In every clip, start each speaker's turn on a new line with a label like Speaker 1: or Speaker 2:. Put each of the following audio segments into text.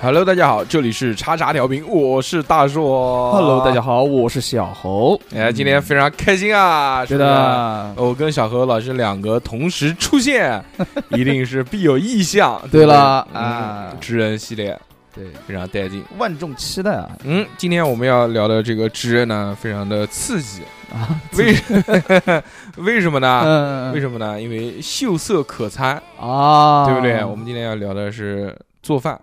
Speaker 1: Hello，大家好，这里是叉叉调频，我是大硕。
Speaker 2: Hello，大家好，我是小侯。
Speaker 1: 啊
Speaker 2: 嗯
Speaker 1: 哎，今天非常开心啊！是
Speaker 2: 对
Speaker 1: 吧，
Speaker 2: 的，
Speaker 1: 我跟小何老师两个同时出 现，一定是必有异象。
Speaker 2: 对了
Speaker 1: 不对
Speaker 2: 啊
Speaker 1: 嗯知人系列
Speaker 2: 对，
Speaker 1: 非常带劲。
Speaker 2: 万众期待啊！
Speaker 1: 嗯，今天我们要聊的这个知人呢，非常的刺激。
Speaker 2: 啊，
Speaker 1: 为为什么 呢？
Speaker 2: 嗯，
Speaker 1: 啊为
Speaker 2: 什
Speaker 1: 什么呢？因为秀色可餐，
Speaker 2: 么啊？
Speaker 1: 对不对？我们今天要聊的是做饭，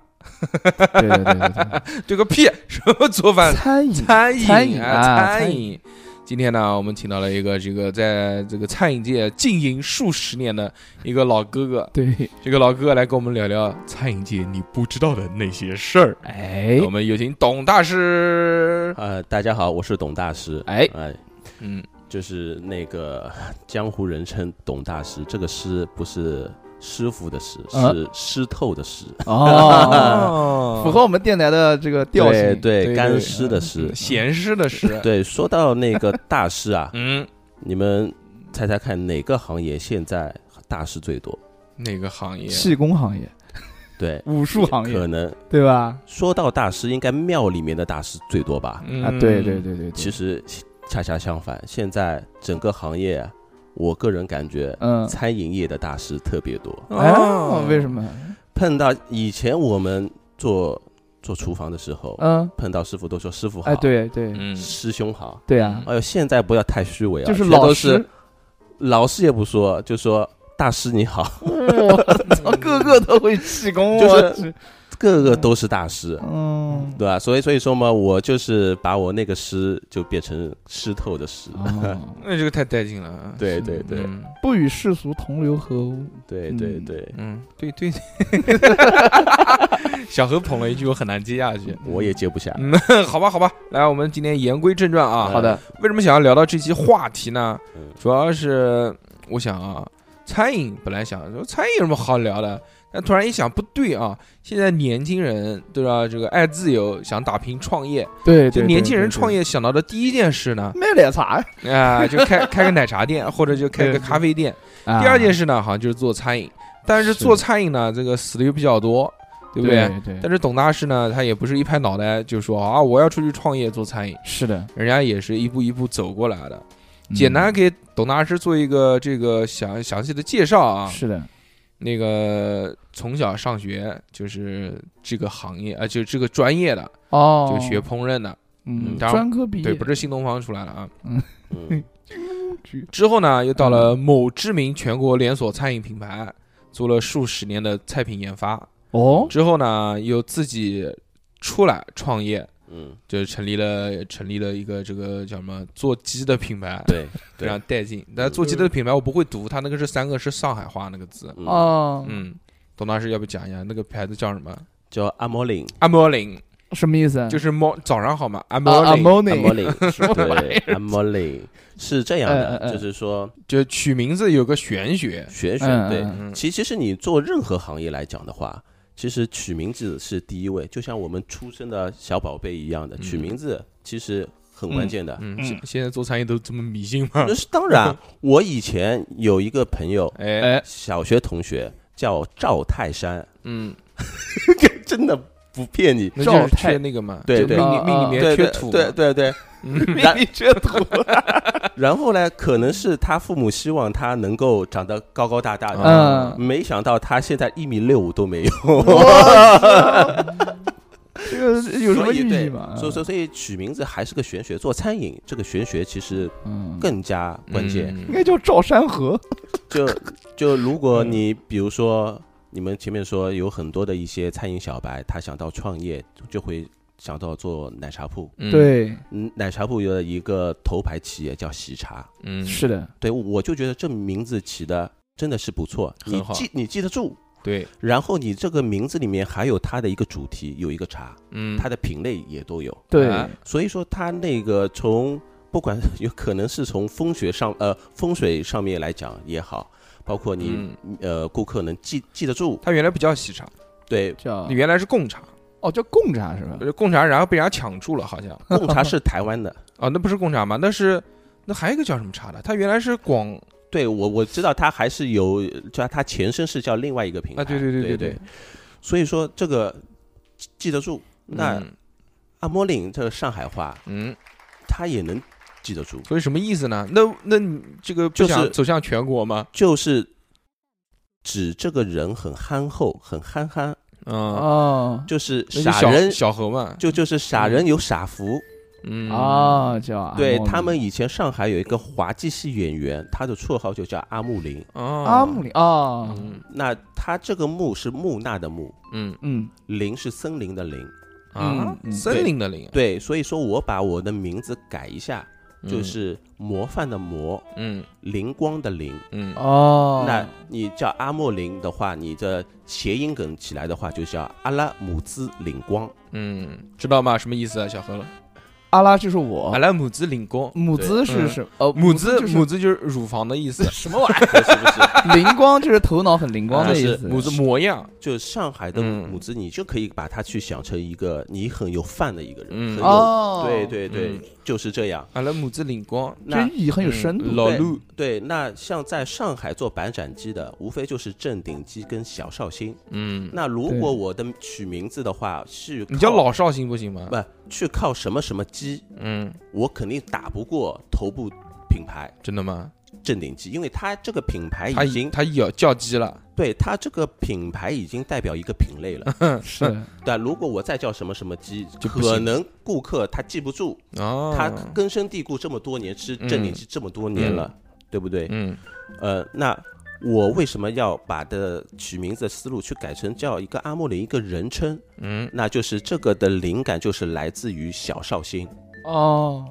Speaker 2: 对对对对对，
Speaker 1: 对个屁！什么做饭？
Speaker 2: 餐饮
Speaker 1: 餐饮
Speaker 2: 餐饮
Speaker 1: 啊，
Speaker 2: 啊
Speaker 1: 餐
Speaker 2: 餐
Speaker 1: 饮。今天呢，我们请到了一个这个在这个餐饮界经营数十年的一个老哥哥，
Speaker 2: 对，
Speaker 1: 这个老哥哥来跟我们聊聊餐饮界你不知道的那些事儿。
Speaker 2: 哎
Speaker 1: 我们有请董大师。
Speaker 3: 呃，大家好，我是董大师。
Speaker 2: 哎，
Speaker 3: 哎、
Speaker 1: 嗯，
Speaker 3: 就是那个 江湖人称董大师，这个师不是师傅的师，
Speaker 2: 啊
Speaker 3: 是湿透的湿，
Speaker 2: 哦，
Speaker 1: 符
Speaker 2: 符合我们电台的这个调
Speaker 3: 对
Speaker 2: 性。嗯
Speaker 1: 对
Speaker 3: 对，
Speaker 1: 对
Speaker 3: 干湿的湿。
Speaker 1: 闲适的是，
Speaker 3: 对，说到那个大师啊，
Speaker 1: 嗯，
Speaker 3: 你们猜猜看哪个行业现在大师最多？
Speaker 1: 那个行业
Speaker 2: 气功行业、
Speaker 3: 对，
Speaker 2: 武术行业
Speaker 3: 可，能
Speaker 2: 对吧？
Speaker 3: 说到大师，应该庙里面的大师最多吧？
Speaker 1: 嗯
Speaker 2: 啊，对对，对对，
Speaker 3: 其
Speaker 2: 实，
Speaker 3: 实恰恰相反，现在整个行业啊，我个人感觉
Speaker 2: 嗯，
Speaker 3: 餐饮业的大师特别多。
Speaker 2: 哦，为什
Speaker 1: 么？
Speaker 2: 么？
Speaker 3: 碰到以前我们做做厨房的时候，
Speaker 2: 嗯，
Speaker 3: 碰到师傅都说师傅好，
Speaker 2: 哎，对对
Speaker 1: 嗯，
Speaker 3: 师兄好。
Speaker 2: 对啊，
Speaker 3: 哎呦，现在不要太虚伪啊，
Speaker 2: 就是
Speaker 3: 全
Speaker 2: 老
Speaker 3: 都
Speaker 2: 师
Speaker 3: 是，老师也不说，就说大师你好，
Speaker 2: 我操，个个都会气功，
Speaker 3: 就是
Speaker 2: 我去
Speaker 3: 个个都是大师，
Speaker 2: 嗯，
Speaker 3: 对吧？所以所以说嘛，我就是把我那个师就变成湿透的湿，
Speaker 2: 哦
Speaker 1: 那这个太带劲了啊。
Speaker 3: 对对对
Speaker 1: 嗯
Speaker 2: 不与世俗同流合污。
Speaker 3: 对
Speaker 2: 嗯
Speaker 3: 对对，
Speaker 1: 嗯，对对， 小何捧了一句，我很难接下去。
Speaker 3: 我也接不下。
Speaker 1: 嗯，好吧，好吧，来，我们今天言归正传啊。
Speaker 2: 好的，
Speaker 1: 为什么想要聊到这期话题呢
Speaker 3: 嗯？
Speaker 1: 主要是我想啊，餐饮本来想说餐饮有什么好聊的，但突然一想不对啊，现在年轻人对吧，这个爱自由，想打拼创业，
Speaker 2: 对，
Speaker 1: 就
Speaker 2: 对
Speaker 1: 年轻人创业想到的第一件事呢，
Speaker 2: 卖奶茶。
Speaker 1: 啊、就开开个奶茶店，或者就开个
Speaker 2: 对
Speaker 1: 咖啡店。
Speaker 2: 第
Speaker 1: 啊第二件事呢，好像就是做餐饮，但是
Speaker 2: 啊是
Speaker 1: 做餐饮呢，这个死的又比较多，对不对？？
Speaker 2: 对
Speaker 1: 但是董大师呢，他也不是一拍脑袋就说啊，我要出去创业做餐饮，
Speaker 2: 是的，
Speaker 1: 人家也是一步一步走过来的。
Speaker 2: 嗯
Speaker 1: 简单给董大师做一个这个详详细的介绍啊，
Speaker 2: 是的，
Speaker 1: 那个从小上学就是这个行业啊、呃就这个专业的，
Speaker 2: 哦，
Speaker 1: 就学烹饪的，
Speaker 2: 嗯
Speaker 1: 嗯当然
Speaker 2: 专科毕业，
Speaker 1: 对，不是新东方出来的啊。
Speaker 3: 嗯，
Speaker 1: 之后呢，又到
Speaker 2: 嗯
Speaker 1: 了某知名全国连锁餐饮品牌，做了数十年的菜品研发。
Speaker 2: 哦，
Speaker 1: 之后呢，又自己出来创业，
Speaker 3: 嗯，
Speaker 1: 就是成立了成立了一个这个叫什么做鸡的品牌，
Speaker 3: 对
Speaker 1: 非
Speaker 3: 对
Speaker 1: 常带劲。但做鸡的品牌我不会读，它那个是三个是上海话那个字。
Speaker 3: 嗯
Speaker 2: 哦，
Speaker 1: 嗯，董大师要不讲一下那个牌子叫什么？
Speaker 3: 叫阿摩林，
Speaker 1: 阿莫林，
Speaker 2: 什么意思啊？
Speaker 1: 就是猫早上好嘛，阿
Speaker 2: 啊
Speaker 1: 莫
Speaker 2: 啊
Speaker 1: 林，
Speaker 3: 阿摩
Speaker 2: ，morning，
Speaker 3: 林，对，阿摩林是这样
Speaker 2: 嗯嗯
Speaker 3: 的，
Speaker 2: 嗯
Speaker 3: 就是说
Speaker 1: 就取名字有个玄学。
Speaker 3: 玄学
Speaker 2: 嗯嗯
Speaker 3: 对
Speaker 2: 嗯，
Speaker 1: 嗯
Speaker 3: 其其实你做任何行业来讲的话，其实取名字是第一位，就像我们出生的小宝贝一样的，
Speaker 1: 嗯
Speaker 3: 取名字其实很关键的。
Speaker 1: 嗯，
Speaker 2: 嗯
Speaker 1: 现现在做餐饮都这么迷信吗
Speaker 3: 那？是当然，我以前有一个朋友，
Speaker 1: 哎，
Speaker 2: 哎，
Speaker 3: 小学同学叫赵泰山，
Speaker 1: 嗯，
Speaker 3: 真的不骗你。
Speaker 1: 那就是
Speaker 2: 赵太
Speaker 1: 缺那个嘛，
Speaker 3: 对
Speaker 1: 就
Speaker 3: 对
Speaker 2: 啊
Speaker 1: 命里命里面
Speaker 3: 对
Speaker 1: 缺
Speaker 3: 对
Speaker 1: 土嘛，
Speaker 3: 对对对，
Speaker 1: 嗯
Speaker 3: 然
Speaker 2: 你这土，
Speaker 3: 然后呢，可能是他父母希望他能够长得高高大大的，
Speaker 1: 啊
Speaker 2: 嗯，
Speaker 3: 没想到他现在一米六五都没有。
Speaker 2: 这个 有什么
Speaker 3: 所以
Speaker 2: 意义
Speaker 3: 对
Speaker 2: 吗？
Speaker 3: 所以所以所以取名字还是个玄学，做餐饮这个玄学其实
Speaker 2: 嗯，
Speaker 3: 更加关键。
Speaker 1: 嗯
Speaker 2: 应该叫赵山河，
Speaker 3: 就就如果
Speaker 2: 嗯
Speaker 3: 你比如说你们前面说有很多的一些餐饮小白，他想到创业就会想到做奶茶铺，
Speaker 1: 嗯，
Speaker 2: 对，
Speaker 3: 嗯，奶茶铺有了一个头牌企业叫喜茶，
Speaker 1: 嗯，
Speaker 2: 是的，
Speaker 3: 对我就觉得这名字起的真的是不错，
Speaker 1: 很
Speaker 3: 你
Speaker 1: 好
Speaker 3: 记你记得住。
Speaker 1: 对，
Speaker 3: 然后你这个名字里面还有它的一个主题，有一个茶，
Speaker 1: 嗯，
Speaker 3: 它的品类也都有。
Speaker 2: 对，，
Speaker 1: 啊
Speaker 3: 所以说他那个从不管 有可能是从风学上呃风水上面来讲也好，包括你、呃顾客能记记得住，
Speaker 1: 嗯他原来不叫喜茶，
Speaker 3: 对
Speaker 2: 叫
Speaker 1: 原来是贡茶，
Speaker 2: 哦叫贡茶是吧？
Speaker 1: 呃贡茶然后被人家抢注了，好像
Speaker 3: 贡茶是台 湾的，
Speaker 1: 啊，那不是贡茶吗？那是那还有一个叫什么茶的？它原来是广啊
Speaker 3: 对我我知道他还是有叫他前身是叫另外一个品牌，
Speaker 1: 啊，对对
Speaker 3: 对
Speaker 1: 对
Speaker 3: 所以说这个记记得住。那
Speaker 1: 嗯
Speaker 3: 阿莫林这个上海话，
Speaker 1: 嗯，
Speaker 3: 他也能记得住，
Speaker 1: 所以什么意思呢？那那你这个不
Speaker 3: 就是
Speaker 1: 想走向全国吗？
Speaker 3: 就是指这个人很憨厚，很憨憨，
Speaker 1: 嗯，
Speaker 2: 哦
Speaker 3: 就是
Speaker 1: 那就
Speaker 3: 傻
Speaker 1: 小
Speaker 3: 人，
Speaker 1: 小猴嘛，
Speaker 3: 就就是傻人有傻福。
Speaker 1: 嗯
Speaker 2: 哦，叫阿
Speaker 3: 对
Speaker 2: 莫里
Speaker 3: 他们以前上海有一个滑稽戏演员，他的绰号就叫阿木林。
Speaker 1: 哦
Speaker 2: 阿姆里哦，
Speaker 1: 嗯
Speaker 3: 那他这个木是木讷的木，
Speaker 1: 嗯
Speaker 2: 嗯，
Speaker 3: 林是森林的林。
Speaker 1: 啊
Speaker 2: 嗯，嗯
Speaker 1: 森林的林，啊
Speaker 3: 对，所以说我把我的名字改一下，
Speaker 1: 嗯
Speaker 3: 就是模范的模，
Speaker 1: 嗯
Speaker 3: 灵光的灵。
Speaker 1: 嗯
Speaker 2: 哦，
Speaker 3: 那你叫阿莫林的话，你的谐音梗起来的话，就叫阿拉姆兹领光。
Speaker 1: 嗯，知道吗？什么意思啊？小何了，
Speaker 2: 阿拉就是我
Speaker 1: 阿，拉姆兹领光，
Speaker 2: 母子
Speaker 1: 嗯
Speaker 2: 是什呃
Speaker 1: 母
Speaker 2: 子
Speaker 1: 兹
Speaker 2: 就是，
Speaker 1: 母兹就是乳房的意思
Speaker 2: 什么玩意
Speaker 3: 是不是？
Speaker 2: 儿？灵光就是头脑很灵光的意思，
Speaker 1: 母兹模样，
Speaker 3: 就上海的
Speaker 1: 嗯
Speaker 3: 母子，你就可以把它去想成一个你很有范的一个人，
Speaker 1: 嗯
Speaker 3: 很有
Speaker 2: 哦，
Speaker 3: 对，对对
Speaker 1: 嗯，
Speaker 3: 就是这样。
Speaker 1: 阿拉姆兹领光，
Speaker 3: 那
Speaker 2: 真意很有深
Speaker 1: 嗯
Speaker 2: 度。
Speaker 1: 老
Speaker 3: 对
Speaker 1: 陆，
Speaker 3: 对，那像在上海做板斩鸡的，无非就是郑鼎基跟小绍兴。
Speaker 1: 嗯，
Speaker 3: 那如
Speaker 2: 对
Speaker 3: 果我的取名字的话，是
Speaker 1: 你叫
Speaker 3: 靠
Speaker 1: 老绍兴不行吗？
Speaker 3: 不去靠什么什么鸡，
Speaker 1: 嗯，
Speaker 3: 我肯定打不过头部品牌
Speaker 1: 真的吗？
Speaker 3: 郑鼎基，因为它这个品牌
Speaker 1: 他
Speaker 3: 哎已经
Speaker 1: 他咬叫鸡了，
Speaker 3: 对它这个品牌已经代表一个品类 了。
Speaker 2: 是，
Speaker 3: 但如果我再叫什么什么鸡，
Speaker 1: 就不行
Speaker 3: 可能顾客他记不住，
Speaker 1: 哦，
Speaker 3: 他根深蒂固这么多年，吃
Speaker 1: 嗯
Speaker 3: 正鼎基这么多年了，对不对？
Speaker 1: 嗯
Speaker 3: 呃，那我为什么要把的取名字的思路去改成叫一个阿莫林一个人称？
Speaker 1: 嗯
Speaker 3: 那就是这个的灵感就是来自于小绍兴。
Speaker 2: 哦，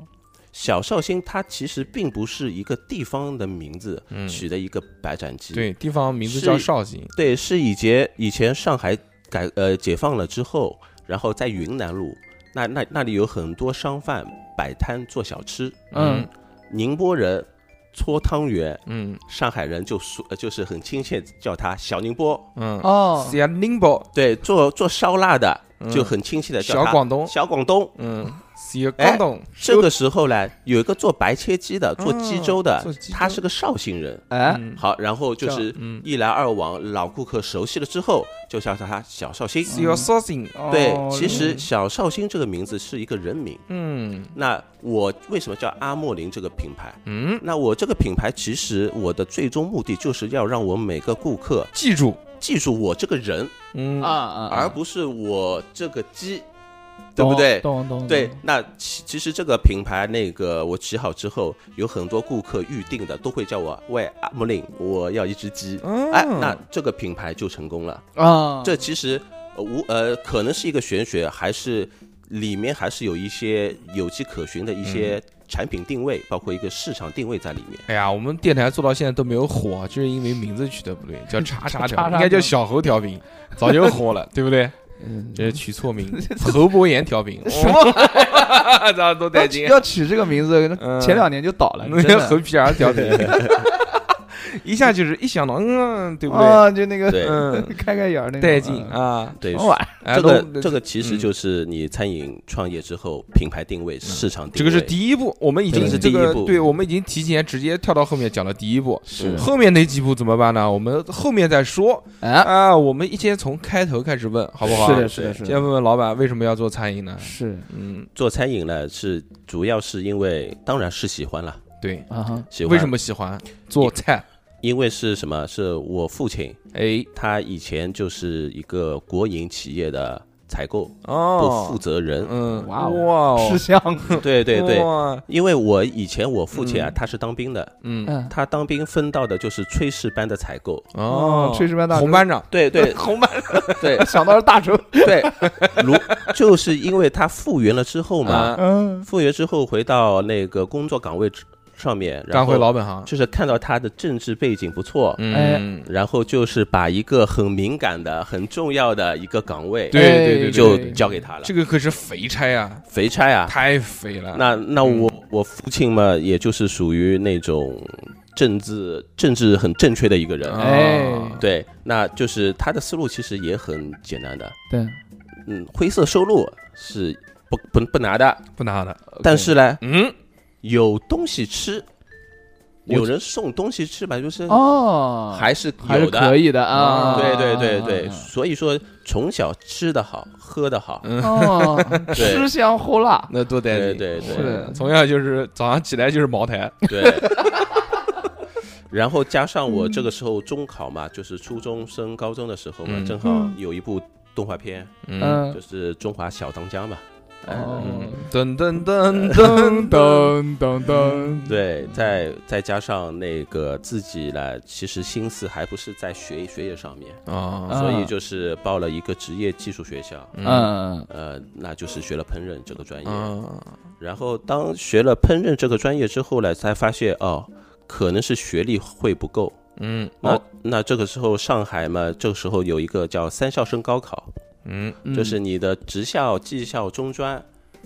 Speaker 3: 小绍兴它其实并不是一个地方的名字，
Speaker 1: 嗯，
Speaker 3: 取的一个白斩鸡。
Speaker 1: 对，地方名字叫绍兴，
Speaker 3: 对，是以前以前上海改呃解放了之后，然后在云南路，那那那里有很多商贩摆摊做小吃，
Speaker 2: 嗯
Speaker 3: 宁波人搓汤圆，
Speaker 1: 嗯
Speaker 3: 上海人就说呃就是很亲切叫它小宁波，
Speaker 1: 嗯，
Speaker 2: 哦，
Speaker 1: 是呀，宁波
Speaker 3: 对，做做烧腊的
Speaker 1: 嗯
Speaker 3: 就很亲切的叫
Speaker 1: 小
Speaker 3: 它
Speaker 1: 广东，
Speaker 3: 小广东。
Speaker 1: 嗯，是呀，广东，
Speaker 3: 这个时候呢，有一个做白切鸡的，做鸡粥的
Speaker 1: 哦做鸡，粥
Speaker 3: 他是个绍兴人。
Speaker 2: 哎，
Speaker 1: 嗯
Speaker 3: 好，然后就是
Speaker 1: 嗯，
Speaker 3: 一来二往，老顾客熟悉了之后，就叫他小绍兴。
Speaker 1: 是呀，绍兴，
Speaker 3: 对
Speaker 2: 哦，
Speaker 3: 其实小绍兴这个名字是一个人名。
Speaker 1: 嗯
Speaker 3: 那我为什么叫阿莫林这个品牌？
Speaker 1: 嗯，
Speaker 3: 那我这个品牌其实我的最终目的就是要让我每个顾客
Speaker 1: 记住，
Speaker 3: 记住我这个人，
Speaker 1: 嗯
Speaker 2: 啊啊，
Speaker 3: 而不是我这个鸡，对不对？
Speaker 2: 懂懂懂
Speaker 3: 对，那其其实这个品牌那个我起好之后，有很多顾客预定的都会叫我喂阿莫林，我要一只鸡。
Speaker 1: 嗯
Speaker 3: 哎，那这个品牌就成功了。
Speaker 1: 哦
Speaker 2: 啊，
Speaker 3: 这其实呃无呃，可能是一个玄学，还是里面还是有一些有迹可循的一些
Speaker 1: 嗯
Speaker 3: 产品定位，包括一个市场定位在里面。
Speaker 1: 哎呀，我们电台做到现在都没有火，就是因为名字取得不对，叫叉叉调
Speaker 2: 叉叉
Speaker 1: 频，应该叫小猴调频，早就火了，对不对？
Speaker 2: 嗯
Speaker 1: 这是取错名，侯伯言调频，
Speaker 2: 什么
Speaker 1: 哇，这多带劲！
Speaker 2: 要取这个名字，
Speaker 1: 嗯
Speaker 2: 那前两年就倒了，
Speaker 1: 那
Speaker 2: 真
Speaker 1: 叫
Speaker 2: 的
Speaker 1: 和皮啊尔调皮， 一下就是一想到，嗯，对不对？
Speaker 2: 啊，就那个
Speaker 3: 对
Speaker 1: 嗯，
Speaker 2: 开开眼儿那个
Speaker 1: 带劲啊！
Speaker 3: 对
Speaker 2: 什，么玩意儿
Speaker 1: 哎
Speaker 3: 这
Speaker 1: 都
Speaker 3: 个这个其实
Speaker 1: 嗯
Speaker 3: 就是你餐饮创业之后品牌定位、市场
Speaker 1: 这
Speaker 3: 定
Speaker 1: 个
Speaker 3: 位。
Speaker 1: 是第一步，我们已
Speaker 3: 这
Speaker 1: 经
Speaker 3: 个是
Speaker 1: 这
Speaker 3: 第一
Speaker 1: 个
Speaker 3: 步
Speaker 1: 对，我们已经提前直接跳到后面讲了第一步，
Speaker 3: 是
Speaker 1: 后面那几步怎么办呢？我们后面再说
Speaker 2: 哎，
Speaker 1: 啊，我们一先从开头开始问，好不好？啊
Speaker 2: 是的，是的，是
Speaker 1: 先
Speaker 2: 的，
Speaker 1: 问问老板为什么要做餐饮呢？
Speaker 2: 是
Speaker 1: 嗯，
Speaker 3: 做餐饮呢，是主要是因为当然是喜欢了，
Speaker 1: 对，
Speaker 2: 啊哈，
Speaker 3: 喜欢
Speaker 1: 为什？么喜欢做菜？
Speaker 3: 因为是什么？是我父亲
Speaker 1: 哎，
Speaker 3: 他以前就是一个国营企业的采购部负
Speaker 1: 哦，
Speaker 3: 责人。
Speaker 1: 嗯，
Speaker 2: 哇
Speaker 1: 哇
Speaker 2: 吃
Speaker 1: 哦，
Speaker 2: 香，
Speaker 3: 对对对，
Speaker 1: 哇，
Speaker 3: 因为我以前我父亲啊，
Speaker 1: 哦嗯
Speaker 3: 他是当兵的，
Speaker 1: 嗯，
Speaker 2: 嗯，
Speaker 3: 他当兵分到的就是炊事班的采购。
Speaker 1: 哦，
Speaker 2: 炊事班大
Speaker 1: 红班长，
Speaker 3: 对 对
Speaker 2: 红班
Speaker 3: 对
Speaker 2: 想到是大厨，
Speaker 3: 对，如就是因为他复员了之后嘛，
Speaker 1: 啊
Speaker 2: 嗯，
Speaker 3: 复员之后回到那个工作岗位之上面，然
Speaker 1: 干回
Speaker 3: 后
Speaker 1: 老本行，
Speaker 3: 就是看到他的政治背景不错，
Speaker 2: 哎
Speaker 1: 嗯，
Speaker 3: 然后就是把一个很敏感的、很重要的一个岗位
Speaker 1: 对对对对
Speaker 3: 就交给他了
Speaker 1: 这。个可是肥差啊，
Speaker 3: 肥差啊，
Speaker 1: 太肥了。
Speaker 3: 那那
Speaker 2: 嗯
Speaker 3: 我我父亲嘛，也就是属于那种政治政治很正确的一个人，
Speaker 2: 哎
Speaker 1: 啊，
Speaker 3: 对，那就是他的思路其实也很简单的，
Speaker 2: 对，
Speaker 3: 嗯，灰色收入是不不不拿的，
Speaker 1: 不拿的。
Speaker 3: 但是呢，
Speaker 1: 嗯，
Speaker 3: 有东西吃，
Speaker 1: 我
Speaker 3: 有人送东西吃吧，就是
Speaker 2: 哦，
Speaker 3: 还是
Speaker 2: 还是
Speaker 3: 有
Speaker 2: 可
Speaker 3: 的。
Speaker 2: 以的啊。
Speaker 3: 对对对对，所以说从小吃的好，喝的好，
Speaker 2: 哦，
Speaker 3: 嗯 对
Speaker 2: 吃香喝辣，
Speaker 1: 那多带
Speaker 3: 对
Speaker 1: 劲。
Speaker 3: 对对
Speaker 2: 是
Speaker 1: 从小就是早上起来就是茅台，
Speaker 3: 对。然后加上我这个时候中考嘛，就是初中升高中的时候嘛，
Speaker 1: 嗯
Speaker 3: 正好有一部动画片，
Speaker 1: 嗯，
Speaker 2: 嗯
Speaker 3: 就，是《中华小当家》嘛。
Speaker 2: 哦
Speaker 3: 嗯
Speaker 1: 噔噔噔
Speaker 2: 噔
Speaker 1: 噔噔，
Speaker 2: 噔
Speaker 1: 嗯
Speaker 2: 噔噔，
Speaker 3: 对，再再加上那个自己呢，其实心思还不是在学学业上面，
Speaker 1: 啊，
Speaker 3: 所以
Speaker 2: 啊
Speaker 3: 就是报了一个职业技术学校。
Speaker 2: 嗯，
Speaker 3: 呃，那就是学了烹饪这个专业，
Speaker 1: 嗯
Speaker 3: 然后当学了烹饪这个专业之后呢，才发现哦，可能是学历会不够。
Speaker 1: 嗯
Speaker 2: 哦
Speaker 3: 那那这个时候上海嘛，这个时候有一个叫三校生高考，
Speaker 1: 嗯
Speaker 2: 嗯
Speaker 3: 就是你的职校、技校、中专，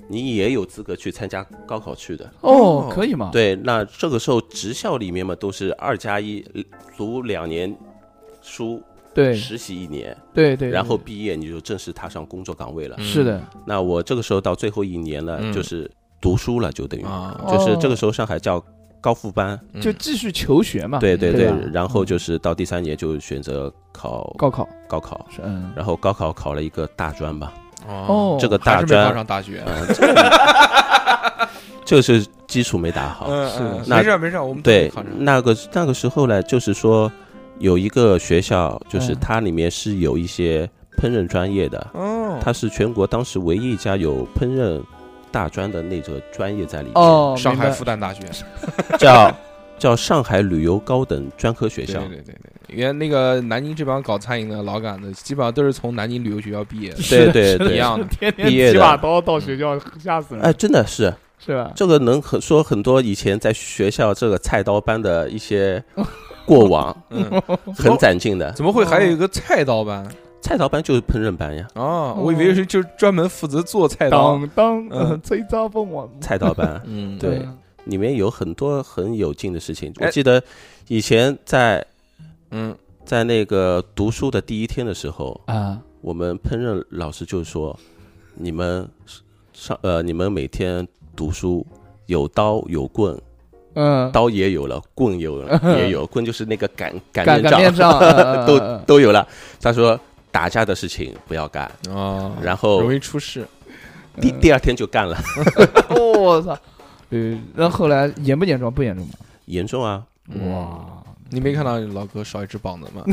Speaker 3: 你也有资格去参加高考去的。
Speaker 2: 哦，可以吗？
Speaker 3: 对，那这个时候职校里面嘛都是二加一，读两年书，
Speaker 2: 对
Speaker 3: 实习一年，
Speaker 2: 对对，
Speaker 3: 然后毕业你就正式踏上工作岗位了。
Speaker 1: 嗯
Speaker 2: 是的，
Speaker 3: 那我这个时候到最后一年了，
Speaker 1: 嗯
Speaker 3: 就是读书了，就等于、
Speaker 1: 啊，
Speaker 3: 就是
Speaker 2: 哦
Speaker 3: 这个时候上海叫高复班，
Speaker 2: 就
Speaker 1: 嗯
Speaker 2: 继续求学嘛。
Speaker 3: 对对
Speaker 2: 啊对
Speaker 3: 对
Speaker 2: 吧，
Speaker 3: 然后就是到第三年就选择考
Speaker 2: 高考
Speaker 3: 高考，
Speaker 2: 是嗯，
Speaker 3: 然后高考考了一个大专吧，
Speaker 1: 哦，
Speaker 2: 哦，
Speaker 3: 这个
Speaker 1: 还
Speaker 3: 大
Speaker 1: 是没考
Speaker 3: 专
Speaker 1: 上大学，
Speaker 3: 这个是基础没打好，
Speaker 1: 嗯
Speaker 2: 是
Speaker 1: 嗯
Speaker 3: 那
Speaker 1: 没事儿没事儿，我们都
Speaker 3: 对
Speaker 1: 考上，
Speaker 3: 那个那个时候呢，就是说有一个学校，就是
Speaker 2: 嗯
Speaker 3: 它里面是有一些烹饪专业的，
Speaker 1: 哦，
Speaker 3: 它是全国当时唯一一家有烹饪大专的那个专业在里面，
Speaker 2: 哦，
Speaker 1: 上海
Speaker 2: 明白
Speaker 1: 复旦大学，
Speaker 3: 叫叫上海旅游高等专科学
Speaker 1: 对
Speaker 3: 校
Speaker 1: 对。对对对，原那个南京这帮搞餐饮的老杆子，基本上都是从南京旅游学校毕业的，
Speaker 2: 是的
Speaker 3: 对
Speaker 2: 是的
Speaker 3: 对
Speaker 1: 一样的
Speaker 2: 天
Speaker 3: 毕业
Speaker 2: 天几
Speaker 3: 的
Speaker 2: 把刀到学校，吓死
Speaker 3: 哎，
Speaker 2: 人，
Speaker 3: 真的是
Speaker 2: 是 吧？
Speaker 3: 这个能很说很多以前在学校这个菜刀班的一些 过往，
Speaker 1: 嗯，
Speaker 3: 很攒劲的。
Speaker 1: 怎么会还有一个菜刀班？
Speaker 3: 菜刀班就是烹饪班呀，
Speaker 1: 哦，我以为是就是专门负责做菜刀，
Speaker 2: 当当，
Speaker 1: 嗯
Speaker 2: 呃吹刀问我，
Speaker 3: 菜刀班
Speaker 1: 嗯，
Speaker 3: 对
Speaker 2: 嗯
Speaker 3: 里面有很多很有劲的事情。我
Speaker 1: 哎
Speaker 3: 记得以前在
Speaker 1: 嗯，
Speaker 3: 在那个读书的第一天的时候，
Speaker 2: 啊，
Speaker 3: 我们烹饪老师就说：“你们上呃，你们每天读书有刀有棍，
Speaker 2: 嗯，
Speaker 3: 刀也有了，棍有了也有，棍就是那个擀擀
Speaker 2: 擀擀面
Speaker 3: 面
Speaker 2: 杖
Speaker 3: 杖，
Speaker 2: 嗯
Speaker 3: 都
Speaker 2: 嗯嗯嗯
Speaker 3: 都有了。”他说：“打架的事情不要干。
Speaker 1: 哦，”
Speaker 3: 然后
Speaker 1: 容易出事，
Speaker 3: 第第二天就干了，
Speaker 2: 哦嗯 我操，呃，那后来严不严重？不严重吗？
Speaker 3: 严重啊！
Speaker 1: 嗯哇。你没看到老哥少一只膀 子吗？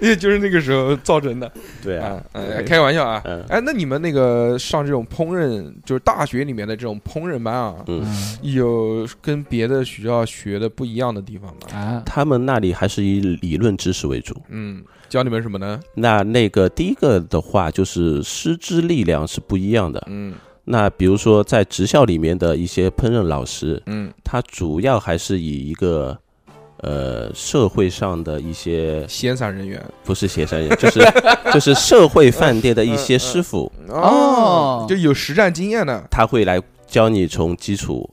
Speaker 1: 也就是那个时候造成的。
Speaker 3: 对啊，
Speaker 1: 啊，嗯开玩笑啊
Speaker 3: 嗯。
Speaker 1: 哎，那你们那个上这种烹饪，就是大学里面的这种烹饪班啊，
Speaker 3: 嗯
Speaker 2: 嗯
Speaker 1: 有跟别的学校学的不一样的地方吗？
Speaker 2: 啊，
Speaker 3: 他们那里还是以理论知识为主。
Speaker 1: 嗯，教你们什么呢？
Speaker 3: 那那个第一个的话，就是师资力量是不一样的。
Speaker 1: 嗯
Speaker 3: 那比如说在职校里面的一些烹饪老师，
Speaker 1: 嗯，
Speaker 3: 他主要还是以一个呃社会上的一些
Speaker 1: 闲散人员
Speaker 3: 不是协商员， 就是就是社会饭店的一些师傅，
Speaker 1: 嗯
Speaker 2: 哦
Speaker 1: 就有实战经验的，
Speaker 3: 他会来教你从基础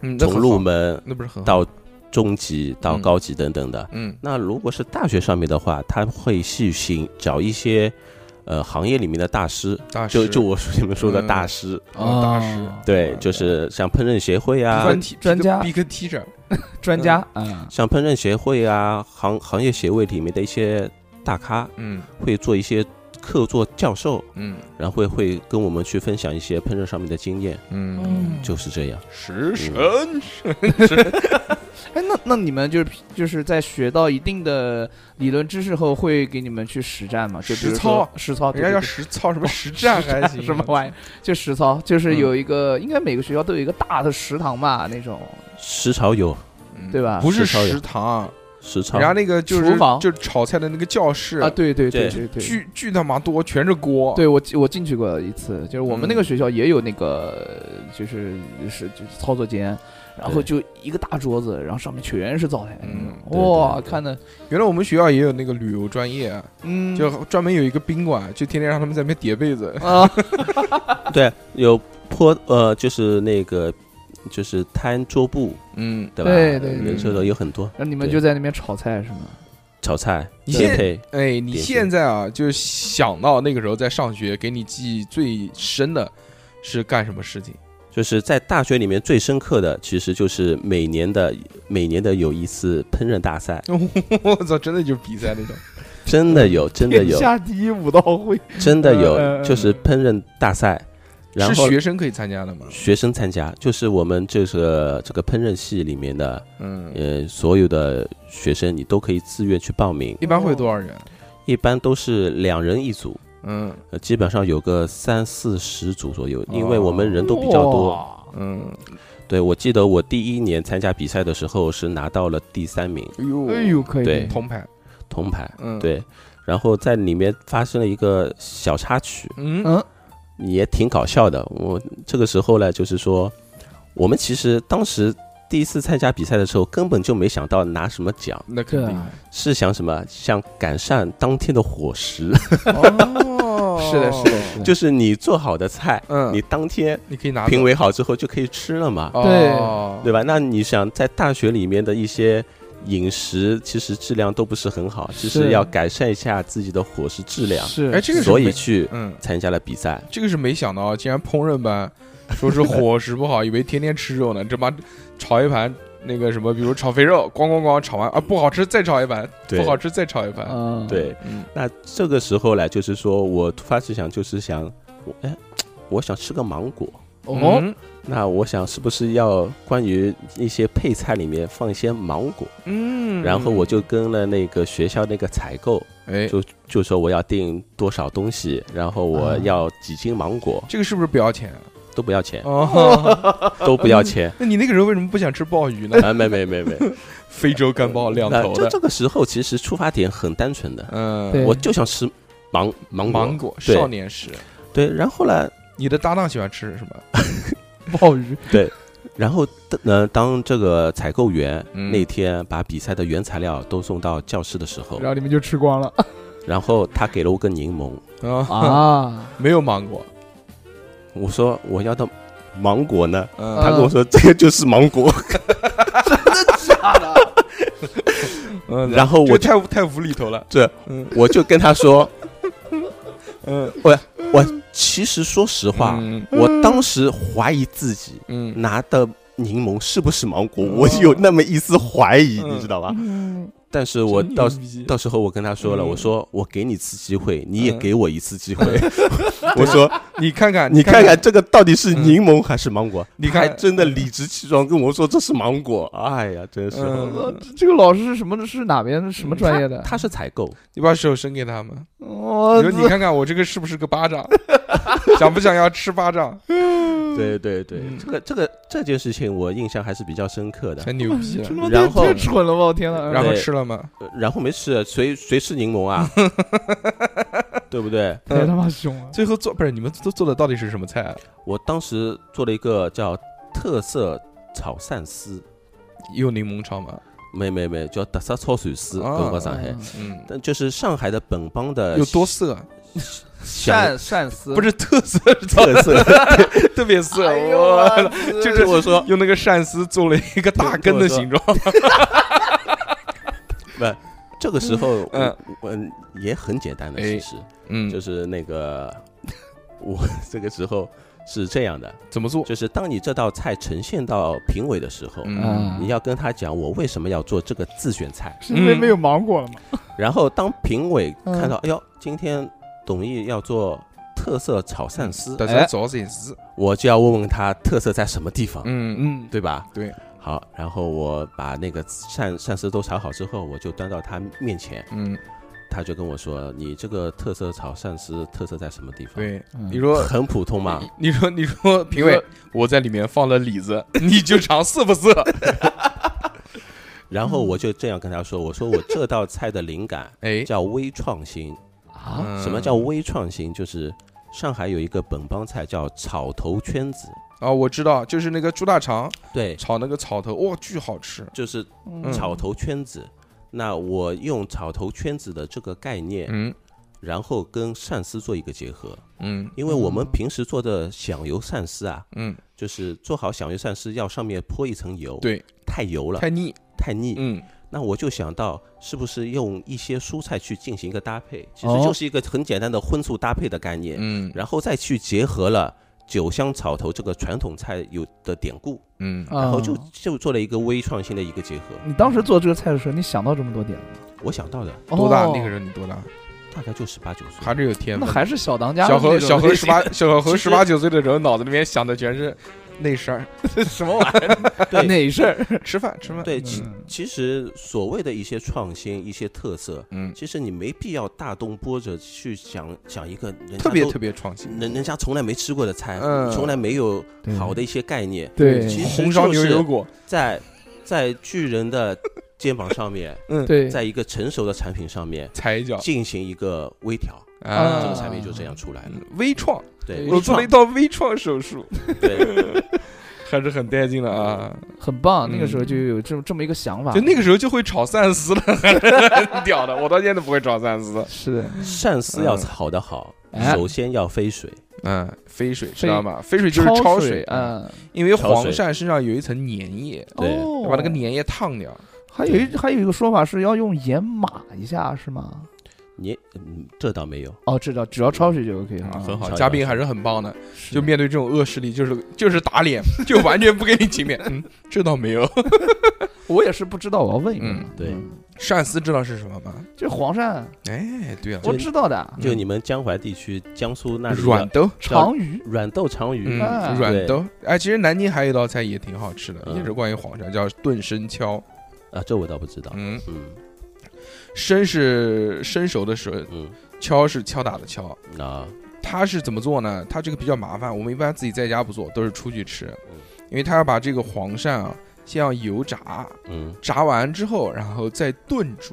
Speaker 1: 嗯，那
Speaker 3: 从
Speaker 1: 很好
Speaker 3: 入门
Speaker 1: 那不是很好？
Speaker 3: 到中级到
Speaker 1: 嗯
Speaker 3: 高级等等的。
Speaker 1: 嗯
Speaker 3: 那如果是大学上面的话，他会去寻找一些呃行业里面的大师，
Speaker 1: 大
Speaker 3: 就
Speaker 1: 师
Speaker 3: 就我说你们说的
Speaker 1: 嗯
Speaker 3: 大师，
Speaker 1: 哦大师
Speaker 2: 哦
Speaker 3: 对，就是像烹饪协会啊，
Speaker 1: 专题
Speaker 2: 专家
Speaker 1: big teacher，
Speaker 2: 专家啊，
Speaker 3: 像烹饪协会啊，行行业协会里面的一些大咖
Speaker 1: 嗯
Speaker 3: 会做一些客座教授，
Speaker 1: 嗯
Speaker 3: 然后会会跟我们去分享一些烹饪上面的经验，
Speaker 2: 哦
Speaker 1: 嗯，
Speaker 3: 就是这样。嗯
Speaker 1: 食神嗯
Speaker 2: 哎，那那你们就是就是在学到一定的理论知识后，会给你们去实战吗？就比如
Speaker 1: 实操
Speaker 2: 说实操，
Speaker 1: 人家叫
Speaker 2: 实
Speaker 1: 实操什么实战还行，
Speaker 2: 哦
Speaker 1: 啊
Speaker 2: 什么玩意儿？就实操，就是
Speaker 1: 嗯
Speaker 2: 有一个，应该每个学校都有一个大的食堂吧，那种
Speaker 3: 食槽有
Speaker 1: 嗯
Speaker 2: 对吧
Speaker 1: 不是
Speaker 3: 实操有
Speaker 1: 食堂，啊
Speaker 3: 食槽
Speaker 1: 人，家那个就是
Speaker 2: 厨房
Speaker 1: 就是炒菜的那个教室
Speaker 2: 啊，对对
Speaker 3: 对
Speaker 2: 对对。
Speaker 1: 巨巨他妈多，全是锅。
Speaker 2: 对我进我进去过一次，就是我们那个
Speaker 1: 嗯
Speaker 2: 学校也有那个，就是是就是操作间，然后
Speaker 3: 对
Speaker 2: 就一个大桌子，然后上面全是灶台那种，
Speaker 1: 嗯
Speaker 3: 对
Speaker 2: 哇，
Speaker 3: 对对
Speaker 2: 看的，
Speaker 1: 原来我们学校也有那个旅游专业，啊
Speaker 2: 嗯，
Speaker 1: 就专门有一个宾馆，就天天让他们在那边叠被子。
Speaker 2: 啊，
Speaker 3: 对，有坡呃，就是那个就是摊桌布，
Speaker 1: 嗯，
Speaker 3: 对吧？
Speaker 2: 对对对
Speaker 3: 这个有很多
Speaker 2: 那你们
Speaker 3: 对
Speaker 2: 就在那边炒菜是吗？
Speaker 3: 炒菜、
Speaker 1: 你
Speaker 3: 煎
Speaker 1: 现
Speaker 3: 配，
Speaker 1: 哎，你
Speaker 3: 叠被
Speaker 1: 现在啊，就是想到那个时候在上学，给你记忆最深的是干什么事情？
Speaker 3: 就是在大学里面最深刻的，其实就是每年的每年的有一次烹饪大赛，
Speaker 1: 我操，真的就是比赛那种，
Speaker 3: 真的有，真的
Speaker 2: 天
Speaker 3: 有，
Speaker 2: 下第一武道会，
Speaker 3: 真的
Speaker 2: 嗯嗯
Speaker 3: 有，
Speaker 2: 嗯
Speaker 3: 就是烹饪大赛， 然
Speaker 1: 是
Speaker 3: 后
Speaker 1: 学生可以参加的吗？
Speaker 3: 学生参加，就是我们这个呃这个烹饪系里面的
Speaker 1: 嗯，
Speaker 3: 呃所有的学生，你都可以自愿去报名，
Speaker 1: 一般会有多少人？
Speaker 3: 一般都是两人一组，
Speaker 1: 嗯
Speaker 3: 呃，基本上有个三四十组左右，
Speaker 1: 哦
Speaker 3: 因为我们人都比较多。
Speaker 2: 哇，
Speaker 1: 嗯，
Speaker 3: 对，我记得我第一年参加比赛的时候是拿到了第三名
Speaker 1: 哎呦
Speaker 2: 哎呦，可以，
Speaker 3: 对
Speaker 1: 铜牌，
Speaker 3: 铜牌，
Speaker 1: 嗯，，
Speaker 3: 对，然后在里面发生了一个小插曲，
Speaker 1: 嗯
Speaker 2: 嗯，
Speaker 3: 也挺搞笑的。我这个时候呢，就是说，我们其实当时第一次参加比赛的时候，根本就没想到拿什么奖，
Speaker 1: 那肯
Speaker 2: 对
Speaker 1: 定
Speaker 2: 啊，
Speaker 3: 是想什么，想改善当天的伙食，
Speaker 1: 哦
Speaker 2: 啊 是的，是的，是的，
Speaker 3: 就是你做好的菜，
Speaker 1: 嗯，
Speaker 3: 你当天
Speaker 1: 你可以拿哦
Speaker 3: 评为好之后就可以吃了嘛，
Speaker 1: 对
Speaker 3: 对吧？那你想在大学里面的一些。饮食其实质量都不是很好，就是
Speaker 2: 是
Speaker 3: 要改善一下自己的伙食质量，
Speaker 2: 是，
Speaker 1: 哎，这个是
Speaker 3: 所以
Speaker 1: 没
Speaker 3: 去
Speaker 1: 嗯，
Speaker 3: 参加了比赛。
Speaker 1: 这个是没想到，竟然烹饪班 说是伙食不好，以为天天吃肉呢，这妈炒一盘那个什么，比如炒肥肉，咣咣咣炒完啊不好吃，再炒一盘，
Speaker 3: 对
Speaker 1: 不好吃再炒一盘，
Speaker 2: 嗯，
Speaker 3: 对，
Speaker 1: 嗯
Speaker 3: 那这个时候呢，就是说我突发奇想，就是想我哎，我想吃个芒果。
Speaker 2: 哦，
Speaker 1: 嗯
Speaker 3: 那我想是不是要关于一些配菜里面放一些芒果？
Speaker 1: 嗯，
Speaker 3: 然后我就跟了那个学校那个采购，
Speaker 1: 哎，
Speaker 3: 就就说我要订多少东西，然后
Speaker 1: 啊
Speaker 3: 我要几斤芒果，
Speaker 1: 这个是不是不要钱？
Speaker 3: 都不要钱，
Speaker 1: 哦，。
Speaker 3: 都不要钱
Speaker 1: 那你那个时候为什么不想吃鲍 鱼呢？
Speaker 3: 啊，没没没没，
Speaker 1: 非洲 干鲍两
Speaker 3: 那
Speaker 1: 头
Speaker 3: 就
Speaker 1: 的，
Speaker 3: 这个时候其实出发点很单纯的，
Speaker 1: 嗯
Speaker 2: 对，
Speaker 3: 我就想吃芒芒果。
Speaker 1: 芒果
Speaker 3: 对
Speaker 1: 少年时，
Speaker 3: 对，然后呢，
Speaker 1: 你的搭档喜欢吃什么？
Speaker 2: 鲍鱼，
Speaker 3: 然后，呃，当这个采购员
Speaker 1: 嗯
Speaker 3: 那天把比赛的原材料都送到教室的时候
Speaker 2: 然，后你们就吃光了
Speaker 3: 然后他给了我个柠檬，
Speaker 1: 啊，
Speaker 2: 啊，
Speaker 1: 没有芒果，
Speaker 3: 我说我要的芒果呢？他
Speaker 1: 嗯
Speaker 3: 跟我说这个就是芒果，
Speaker 1: 嗯，
Speaker 3: 然后
Speaker 1: 这
Speaker 3: 我
Speaker 1: 太太无厘头了，
Speaker 3: 这
Speaker 1: 嗯
Speaker 3: 我就跟他说，
Speaker 1: 嗯，
Speaker 3: 其实说实话，
Speaker 1: 嗯
Speaker 3: 我当时怀疑自己
Speaker 1: 嗯，
Speaker 3: 拿的柠檬是不是芒果，
Speaker 1: 嗯
Speaker 3: 我有那么一丝怀疑，
Speaker 1: 嗯
Speaker 3: 你知道吧？
Speaker 2: 嗯
Speaker 3: 但是我
Speaker 1: 真
Speaker 3: 到
Speaker 1: 牛逼
Speaker 3: 到时候我跟他说了，
Speaker 1: 嗯
Speaker 3: 我说我给你一次机会，你也
Speaker 1: 嗯
Speaker 3: 给我一次机会， 我说
Speaker 1: 你看啊看，
Speaker 3: 你
Speaker 1: 看
Speaker 3: 看看，这个到底是柠檬还是芒果？
Speaker 1: 你
Speaker 3: 他还
Speaker 1: 看
Speaker 3: 真的理直气壮跟我说这是芒果，哎呀，真是。
Speaker 1: 嗯
Speaker 2: 呃这个老师是什么？是哪边什么专业的？
Speaker 3: 他是采购，
Speaker 1: 你把手伸给他们，
Speaker 2: 我
Speaker 1: 你说你看看我这个是不是个巴掌，想不想要吃巴掌？
Speaker 3: 对对对，
Speaker 1: 嗯哎
Speaker 3: 这个这个这件事情我印象还是比较深刻的
Speaker 1: 太。牛逼了
Speaker 2: 这他。妈
Speaker 3: 然
Speaker 2: 太
Speaker 3: 后
Speaker 2: 太蠢了吧！我天呐，
Speaker 1: 然后
Speaker 3: 对
Speaker 1: 吃了吗？
Speaker 3: 呃然后没事，谁谁吃柠檬 啊？对不对？
Speaker 2: 哎太他妈凶了，
Speaker 1: 最后做不是你们都做的到底是什么菜啊？
Speaker 3: 我当时做了一个叫特色炒鳝丝，
Speaker 1: 有柠檬炒吗？
Speaker 3: 没没没，叫特色炒鳝丝，
Speaker 1: 啊
Speaker 3: 跟我上海。
Speaker 1: 嗯，
Speaker 3: 但就是上海的本帮的
Speaker 1: 有多色？
Speaker 2: 善
Speaker 3: 香
Speaker 2: 善思
Speaker 1: 不是特色，
Speaker 3: 特色，
Speaker 1: 特别色。
Speaker 2: 哎呦
Speaker 1: 我
Speaker 2: 我
Speaker 1: 就
Speaker 3: 就是我说
Speaker 1: 用那个鳝丝做了一个大根的形状。
Speaker 3: 这个时候，
Speaker 1: 嗯
Speaker 3: 嗯，我也很简单的，
Speaker 1: 哎
Speaker 3: 其实就
Speaker 1: 嗯，
Speaker 3: 是那个，我这个时候是这样的，
Speaker 1: 怎么做？
Speaker 3: 就是当你这道菜呈现到评委的时候，
Speaker 1: 嗯
Speaker 3: 你要跟他讲我为什么要做这个自选菜，
Speaker 2: 是因为没有芒果了吗？
Speaker 3: 然后当评委看到，哎呦，今天董毅要做特色炒鳝丝，
Speaker 1: 特色
Speaker 2: 哎
Speaker 1: 早点丝。
Speaker 3: 我就要问问他特色在什么地方，
Speaker 1: 嗯
Speaker 2: 嗯，
Speaker 3: 对吧？
Speaker 1: 对。
Speaker 3: 好，然后我把那个鳝鳝丝都炒好之后，我就端到他面前，
Speaker 1: 嗯，
Speaker 3: 他就跟我说：“你这个特色炒鳝丝特色在什么地方？”，
Speaker 1: 对，你
Speaker 2: 你
Speaker 1: 说。嗯
Speaker 3: 很普通嘛。
Speaker 1: 你说，你 说，评委，我在里面放了李子，你就尝色不色？
Speaker 3: 然后
Speaker 1: 嗯
Speaker 3: 我就这样跟他说：“我说我这道菜的灵感
Speaker 1: 哎，
Speaker 3: 叫微创新。
Speaker 2: 啊，
Speaker 1: 嗯
Speaker 3: 什么叫微创新？就是上海有一个本帮菜叫草头圈子，
Speaker 1: 啊？我知道，就是那个猪大肠
Speaker 3: 对，
Speaker 1: 炒那个草头，哇，巨好吃。
Speaker 3: 就是
Speaker 1: 嗯
Speaker 3: 草头圈子。那我用草头圈子的这个概念，
Speaker 1: 嗯
Speaker 3: 然后跟鳝丝做一个结合，
Speaker 1: 嗯
Speaker 3: 因为我们平时做的响油鳝丝啊，
Speaker 1: 嗯，
Speaker 3: 就是做好响油鳝丝要上面泼一层油，
Speaker 1: 对，
Speaker 3: 太油了，
Speaker 1: 太腻。
Speaker 3: 太腻，
Speaker 1: 嗯，
Speaker 3: 那我就想到，是不是用一些蔬菜去进行一个搭配？其实
Speaker 2: 哦
Speaker 3: 就是一个很简单的荤素搭配的概念，
Speaker 1: 嗯
Speaker 3: 然后再去结合了酒香草头这个传统菜有的典故，
Speaker 1: 嗯
Speaker 2: 啊
Speaker 3: 然后就就做了一个微创新的一个结合。
Speaker 2: 你当时做这个菜的时候，你想到这么多点吗？
Speaker 3: 我想到的
Speaker 1: 多大
Speaker 2: 哦
Speaker 1: 那个时候你多大？
Speaker 3: 大概就十八九岁，
Speaker 1: 还是有天
Speaker 2: 那
Speaker 1: 分。
Speaker 2: 还是小当家
Speaker 1: 小
Speaker 2: 的
Speaker 1: 何
Speaker 2: 那种
Speaker 1: 小何
Speaker 2: 类
Speaker 1: 十
Speaker 2: 型啊
Speaker 1: 八小何
Speaker 3: 其
Speaker 1: 十
Speaker 3: 实
Speaker 1: 八九岁的时候，脑子里面想的全是那事儿，
Speaker 2: 什么
Speaker 1: 啊
Speaker 2: 玩意儿？
Speaker 3: 对
Speaker 2: 哪事儿？
Speaker 1: 吃饭吃饭。
Speaker 3: 对，其
Speaker 2: 嗯
Speaker 3: 其实所谓的一些创新、一些特色，
Speaker 1: 嗯，
Speaker 3: 其实你没必要大动波折去想想一个人家
Speaker 1: 特别
Speaker 3: 都
Speaker 1: 特别创新。
Speaker 3: 人人家从来没吃过的菜，
Speaker 1: 嗯
Speaker 3: 从来没有
Speaker 2: 对
Speaker 3: 好的一些概念，
Speaker 2: 对
Speaker 3: 其实
Speaker 1: 红烧
Speaker 3: 就
Speaker 1: 牛
Speaker 3: 是
Speaker 1: 油果，
Speaker 3: 在在巨人的肩膀上 面，
Speaker 2: 对，
Speaker 3: 在一个成熟的产品上面
Speaker 1: 踩一脚
Speaker 3: 进行一个微调，
Speaker 2: 啊
Speaker 3: 这个产品就这样出来了。
Speaker 1: 嗯微创，
Speaker 3: 对，
Speaker 1: 我做
Speaker 3: 微
Speaker 1: 了
Speaker 3: 创
Speaker 1: 一道微创手术，
Speaker 3: 对，
Speaker 1: 还是很带劲的啊！
Speaker 2: 很棒。那个时候
Speaker 1: 嗯
Speaker 2: 就有这么这么一个想法，
Speaker 1: 就那个时候就会炒鳝丝了， 还是很屌的。我到现在都不会炒鳝丝。
Speaker 2: 是的，
Speaker 3: 鳝丝要炒得好
Speaker 2: 嗯，哎
Speaker 3: 首先要飞水，
Speaker 1: 嗯，飞水知
Speaker 2: 飞
Speaker 1: 道吗？飞水就是焯
Speaker 2: 水，
Speaker 1: 嗯，
Speaker 2: 嗯，
Speaker 1: 因为
Speaker 3: 焯
Speaker 1: 黄
Speaker 3: 水
Speaker 1: 鳝身上有一层粘液，
Speaker 3: 对
Speaker 2: 哦
Speaker 1: 要把那个粘液烫掉。
Speaker 2: 还有一还有一个说法是要用盐码一下，是吗？
Speaker 3: 你嗯，这倒没有，
Speaker 2: 哦，知道，只要焯水就 OK 哈，
Speaker 1: 很好，
Speaker 3: 炒一
Speaker 1: 啊嘉宾
Speaker 3: 炒
Speaker 1: 还是很棒的。
Speaker 2: 啊是
Speaker 1: 就面对这种恶势力，就是就是打脸， 就完全不给你 情面。嗯，这倒没有。
Speaker 2: 我也是不知道，我要问一问
Speaker 1: 嗯。
Speaker 3: 对
Speaker 2: 嗯，
Speaker 1: 鳝丝知道是什么吗？
Speaker 2: 就黄鳝，
Speaker 1: 哎，对了，
Speaker 2: 我知道的，
Speaker 3: 就你们江淮地区、江苏那里的
Speaker 1: 嗯软豆，
Speaker 2: 长鱼，
Speaker 3: 软豆长鱼
Speaker 1: 嗯，
Speaker 2: 啊
Speaker 1: 软豆。哎，其实南京还有一道菜也挺好吃的，
Speaker 3: 嗯
Speaker 1: 也是关于黄鳝，叫炖生敲。
Speaker 3: 啊，这我倒不知道。
Speaker 1: 嗯，
Speaker 3: 嗯
Speaker 1: 生是生熟的熟，
Speaker 3: 嗯
Speaker 1: 敲是敲打的敲。
Speaker 3: 啊，
Speaker 1: 它是怎么做呢？它这个比较麻烦，我们一般自己在家不做，都是出去吃
Speaker 3: 嗯，
Speaker 1: 因为它要把这个黄鳝啊先要油炸，
Speaker 3: 嗯
Speaker 1: 炸完之后，然后再炖煮，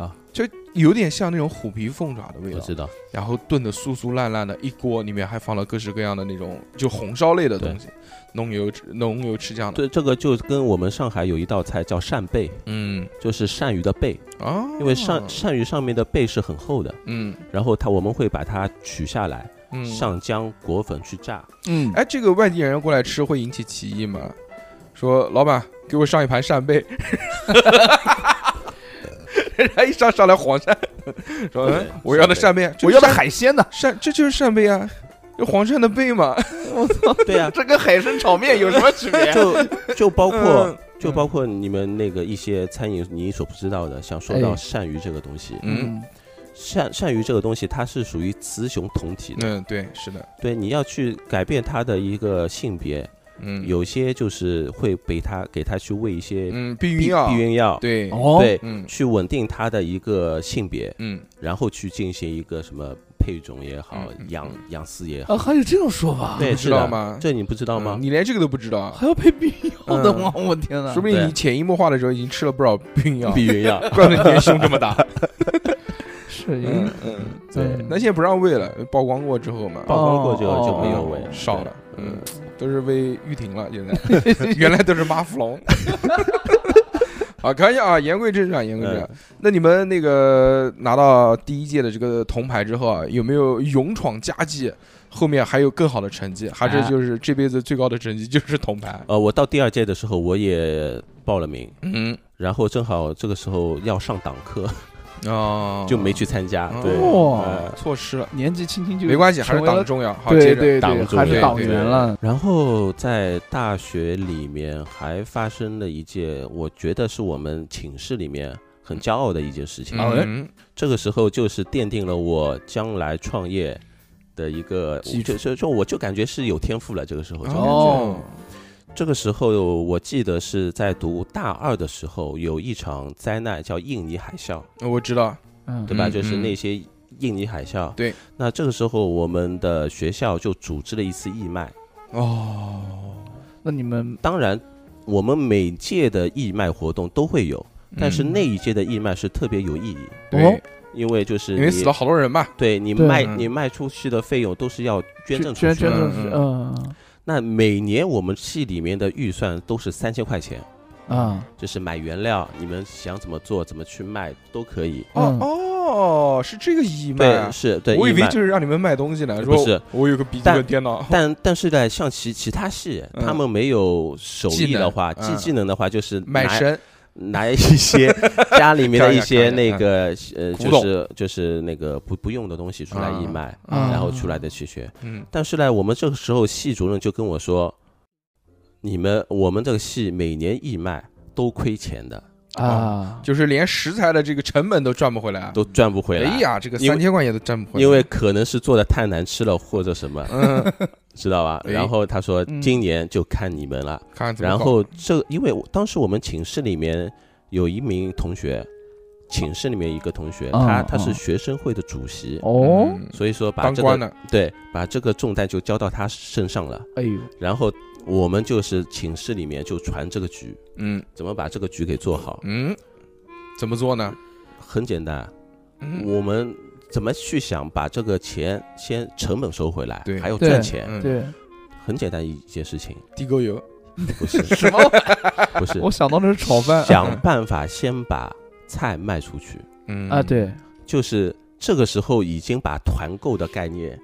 Speaker 3: 啊，
Speaker 1: 就有点像那种虎皮凤爪的味
Speaker 3: 我
Speaker 1: 道
Speaker 3: 知，道。
Speaker 1: 然后炖的酥酥烂烂的，一锅里面还放了各式各样的那种就红烧类的东西，浓油浓油赤酱的，
Speaker 3: 对，这个就跟我们上海有一道菜叫扇贝，
Speaker 1: 嗯
Speaker 3: 就是鳝鱼的贝，
Speaker 1: 啊，
Speaker 3: 因为鳝鳝鱼上面的贝是很厚的，
Speaker 1: 嗯
Speaker 3: 然后它我们会把它取下来，
Speaker 1: 嗯，
Speaker 3: 上姜裹粉去 炸。
Speaker 2: 嗯，
Speaker 1: 哎，这个外地人过来吃会引起歧义吗？说老板给我上一盘扇贝， 人家一上上来黄鳝，说嗯
Speaker 3: 对
Speaker 1: 我要的扇
Speaker 3: 扇
Speaker 1: 贝，
Speaker 2: 我要的
Speaker 1: 这
Speaker 2: 海鲜呢，
Speaker 1: 扇这就是扇贝啊，就黄鳝的贝嘛。
Speaker 2: 我操，
Speaker 3: 对呀、
Speaker 2: 这跟海参炒面有什么区 别？
Speaker 3: 就就包括
Speaker 1: 啊嗯
Speaker 3: 就包括你们那个一些餐饮你所不知道的，想说
Speaker 2: 哎
Speaker 3: 到鳝鱼这个东西，
Speaker 1: 嗯，
Speaker 3: 鳝鳝鱼这个东西它是属于雌雄同体的，
Speaker 1: 嗯，对，是的，
Speaker 3: 对，你要去改变它的一个性别，
Speaker 1: 嗯，
Speaker 3: 有些就是会被它给它去喂一些
Speaker 1: 嗯避
Speaker 3: 避
Speaker 1: 孕药，
Speaker 3: 避孕药，
Speaker 1: 对，
Speaker 2: 哦，
Speaker 3: 对，
Speaker 1: 嗯
Speaker 3: 去稳定它的一个性别，
Speaker 1: 嗯，
Speaker 3: 然后去进行一个什么配种也好
Speaker 1: 嗯嗯，
Speaker 3: 养养饲也好，
Speaker 2: 啊，还有这种说法，
Speaker 3: 对，
Speaker 1: 不
Speaker 3: 是
Speaker 1: 知道
Speaker 3: 的，
Speaker 2: 啊
Speaker 1: 吗？
Speaker 3: 这你不知道
Speaker 1: 嗯
Speaker 3: 吗？
Speaker 1: 你连这个都不知道，
Speaker 2: 还要配避孕药的
Speaker 1: 嗯
Speaker 2: 吗？我天哪！
Speaker 1: 说不定
Speaker 3: 对
Speaker 1: 你潜移默化的时候已经吃了不少避孕药，
Speaker 3: 避孕 药，
Speaker 1: 怪不得你的胸这么 大。
Speaker 2: 是因
Speaker 1: 嗯
Speaker 2: 为
Speaker 1: 嗯，
Speaker 3: 对，
Speaker 1: 那现在不让喂了，曝光过之后嘛，
Speaker 3: 曝光过就
Speaker 2: 哦
Speaker 3: 就没有
Speaker 2: 哦
Speaker 3: 喂，
Speaker 1: 少了，
Speaker 3: 对
Speaker 1: 嗯，都是喂玉婷了，现在 原来都是妈芙龙。 啊，可以啊，言归正传，言归
Speaker 3: 嗯
Speaker 1: 正传。那你们那个拿到第一届的这个铜牌之后啊，有没有勇闯佳绩？后面还有更好的成绩，还
Speaker 3: 啊
Speaker 1: 是就是这辈子最高的成绩就是铜牌？
Speaker 3: 呃，我到第二届的时候我也报了名，
Speaker 1: 嗯，
Speaker 3: 然后正好这个时候要上党课，
Speaker 1: 哦，
Speaker 3: 就没去参加。对，
Speaker 2: 哦
Speaker 3: 呃
Speaker 1: 错失了，
Speaker 2: 年纪轻轻就
Speaker 1: 没关系，还是
Speaker 2: 成为了
Speaker 1: 党重要。好，
Speaker 2: 对
Speaker 1: 接着，
Speaker 2: 对
Speaker 3: 党
Speaker 2: 对，
Speaker 3: 中
Speaker 2: 还是
Speaker 1: 对
Speaker 2: 党
Speaker 1: 对
Speaker 2: 员了。
Speaker 3: 然后在大学里面还发生了一件，我觉得是我们寝室里面很骄傲的一件事情。
Speaker 1: 嗯，
Speaker 3: 这个时候就是奠定了我将来创业的一个，
Speaker 2: 基础
Speaker 3: 就就就我就感觉是有天赋了。这个时候就感觉，
Speaker 1: 哦，
Speaker 3: 这个时候我记得是在读大二的时候，有一场灾难叫印尼海啸，
Speaker 1: 哦我知道，
Speaker 2: 嗯，
Speaker 3: 对吧？
Speaker 1: 嗯
Speaker 3: 就是
Speaker 1: 嗯
Speaker 3: 那些印尼海啸。
Speaker 1: 对，
Speaker 3: 那这个时候我们的学校就组织了一次义卖，
Speaker 1: 哦，
Speaker 2: 那你们
Speaker 3: 当然我们每届的义卖活动都会有，但是
Speaker 1: 嗯
Speaker 2: 哦
Speaker 3: 那一届的义卖是特别有意义，
Speaker 1: 对，
Speaker 3: 因为就是
Speaker 1: 因为死
Speaker 3: 你
Speaker 1: 了好多人嘛，
Speaker 3: 对你
Speaker 2: 对
Speaker 3: 卖
Speaker 1: 嗯
Speaker 3: 你卖出去的费用都是要捐赠出
Speaker 2: 捐
Speaker 3: 去
Speaker 2: 捐
Speaker 3: 的。
Speaker 2: 赠
Speaker 1: 嗯
Speaker 2: 出去，嗯
Speaker 3: 那每年我们系里面的预算都是三千块钱，
Speaker 2: 啊，
Speaker 3: 就是买原料，你们想怎么做怎么去卖都可以。
Speaker 1: 哦
Speaker 2: 嗯
Speaker 1: 哦，是这个义卖啊
Speaker 3: 对，，是对，
Speaker 1: 我以
Speaker 3: 义
Speaker 1: 为
Speaker 3: 卖
Speaker 1: 就是让你们卖东西呢，
Speaker 3: 不
Speaker 1: 说
Speaker 3: 是
Speaker 1: 我有个笔记
Speaker 3: 但
Speaker 1: 本电脑，
Speaker 3: 但但是呢，像其其他系，
Speaker 1: 嗯
Speaker 3: 他们没有手
Speaker 1: 技
Speaker 3: 艺
Speaker 1: 能
Speaker 3: 的话，技
Speaker 1: 嗯
Speaker 3: 技能的话，就是
Speaker 1: 买
Speaker 3: 拿
Speaker 1: 神，
Speaker 3: 拿一些 家里面的一些
Speaker 1: 看一
Speaker 3: 那
Speaker 1: 下
Speaker 3: 个呃，
Speaker 1: 嗯古
Speaker 3: 就
Speaker 1: 董
Speaker 3: 是就是那个不不用的东西出来义卖，
Speaker 2: 啊
Speaker 3: 然后出来的去学。
Speaker 1: 嗯
Speaker 3: 但是呢，我们这个时候系主任就跟我说，你们我们这个系每年义卖都亏钱的，
Speaker 2: 啊，
Speaker 1: 就是连食材的这个成本都赚不回来。啊
Speaker 3: 都赚不回来。
Speaker 1: 哎呀，这个
Speaker 3: 因为
Speaker 1: 三千块钱都赚不回来，
Speaker 3: 因为可能是做的太难吃了或者什么，
Speaker 1: 嗯，
Speaker 3: 知道吧？
Speaker 1: 哎
Speaker 3: 然后他说
Speaker 2: 嗯
Speaker 3: 今年就看你们了。
Speaker 1: 看看怎么
Speaker 3: 然
Speaker 1: 搞
Speaker 3: 后这因为我当时我们寝室里面有一名同学，寝室里面一个同学，
Speaker 2: 啊
Speaker 3: 他他
Speaker 2: 啊
Speaker 3: 是学生会的主席，
Speaker 2: 哦，
Speaker 1: 嗯
Speaker 3: 所以说把
Speaker 1: 当
Speaker 3: 这
Speaker 1: 官
Speaker 3: 个
Speaker 1: 的，
Speaker 3: 对把这个重担就交到他身上了。
Speaker 2: 哎呦，
Speaker 3: 然后我们就是寝室里面就传这个局，
Speaker 1: 嗯
Speaker 3: 怎么把这个局给做好？
Speaker 1: 嗯，怎么做呢？
Speaker 3: 很简单，
Speaker 1: 嗯，
Speaker 3: 我们怎么去想把这个钱先成本收回来
Speaker 1: 对，
Speaker 3: 还有
Speaker 2: 对
Speaker 3: 赚钱，
Speaker 1: 嗯，
Speaker 2: 对，
Speaker 3: 很简单一件事情，
Speaker 1: 地沟油，
Speaker 3: 不是
Speaker 2: 什么？
Speaker 3: 不是
Speaker 2: 我想到的是炒 饭
Speaker 3: 想办法先把菜卖出去。
Speaker 1: 嗯
Speaker 2: 啊，，对，
Speaker 3: 就是这个时候已经把团购的概念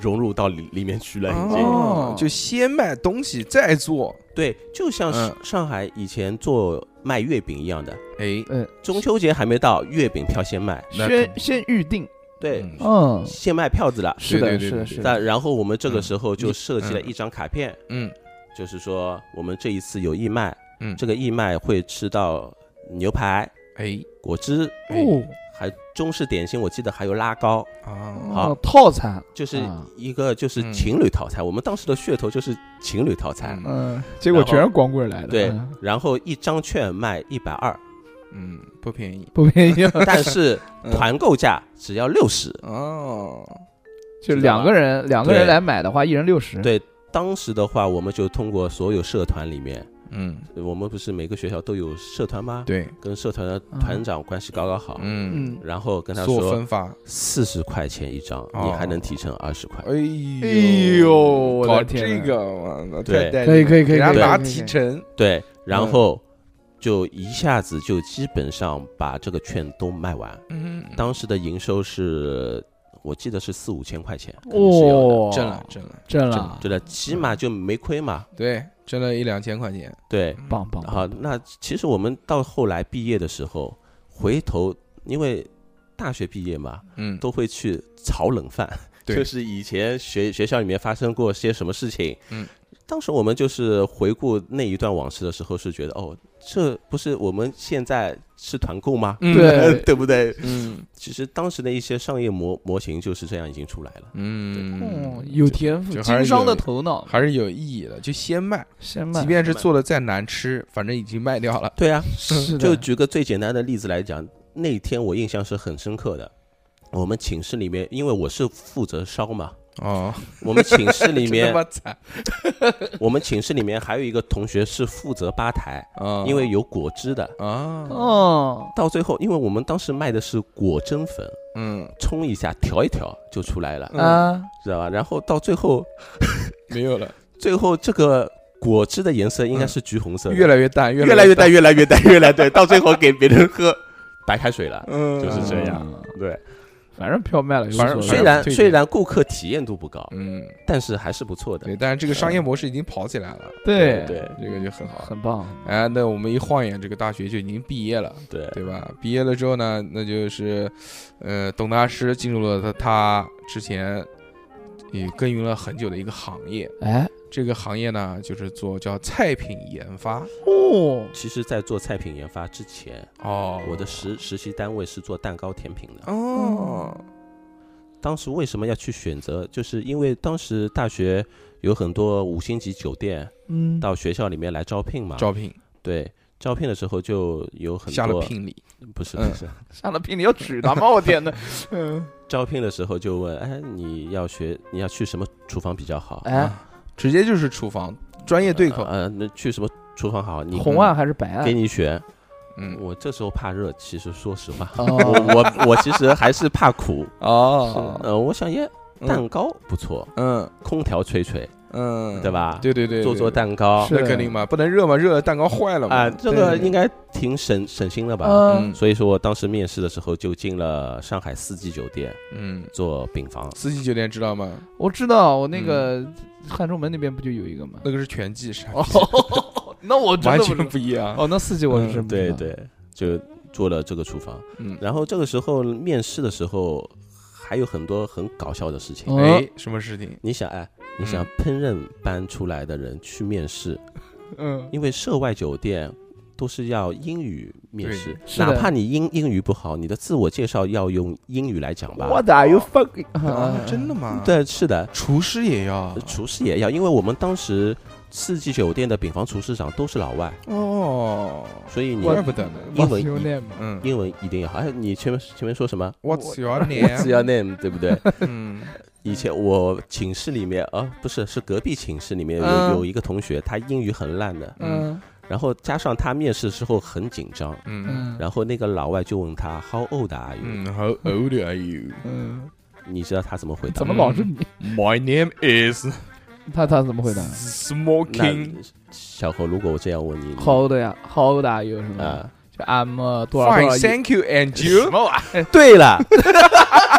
Speaker 3: 融入到里里面去了，已经、
Speaker 1: 哦，就先卖东西再做，
Speaker 3: 对，就像是
Speaker 1: 嗯
Speaker 3: 上海以前做卖月饼一样的，
Speaker 1: 哎，
Speaker 2: 嗯，
Speaker 3: 中秋节还没到，月饼票先卖，
Speaker 1: 那
Speaker 2: 先
Speaker 1: 肯
Speaker 2: 先预定，
Speaker 3: 对，
Speaker 1: 嗯
Speaker 2: 嗯，
Speaker 3: 先卖票子了。
Speaker 2: 是
Speaker 1: 对对
Speaker 2: 的，是
Speaker 1: 对
Speaker 2: 的，
Speaker 1: 对
Speaker 2: 是的，
Speaker 3: 但然后我们这个时
Speaker 1: 你
Speaker 3: 候就设计了
Speaker 1: 嗯
Speaker 3: 一张卡片，
Speaker 1: 嗯
Speaker 3: 就是说我们这一次有义卖，
Speaker 1: 嗯，
Speaker 3: 这个义卖会吃到牛排、
Speaker 1: 哎
Speaker 3: 果汁，
Speaker 1: 哎
Speaker 2: 哦
Speaker 3: 还中式点心，我记得还有拉糕，
Speaker 1: 啊，
Speaker 3: 好
Speaker 2: 哦，套餐，
Speaker 3: 就是
Speaker 2: 啊
Speaker 3: 一个就是
Speaker 1: 嗯
Speaker 3: 情侣套餐。我们当时的噱头就是情侣套餐，
Speaker 1: 嗯
Speaker 2: 嗯，结果
Speaker 3: 然后
Speaker 2: 全是光棍来的，
Speaker 3: 对
Speaker 2: 嗯，
Speaker 3: 然后一张券卖一 百二，
Speaker 1: 嗯，不便宜
Speaker 2: 不便宜啊，
Speaker 3: 但是
Speaker 1: 嗯
Speaker 3: 团购价只要六十。
Speaker 1: 哦，
Speaker 2: 就
Speaker 3: 知道
Speaker 2: 两
Speaker 3: 吧
Speaker 2: 个人两个人
Speaker 3: 对
Speaker 2: 来买的话，一人六十，，
Speaker 3: 对，当时的话，我们就通过所有社团里面，
Speaker 1: 嗯，
Speaker 3: 我们不是每个学校都有社团吗？，
Speaker 1: 对，
Speaker 3: 跟社团的
Speaker 2: 嗯
Speaker 3: 团长关系搞搞好，
Speaker 1: 嗯，
Speaker 2: 嗯，
Speaker 3: 然啊后跟他
Speaker 1: 做
Speaker 3: 说
Speaker 1: 分发，
Speaker 3: 四十块钱一张，
Speaker 1: 哦
Speaker 3: 你还能提成二十块。
Speaker 1: 哎
Speaker 2: 哎
Speaker 1: 呦，
Speaker 2: 呦，我
Speaker 1: 搞
Speaker 2: 的天
Speaker 1: 这
Speaker 2: 呐，
Speaker 1: 个，我操，
Speaker 3: 对
Speaker 1: 太带
Speaker 2: 可以
Speaker 1: 劲了
Speaker 2: 可以可以
Speaker 1: 给他
Speaker 2: 可以
Speaker 1: 拿
Speaker 2: 可以
Speaker 1: 提
Speaker 2: 可以
Speaker 1: 成，
Speaker 3: 对，然
Speaker 1: 嗯
Speaker 3: 后就一下子就基本上把这个券都卖完。
Speaker 1: 嗯，
Speaker 3: 当时的营收是，我记得是四五千块钱，可能是有的
Speaker 2: 哇，
Speaker 1: 挣了挣了，
Speaker 2: 挣
Speaker 3: 真
Speaker 2: 了，
Speaker 3: 真的起码就没亏嘛。
Speaker 1: 对，挣了一两千块钱，
Speaker 3: 对，
Speaker 2: 棒
Speaker 1: 嗯
Speaker 2: 棒，
Speaker 3: 好，那其实我们到后来毕业的时候，回头因为大学毕业嘛，
Speaker 1: 嗯，
Speaker 3: 都会去炒冷饭，
Speaker 1: 对
Speaker 3: 就是以前学学校里面发生过些什么事情，
Speaker 1: 嗯。
Speaker 3: 当时我们就是回顾那一段往事的时候，是觉得哦，这不是我们现在是团购吗？
Speaker 1: 嗯
Speaker 2: 对
Speaker 3: 对不对？
Speaker 1: 嗯
Speaker 3: 其实当时的一些商业模模型就是这样已经出来了。
Speaker 1: 嗯
Speaker 2: 哦，，有天赋，
Speaker 1: 就还是
Speaker 2: 经商的
Speaker 1: 有
Speaker 2: 头脑，
Speaker 1: 还是有意义的，就先卖，
Speaker 2: 先卖
Speaker 1: 即，便是做的再难吃，反正已经卖掉了。
Speaker 3: 对啊，
Speaker 2: 是
Speaker 3: 就
Speaker 2: 的，
Speaker 3: 举个最简单的例子来讲，那天我印象是很深刻的。我们寝室里面，因为我是负责烧嘛，
Speaker 1: 哦，
Speaker 3: 我们寝室
Speaker 1: 真
Speaker 3: 里
Speaker 1: 他
Speaker 3: 面，
Speaker 1: 妈惨
Speaker 3: 我们寝室里面还有一个同学是负责吧台，
Speaker 1: 啊！
Speaker 3: 哦因为有果汁的。
Speaker 1: 啊，
Speaker 2: 哦，
Speaker 3: 到最后，因为我们当时卖的是果珍粉，
Speaker 1: 嗯，
Speaker 3: 冲一下调一调就出来了，
Speaker 1: 嗯
Speaker 2: 啊，
Speaker 3: 知道吧？然后到最后，
Speaker 1: 没有了，
Speaker 3: 最后这个果汁的颜色应该是橘红色的，
Speaker 1: 越来越淡，
Speaker 3: 嗯越
Speaker 1: 来
Speaker 3: 来越淡，，越来越淡，越来越淡，到最后给别人喝白开水了。
Speaker 1: 嗯，
Speaker 3: 就是这样
Speaker 2: 嗯，
Speaker 3: 对，
Speaker 2: 反正票卖了，
Speaker 1: 反正反
Speaker 3: 虽
Speaker 1: 正
Speaker 3: 然
Speaker 1: 推荐
Speaker 3: 虽然顾客体验度不高，
Speaker 1: 嗯，
Speaker 3: 但是还是不错的
Speaker 1: 对，。但是这个商业模式已经跑起来了，
Speaker 2: 对
Speaker 3: 对
Speaker 1: 这个就很好。
Speaker 2: 很棒，
Speaker 1: 哎，那我们一晃眼，这个大学就已经毕业了，
Speaker 3: 对
Speaker 1: 对吧？毕业了之后呢，那就是，呃，董大师进入了他他之前也耕耘了很久的一个行业，
Speaker 2: 哎，
Speaker 1: 这个行业呢，就是做叫菜品研发。
Speaker 2: 哦，
Speaker 3: 其实，在做菜品研发之前，
Speaker 1: 哦，
Speaker 3: 我的实实习单位是做蛋糕甜品的。
Speaker 1: 哦，
Speaker 3: 当时为什么要去选择？就是因为当时大学有很多五星级酒店
Speaker 2: 嗯，
Speaker 3: 到学校里面来招聘嘛。
Speaker 1: 招聘
Speaker 3: 对，招聘的时候就有很
Speaker 1: 下了
Speaker 3: 多，
Speaker 1: 聘礼，
Speaker 3: 不是
Speaker 1: 嗯
Speaker 3: 不是，
Speaker 2: 上了聘礼要娶她吗？我天 哪，嗯，
Speaker 3: 招聘的时候就问，哎，你要学你要去什么厨房比较好？
Speaker 2: 哎，
Speaker 1: 直接就是厨房专业对口，
Speaker 3: 呃，呃那去什么厨房好？你嗯
Speaker 2: 红案啊还是白案
Speaker 3: 给？你选。
Speaker 1: 嗯，
Speaker 3: 我这时候怕热，其实说实话，
Speaker 2: 哦
Speaker 3: 我我我其实还是怕苦。
Speaker 1: 哦，
Speaker 3: 呃，我想耶，
Speaker 1: 嗯
Speaker 3: 蛋糕不错，
Speaker 1: 嗯
Speaker 3: 空调吹吹，
Speaker 1: 嗯，
Speaker 3: 对？吧？
Speaker 1: 对对对，
Speaker 3: 做做
Speaker 1: 对，
Speaker 3: 蛋糕
Speaker 2: 是
Speaker 1: 那肯定嘛，不能热嘛，热了蛋糕坏了
Speaker 3: 啊，
Speaker 1: 嘛，
Speaker 3: 这个
Speaker 2: 对
Speaker 3: 应该挺省省心了吧？
Speaker 2: 嗯
Speaker 1: 嗯
Speaker 3: 所以说我当时面试的时候就进了上海四季酒店
Speaker 1: 嗯，
Speaker 3: 做饼房，
Speaker 1: 四季酒店知道吗？
Speaker 3: 嗯
Speaker 2: 我知道，我那个汉中门那边不就有一个吗？
Speaker 1: 那个是全季，是吧啊
Speaker 2: 哦，那我真
Speaker 1: 完
Speaker 2: 的
Speaker 1: 全
Speaker 2: 不
Speaker 1: 不一样。
Speaker 2: 哦，那四级我是真不知
Speaker 3: 嗯对
Speaker 2: 道，
Speaker 3: 对，就做了这个厨房。
Speaker 1: 嗯，
Speaker 3: 然后这个时候面试的时候，还有很多很搞笑的事情。
Speaker 2: 哦
Speaker 1: 哎，什么事情？
Speaker 3: 你想哎，你想
Speaker 1: 嗯
Speaker 3: 烹饪班出来的人去面试，
Speaker 2: 嗯，
Speaker 3: 因为涉外酒店都是要英语面试，
Speaker 2: 是的
Speaker 3: 哪怕你英英语不好，你的自我介绍要用英语来讲吧。
Speaker 2: What are you fucking？
Speaker 1: 啊，真的吗？，
Speaker 3: 对，是的，
Speaker 1: 厨师也要
Speaker 3: 厨师也要，因为我们当时四季酒店的丙房厨师长都是老外，
Speaker 1: 哦，
Speaker 3: 所以你
Speaker 1: 怪不得呢。
Speaker 3: 英文
Speaker 2: What's your name？
Speaker 1: 嗯
Speaker 3: 英文一定要好。哎，你前面前面说什么
Speaker 1: ，What's your
Speaker 3: ？What's
Speaker 1: name？
Speaker 3: your name？对不对？
Speaker 1: 嗯
Speaker 3: 以前我寝室里面啊，不是是隔壁寝室里面有
Speaker 2: 嗯
Speaker 3: 有一个同学，他英语很烂的，
Speaker 2: 嗯
Speaker 3: 然后加上他面试之后很紧张，
Speaker 1: 嗯
Speaker 2: 嗯
Speaker 3: 然后那个老外就问他 How old are you？
Speaker 1: 嗯，How old are you？
Speaker 2: 嗯，
Speaker 3: 你知道他怎么回答
Speaker 2: 怎
Speaker 3: 吗？
Speaker 2: 么老是你？
Speaker 1: My name is
Speaker 2: 他他怎么回答？
Speaker 1: Smoking
Speaker 3: 那小侯，如果我这样问你，你
Speaker 2: 好的呀，好的有什么？
Speaker 3: 啊，
Speaker 2: 就 I'm 呃多少多
Speaker 1: Fine,
Speaker 2: 少亿
Speaker 1: thank you and you。
Speaker 2: 么玩意
Speaker 3: 对了，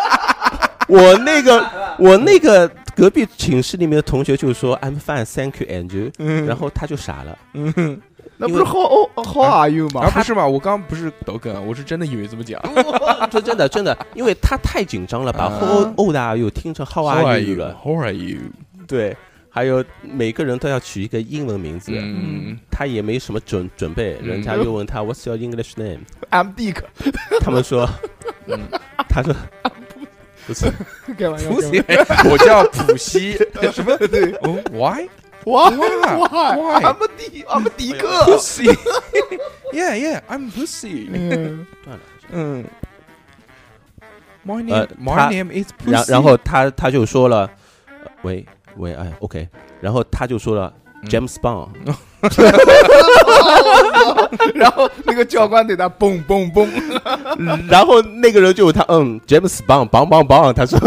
Speaker 3: 我那个我那个隔壁寝室里面的同学就说 I'm fine, thank you, and you，、然
Speaker 1: 嗯
Speaker 3: 后他就傻了，
Speaker 2: 儿？那不是 How 哦 How are you
Speaker 1: 啊，
Speaker 2: 吗？
Speaker 1: 不是嘛，我刚不是抖梗，啊我是真的以为这么讲。
Speaker 3: 说真的真的，因为他太紧张了，把
Speaker 1: 啊
Speaker 3: How old are you 听成 How
Speaker 1: How are
Speaker 3: are you
Speaker 1: you?
Speaker 3: 了，
Speaker 1: How are you？
Speaker 3: 对。还有每个人都要取一个英文名字，
Speaker 1: 嗯，
Speaker 3: 他也没什么准准备，人家
Speaker 1: 嗯
Speaker 3: 又问他 What's your English name？
Speaker 2: I'm Dick，
Speaker 3: 他们说
Speaker 1: 嗯，
Speaker 3: 他说不是，
Speaker 2: 开玩笑
Speaker 1: 普西， 我叫普西， 什么？对，Why？
Speaker 2: 哇
Speaker 1: Why？
Speaker 2: 哇
Speaker 1: Why？
Speaker 2: ，I'm Dick，I'm 迪克。
Speaker 1: Pussy。Yeah, yeah, I'm pussy.
Speaker 2: 嗯
Speaker 3: 断了
Speaker 1: 嗯。My
Speaker 3: 呃
Speaker 1: name, my
Speaker 3: 他
Speaker 1: name is
Speaker 3: 然
Speaker 1: pussy。
Speaker 3: 然后他他就说了，呃喂喂，哎，OK，然后他就说了
Speaker 1: 嗯
Speaker 3: James Bond，
Speaker 2: 然后那个教官对他蹦蹦蹦，
Speaker 1: 嗯
Speaker 3: 然后那个人就他嗯，James Bond，棒棒棒，他
Speaker 1: 嗯
Speaker 3: 说，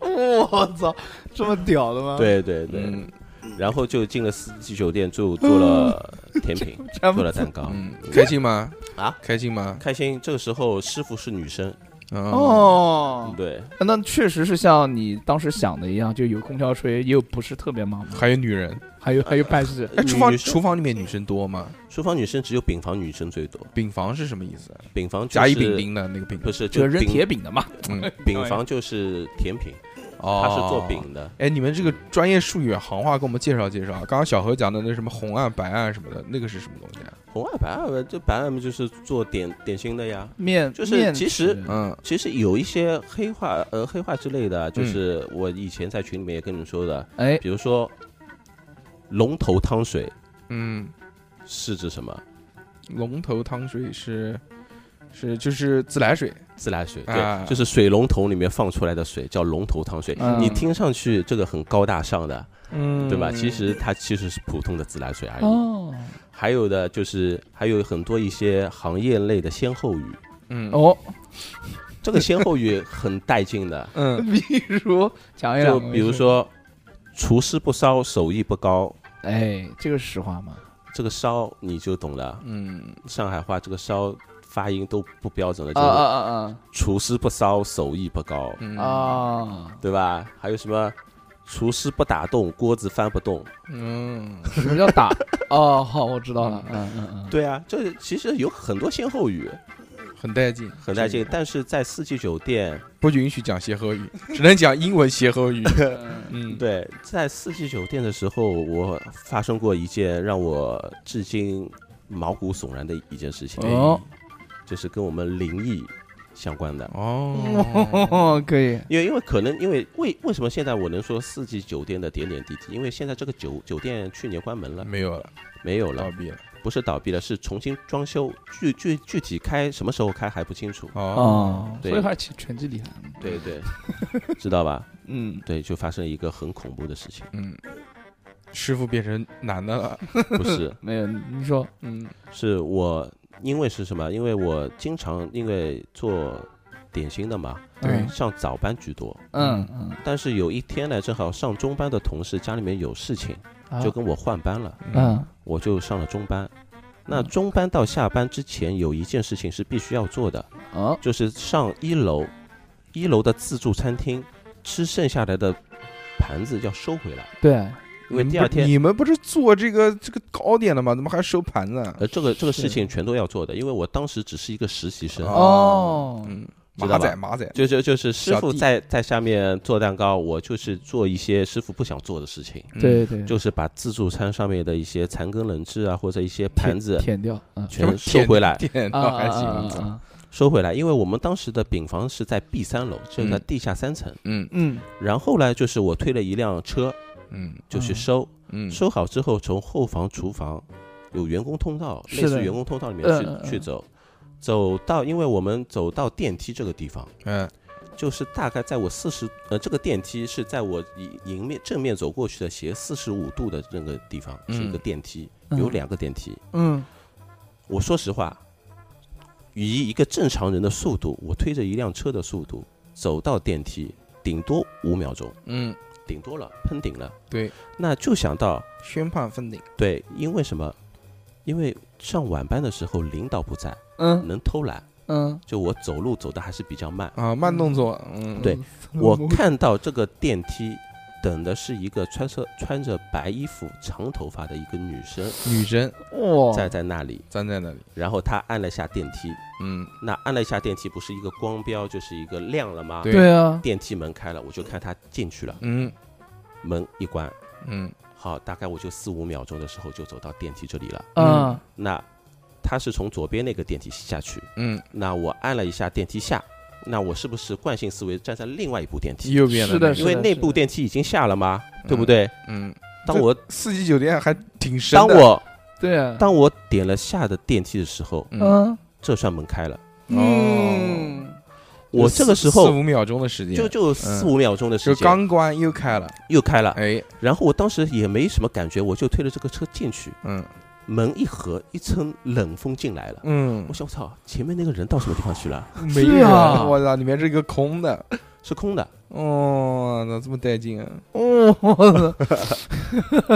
Speaker 2: 我操，这么屌的吗？，
Speaker 3: 对对对，
Speaker 1: 嗯
Speaker 3: 然后就进了四季酒店，就做了甜 品，
Speaker 2: 詹
Speaker 3: 做
Speaker 2: 姆
Speaker 3: 了蛋糕，
Speaker 1: 嗯，开心吗？
Speaker 3: 啊，
Speaker 1: 开心吗？
Speaker 3: 开心。这个时候师傅是女生，
Speaker 1: 哦，
Speaker 2: 哦，
Speaker 3: 对，
Speaker 2: 那确实是像你当时想的一样，就有空调吹，也有不是特别忙嘛，
Speaker 1: 还有女人。
Speaker 2: 还有还有办事，
Speaker 1: 哎，
Speaker 3: 女
Speaker 1: 厨房
Speaker 3: 女生
Speaker 1: 厨房里面女生多吗？
Speaker 3: 厨房女生只有丙房女生最多，
Speaker 1: 饼房是什么意思？
Speaker 3: 丙房就
Speaker 1: 甲
Speaker 3: 是
Speaker 1: 乙丙丁的那个丙。
Speaker 3: 不是就
Speaker 2: 就是扔
Speaker 3: 丙
Speaker 2: 铁饼的嘛。
Speaker 1: 嗯，
Speaker 3: 丙房就是甜品，
Speaker 1: 哦，
Speaker 3: 他是做。饼的，
Speaker 1: 哎，你们这个专业术语行话，给我们介绍介绍。刚刚小何讲的那什么红案、白啊案什么的，那个是什么东西啊？
Speaker 3: 红二白二这白二就是做点点心的呀。
Speaker 2: 面
Speaker 3: 就是
Speaker 2: 面
Speaker 3: 其
Speaker 2: 食
Speaker 3: 实
Speaker 1: 嗯
Speaker 3: 其实有一些黑话，呃，黑话之类的，就是我以前在群里面也跟你们说的，
Speaker 2: 哎，
Speaker 3: 比如说龙头汤水
Speaker 1: 嗯，
Speaker 3: 是指什么？
Speaker 1: 龙头汤水是是就是自来水。
Speaker 3: 自来水，
Speaker 1: 啊
Speaker 3: 对，就是水龙头里面放出来的水叫龙头汤水。
Speaker 2: 嗯
Speaker 3: 你听上去这个很高大上的，
Speaker 1: 嗯
Speaker 3: 对吧？其实它其实是普通的自来水而已。
Speaker 2: 哦
Speaker 3: 还有的就是还有很多一些行业类的歇后语，
Speaker 1: 嗯，
Speaker 2: 哦，
Speaker 3: 这个歇后语很带劲的
Speaker 1: 嗯
Speaker 2: 比如讲一
Speaker 3: 就
Speaker 2: 两个，
Speaker 3: 比如说厨师不烧，手艺不高，
Speaker 2: 哎，这个是实话吗？
Speaker 3: 这个烧你就懂了。
Speaker 1: 嗯
Speaker 3: 上海话这个烧发音都不标准了，
Speaker 2: 啊
Speaker 3: 就是
Speaker 2: 啊
Speaker 3: 厨师不烧，手艺不高，
Speaker 1: 嗯
Speaker 2: 啊啊啊！
Speaker 3: 对吧？还有什么厨师不打洞，锅子翻不动？
Speaker 1: 嗯
Speaker 2: 什么叫 打？哦，好，我知道了，嗯嗯嗯，
Speaker 3: 对啊，这其实有很多歇后语，
Speaker 1: 很带劲，
Speaker 3: 很带劲
Speaker 1: 这。个
Speaker 3: 但是在四季酒店，
Speaker 1: 不允许讲歇后语，只能讲英文歇 后语。嗯，
Speaker 3: 对，在四季酒店的时候，我发生过一件让我至今毛骨悚然的一件事情，
Speaker 2: 哦
Speaker 3: 就是跟我们灵异相关的。
Speaker 1: 哦，
Speaker 2: 哦，可以，
Speaker 3: 因为因为可能因为为为什么现在我能说四季酒店的点点滴滴？因为现在这个酒酒店去年关门了，
Speaker 1: 没有了，
Speaker 3: 没有
Speaker 1: 倒
Speaker 3: 了，
Speaker 1: 闭了。
Speaker 3: 不是倒闭了，是重新装修，具具具体开什么时候开还不清
Speaker 1: 嗯
Speaker 3: 楚。
Speaker 2: 哦，
Speaker 3: 对
Speaker 2: 所以还是拳击厉害，
Speaker 3: 对对， 知道吧？
Speaker 2: 嗯，
Speaker 3: 对，就发生一个很恐怖的事情，
Speaker 1: 嗯，师傅变成男的了。
Speaker 3: 不是
Speaker 2: 没有，你说，
Speaker 1: 嗯
Speaker 3: 是我因为是什么？因为我经常因为做点心的嘛，
Speaker 1: 对
Speaker 3: 上早班居多。
Speaker 2: 嗯嗯
Speaker 3: 但是有一天呢，正好上中班的同事家里面有事情，
Speaker 2: 啊，
Speaker 3: 就跟我换班了。
Speaker 2: 嗯
Speaker 3: 我就上了中班。那中班到下班之前有一件事情是必须要做的，
Speaker 2: 哦
Speaker 3: 就是上一楼，
Speaker 2: 啊
Speaker 3: 一楼的自助餐厅吃剩下来的盘子要收回来。
Speaker 2: 对，
Speaker 3: 因为第二天
Speaker 1: 你们不是做这个这个糕点的吗？怎么还收盘呢？
Speaker 3: 呃这个这个事情全都要做的，因为我当时只是一个实习生，
Speaker 1: 哦
Speaker 2: 哦，
Speaker 1: 嗯，马
Speaker 3: 知道吧
Speaker 1: 仔马仔，
Speaker 3: 就就就是师
Speaker 1: 小
Speaker 3: 傅
Speaker 1: 弟
Speaker 3: 在在下面做蛋糕，我就是做一些师傅不想做的事情，
Speaker 1: 嗯
Speaker 2: 对对，
Speaker 3: 就是把自助餐上面的一些残羹冷炙啊，或者一些盘子
Speaker 2: 舔掉
Speaker 1: 什
Speaker 2: 啊
Speaker 3: 全
Speaker 1: 么
Speaker 3: 收回来，
Speaker 1: 点
Speaker 2: 啊
Speaker 1: 倒还
Speaker 2: 啊啊啊
Speaker 1: 行，
Speaker 2: 啊！
Speaker 3: 收回来，因为我们当时的饼房是在 B 三楼，就在
Speaker 1: 嗯
Speaker 3: 地下三层。
Speaker 1: 嗯
Speaker 2: 嗯，
Speaker 3: 然后呢，就是我推了一辆车
Speaker 1: 嗯
Speaker 3: 就
Speaker 2: 嗯
Speaker 3: 去收，
Speaker 1: 嗯，
Speaker 3: 收好之后从后房厨房有员工通道，
Speaker 2: 是
Speaker 3: 类似
Speaker 2: 的
Speaker 3: 员工通道里面
Speaker 2: 嗯
Speaker 3: 去、
Speaker 2: 嗯嗯
Speaker 3: 去走，走到因为我们走到电梯这个地方，
Speaker 1: 嗯
Speaker 3: 就是大概在我四十呃这个电梯是在我迎迎面正面走过去的斜四十五度的那个地方是一个
Speaker 1: 嗯
Speaker 3: 电梯，
Speaker 2: 嗯
Speaker 3: 有两个电梯。
Speaker 2: 嗯，
Speaker 3: 我说实话，以一个正常人的速度，我推着一辆车的速度走到电梯，顶多五秒钟，
Speaker 1: 嗯，
Speaker 3: 顶多了，喷顶了。
Speaker 1: 对，
Speaker 3: 那就想到
Speaker 1: 宣判分顶，
Speaker 3: 对，因为什么？因为上晚班的时候领导不在，
Speaker 2: 嗯
Speaker 3: 能偷懒，
Speaker 2: 嗯，
Speaker 3: 就我走路走的还是比 较慢。
Speaker 1: 啊，慢动作，嗯，
Speaker 3: 对我看到这个电梯。等的是一个穿着穿着白衣服、长头发的一个女生
Speaker 1: 女生
Speaker 2: 哇，
Speaker 3: 站在那里，
Speaker 1: 站在那里，
Speaker 3: 然后她按了下电梯，
Speaker 1: 嗯，
Speaker 3: 那按了一下电梯，不是一个光标就是一个亮了吗？
Speaker 1: 对
Speaker 2: 对啊，
Speaker 3: 电梯门开了，我就看他进去了，
Speaker 1: 嗯
Speaker 3: 门一关，
Speaker 1: 嗯
Speaker 3: 好，大概我就四五秒钟的时候就走到电梯这里了。
Speaker 2: 啊，
Speaker 3: 那他是从左边那个电梯下去，
Speaker 1: 嗯，
Speaker 3: 那我按了一下电梯下，那我是不是惯性思维站在另外一部电梯？
Speaker 1: 右边
Speaker 2: 是
Speaker 1: 那
Speaker 2: 的
Speaker 1: 个
Speaker 2: 是
Speaker 3: 因
Speaker 2: 的
Speaker 3: 为那部电梯已经下了嘛，对不对？
Speaker 1: 嗯，
Speaker 3: 当我
Speaker 1: 四季酒店还挺深
Speaker 3: 当
Speaker 1: 的，
Speaker 3: 我
Speaker 2: 对啊，
Speaker 3: 当我点了下的电梯的时候，
Speaker 1: 嗯，
Speaker 2: 嗯
Speaker 3: 这扇门开了，
Speaker 1: 哦
Speaker 2: 嗯，
Speaker 3: 我这个时
Speaker 1: 四
Speaker 3: 候
Speaker 1: 五秒钟的时间，
Speaker 3: 就就四五秒钟的时
Speaker 1: 就
Speaker 3: 间
Speaker 1: 刚关又开了，
Speaker 3: 又开了，
Speaker 1: 哎，
Speaker 3: 然后我当时也没什么感觉，我就推着这个车进去。
Speaker 1: 嗯
Speaker 3: 门一合，一层冷风进来了。
Speaker 1: 嗯
Speaker 3: 我，想，我操，前面那个人到什么地方去 了？
Speaker 1: 没
Speaker 2: 是啊
Speaker 1: 人我操，里面是一个空的，
Speaker 3: 是空的。
Speaker 1: 哦，咋这么带劲啊？
Speaker 2: 哦，我的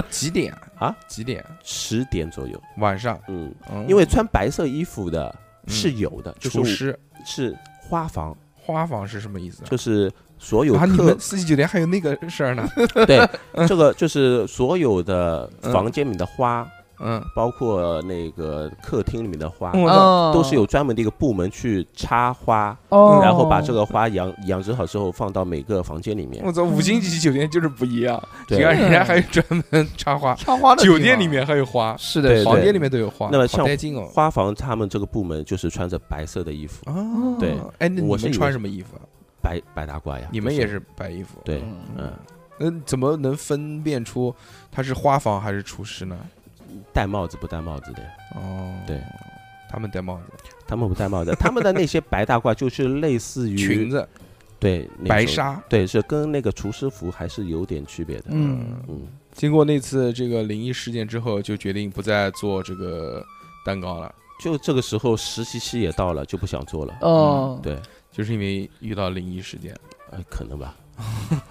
Speaker 1: 几点
Speaker 3: 啊？
Speaker 1: 几点？
Speaker 3: 十点左右，
Speaker 1: 晚上，
Speaker 3: 嗯，
Speaker 1: 嗯，
Speaker 3: 因为穿白色衣服的
Speaker 1: 嗯
Speaker 3: 是有的，就是
Speaker 1: 厨
Speaker 3: 我
Speaker 1: 师
Speaker 3: 是花房，
Speaker 1: 花房是什么意思啊？
Speaker 3: 就是所有
Speaker 1: 啊，你
Speaker 3: 客
Speaker 1: 们四季酒店还有那个事儿呢？
Speaker 3: 对这个就是所有的房间里的花，
Speaker 1: 嗯，
Speaker 3: 包括那个客厅里面的花，
Speaker 1: 嗯
Speaker 2: 啊，
Speaker 3: 都是有专门的一个部门去插花，
Speaker 2: 哦，
Speaker 3: 然后把这个花养养殖好之后放到每个房间里面。
Speaker 1: 我操，五星级酒店就是不一样，
Speaker 3: 对
Speaker 1: 你看人家还有专门插花，
Speaker 2: 插花的地
Speaker 1: 酒
Speaker 2: 方
Speaker 1: 店里面还有花，
Speaker 2: 是的，
Speaker 3: 对
Speaker 2: 是的
Speaker 1: 房间里面都有花，
Speaker 3: 那么
Speaker 1: 好
Speaker 3: 像
Speaker 1: 带劲哦。
Speaker 3: 花房他们这个部门就是穿着白色的衣服，
Speaker 1: 哦
Speaker 3: 对，
Speaker 1: 哎，那你
Speaker 3: 我是
Speaker 1: 们
Speaker 3: 以为
Speaker 1: 穿
Speaker 3: 是
Speaker 1: 什么衣服啊？
Speaker 3: 白白大褂呀。
Speaker 1: 你们也是白衣服，
Speaker 3: 就，对，
Speaker 2: 嗯
Speaker 3: 嗯，
Speaker 1: 那怎么能分辨出他是花房还是厨师呢？
Speaker 3: 嗯戴帽子不戴帽子的，
Speaker 1: 哦，
Speaker 3: 对，
Speaker 1: 他们戴帽子、
Speaker 3: 他们不戴帽子，他们的那些白大褂就是类似于
Speaker 1: 裙子、
Speaker 3: 对那
Speaker 1: 白
Speaker 3: 种，
Speaker 1: 纱。
Speaker 3: 对，是跟那个厨师服还是有点区别的。
Speaker 2: 嗯，
Speaker 3: 嗯，
Speaker 1: 经过那次这个灵异事件之后，就决定不再做这个蛋糕了，
Speaker 3: 就这个时候实习期也到了，就不想做了。
Speaker 1: 嗯
Speaker 2: 哦，
Speaker 3: 对，
Speaker 1: 就是因为遇到灵异事 件。
Speaker 3: 呃，可能吧。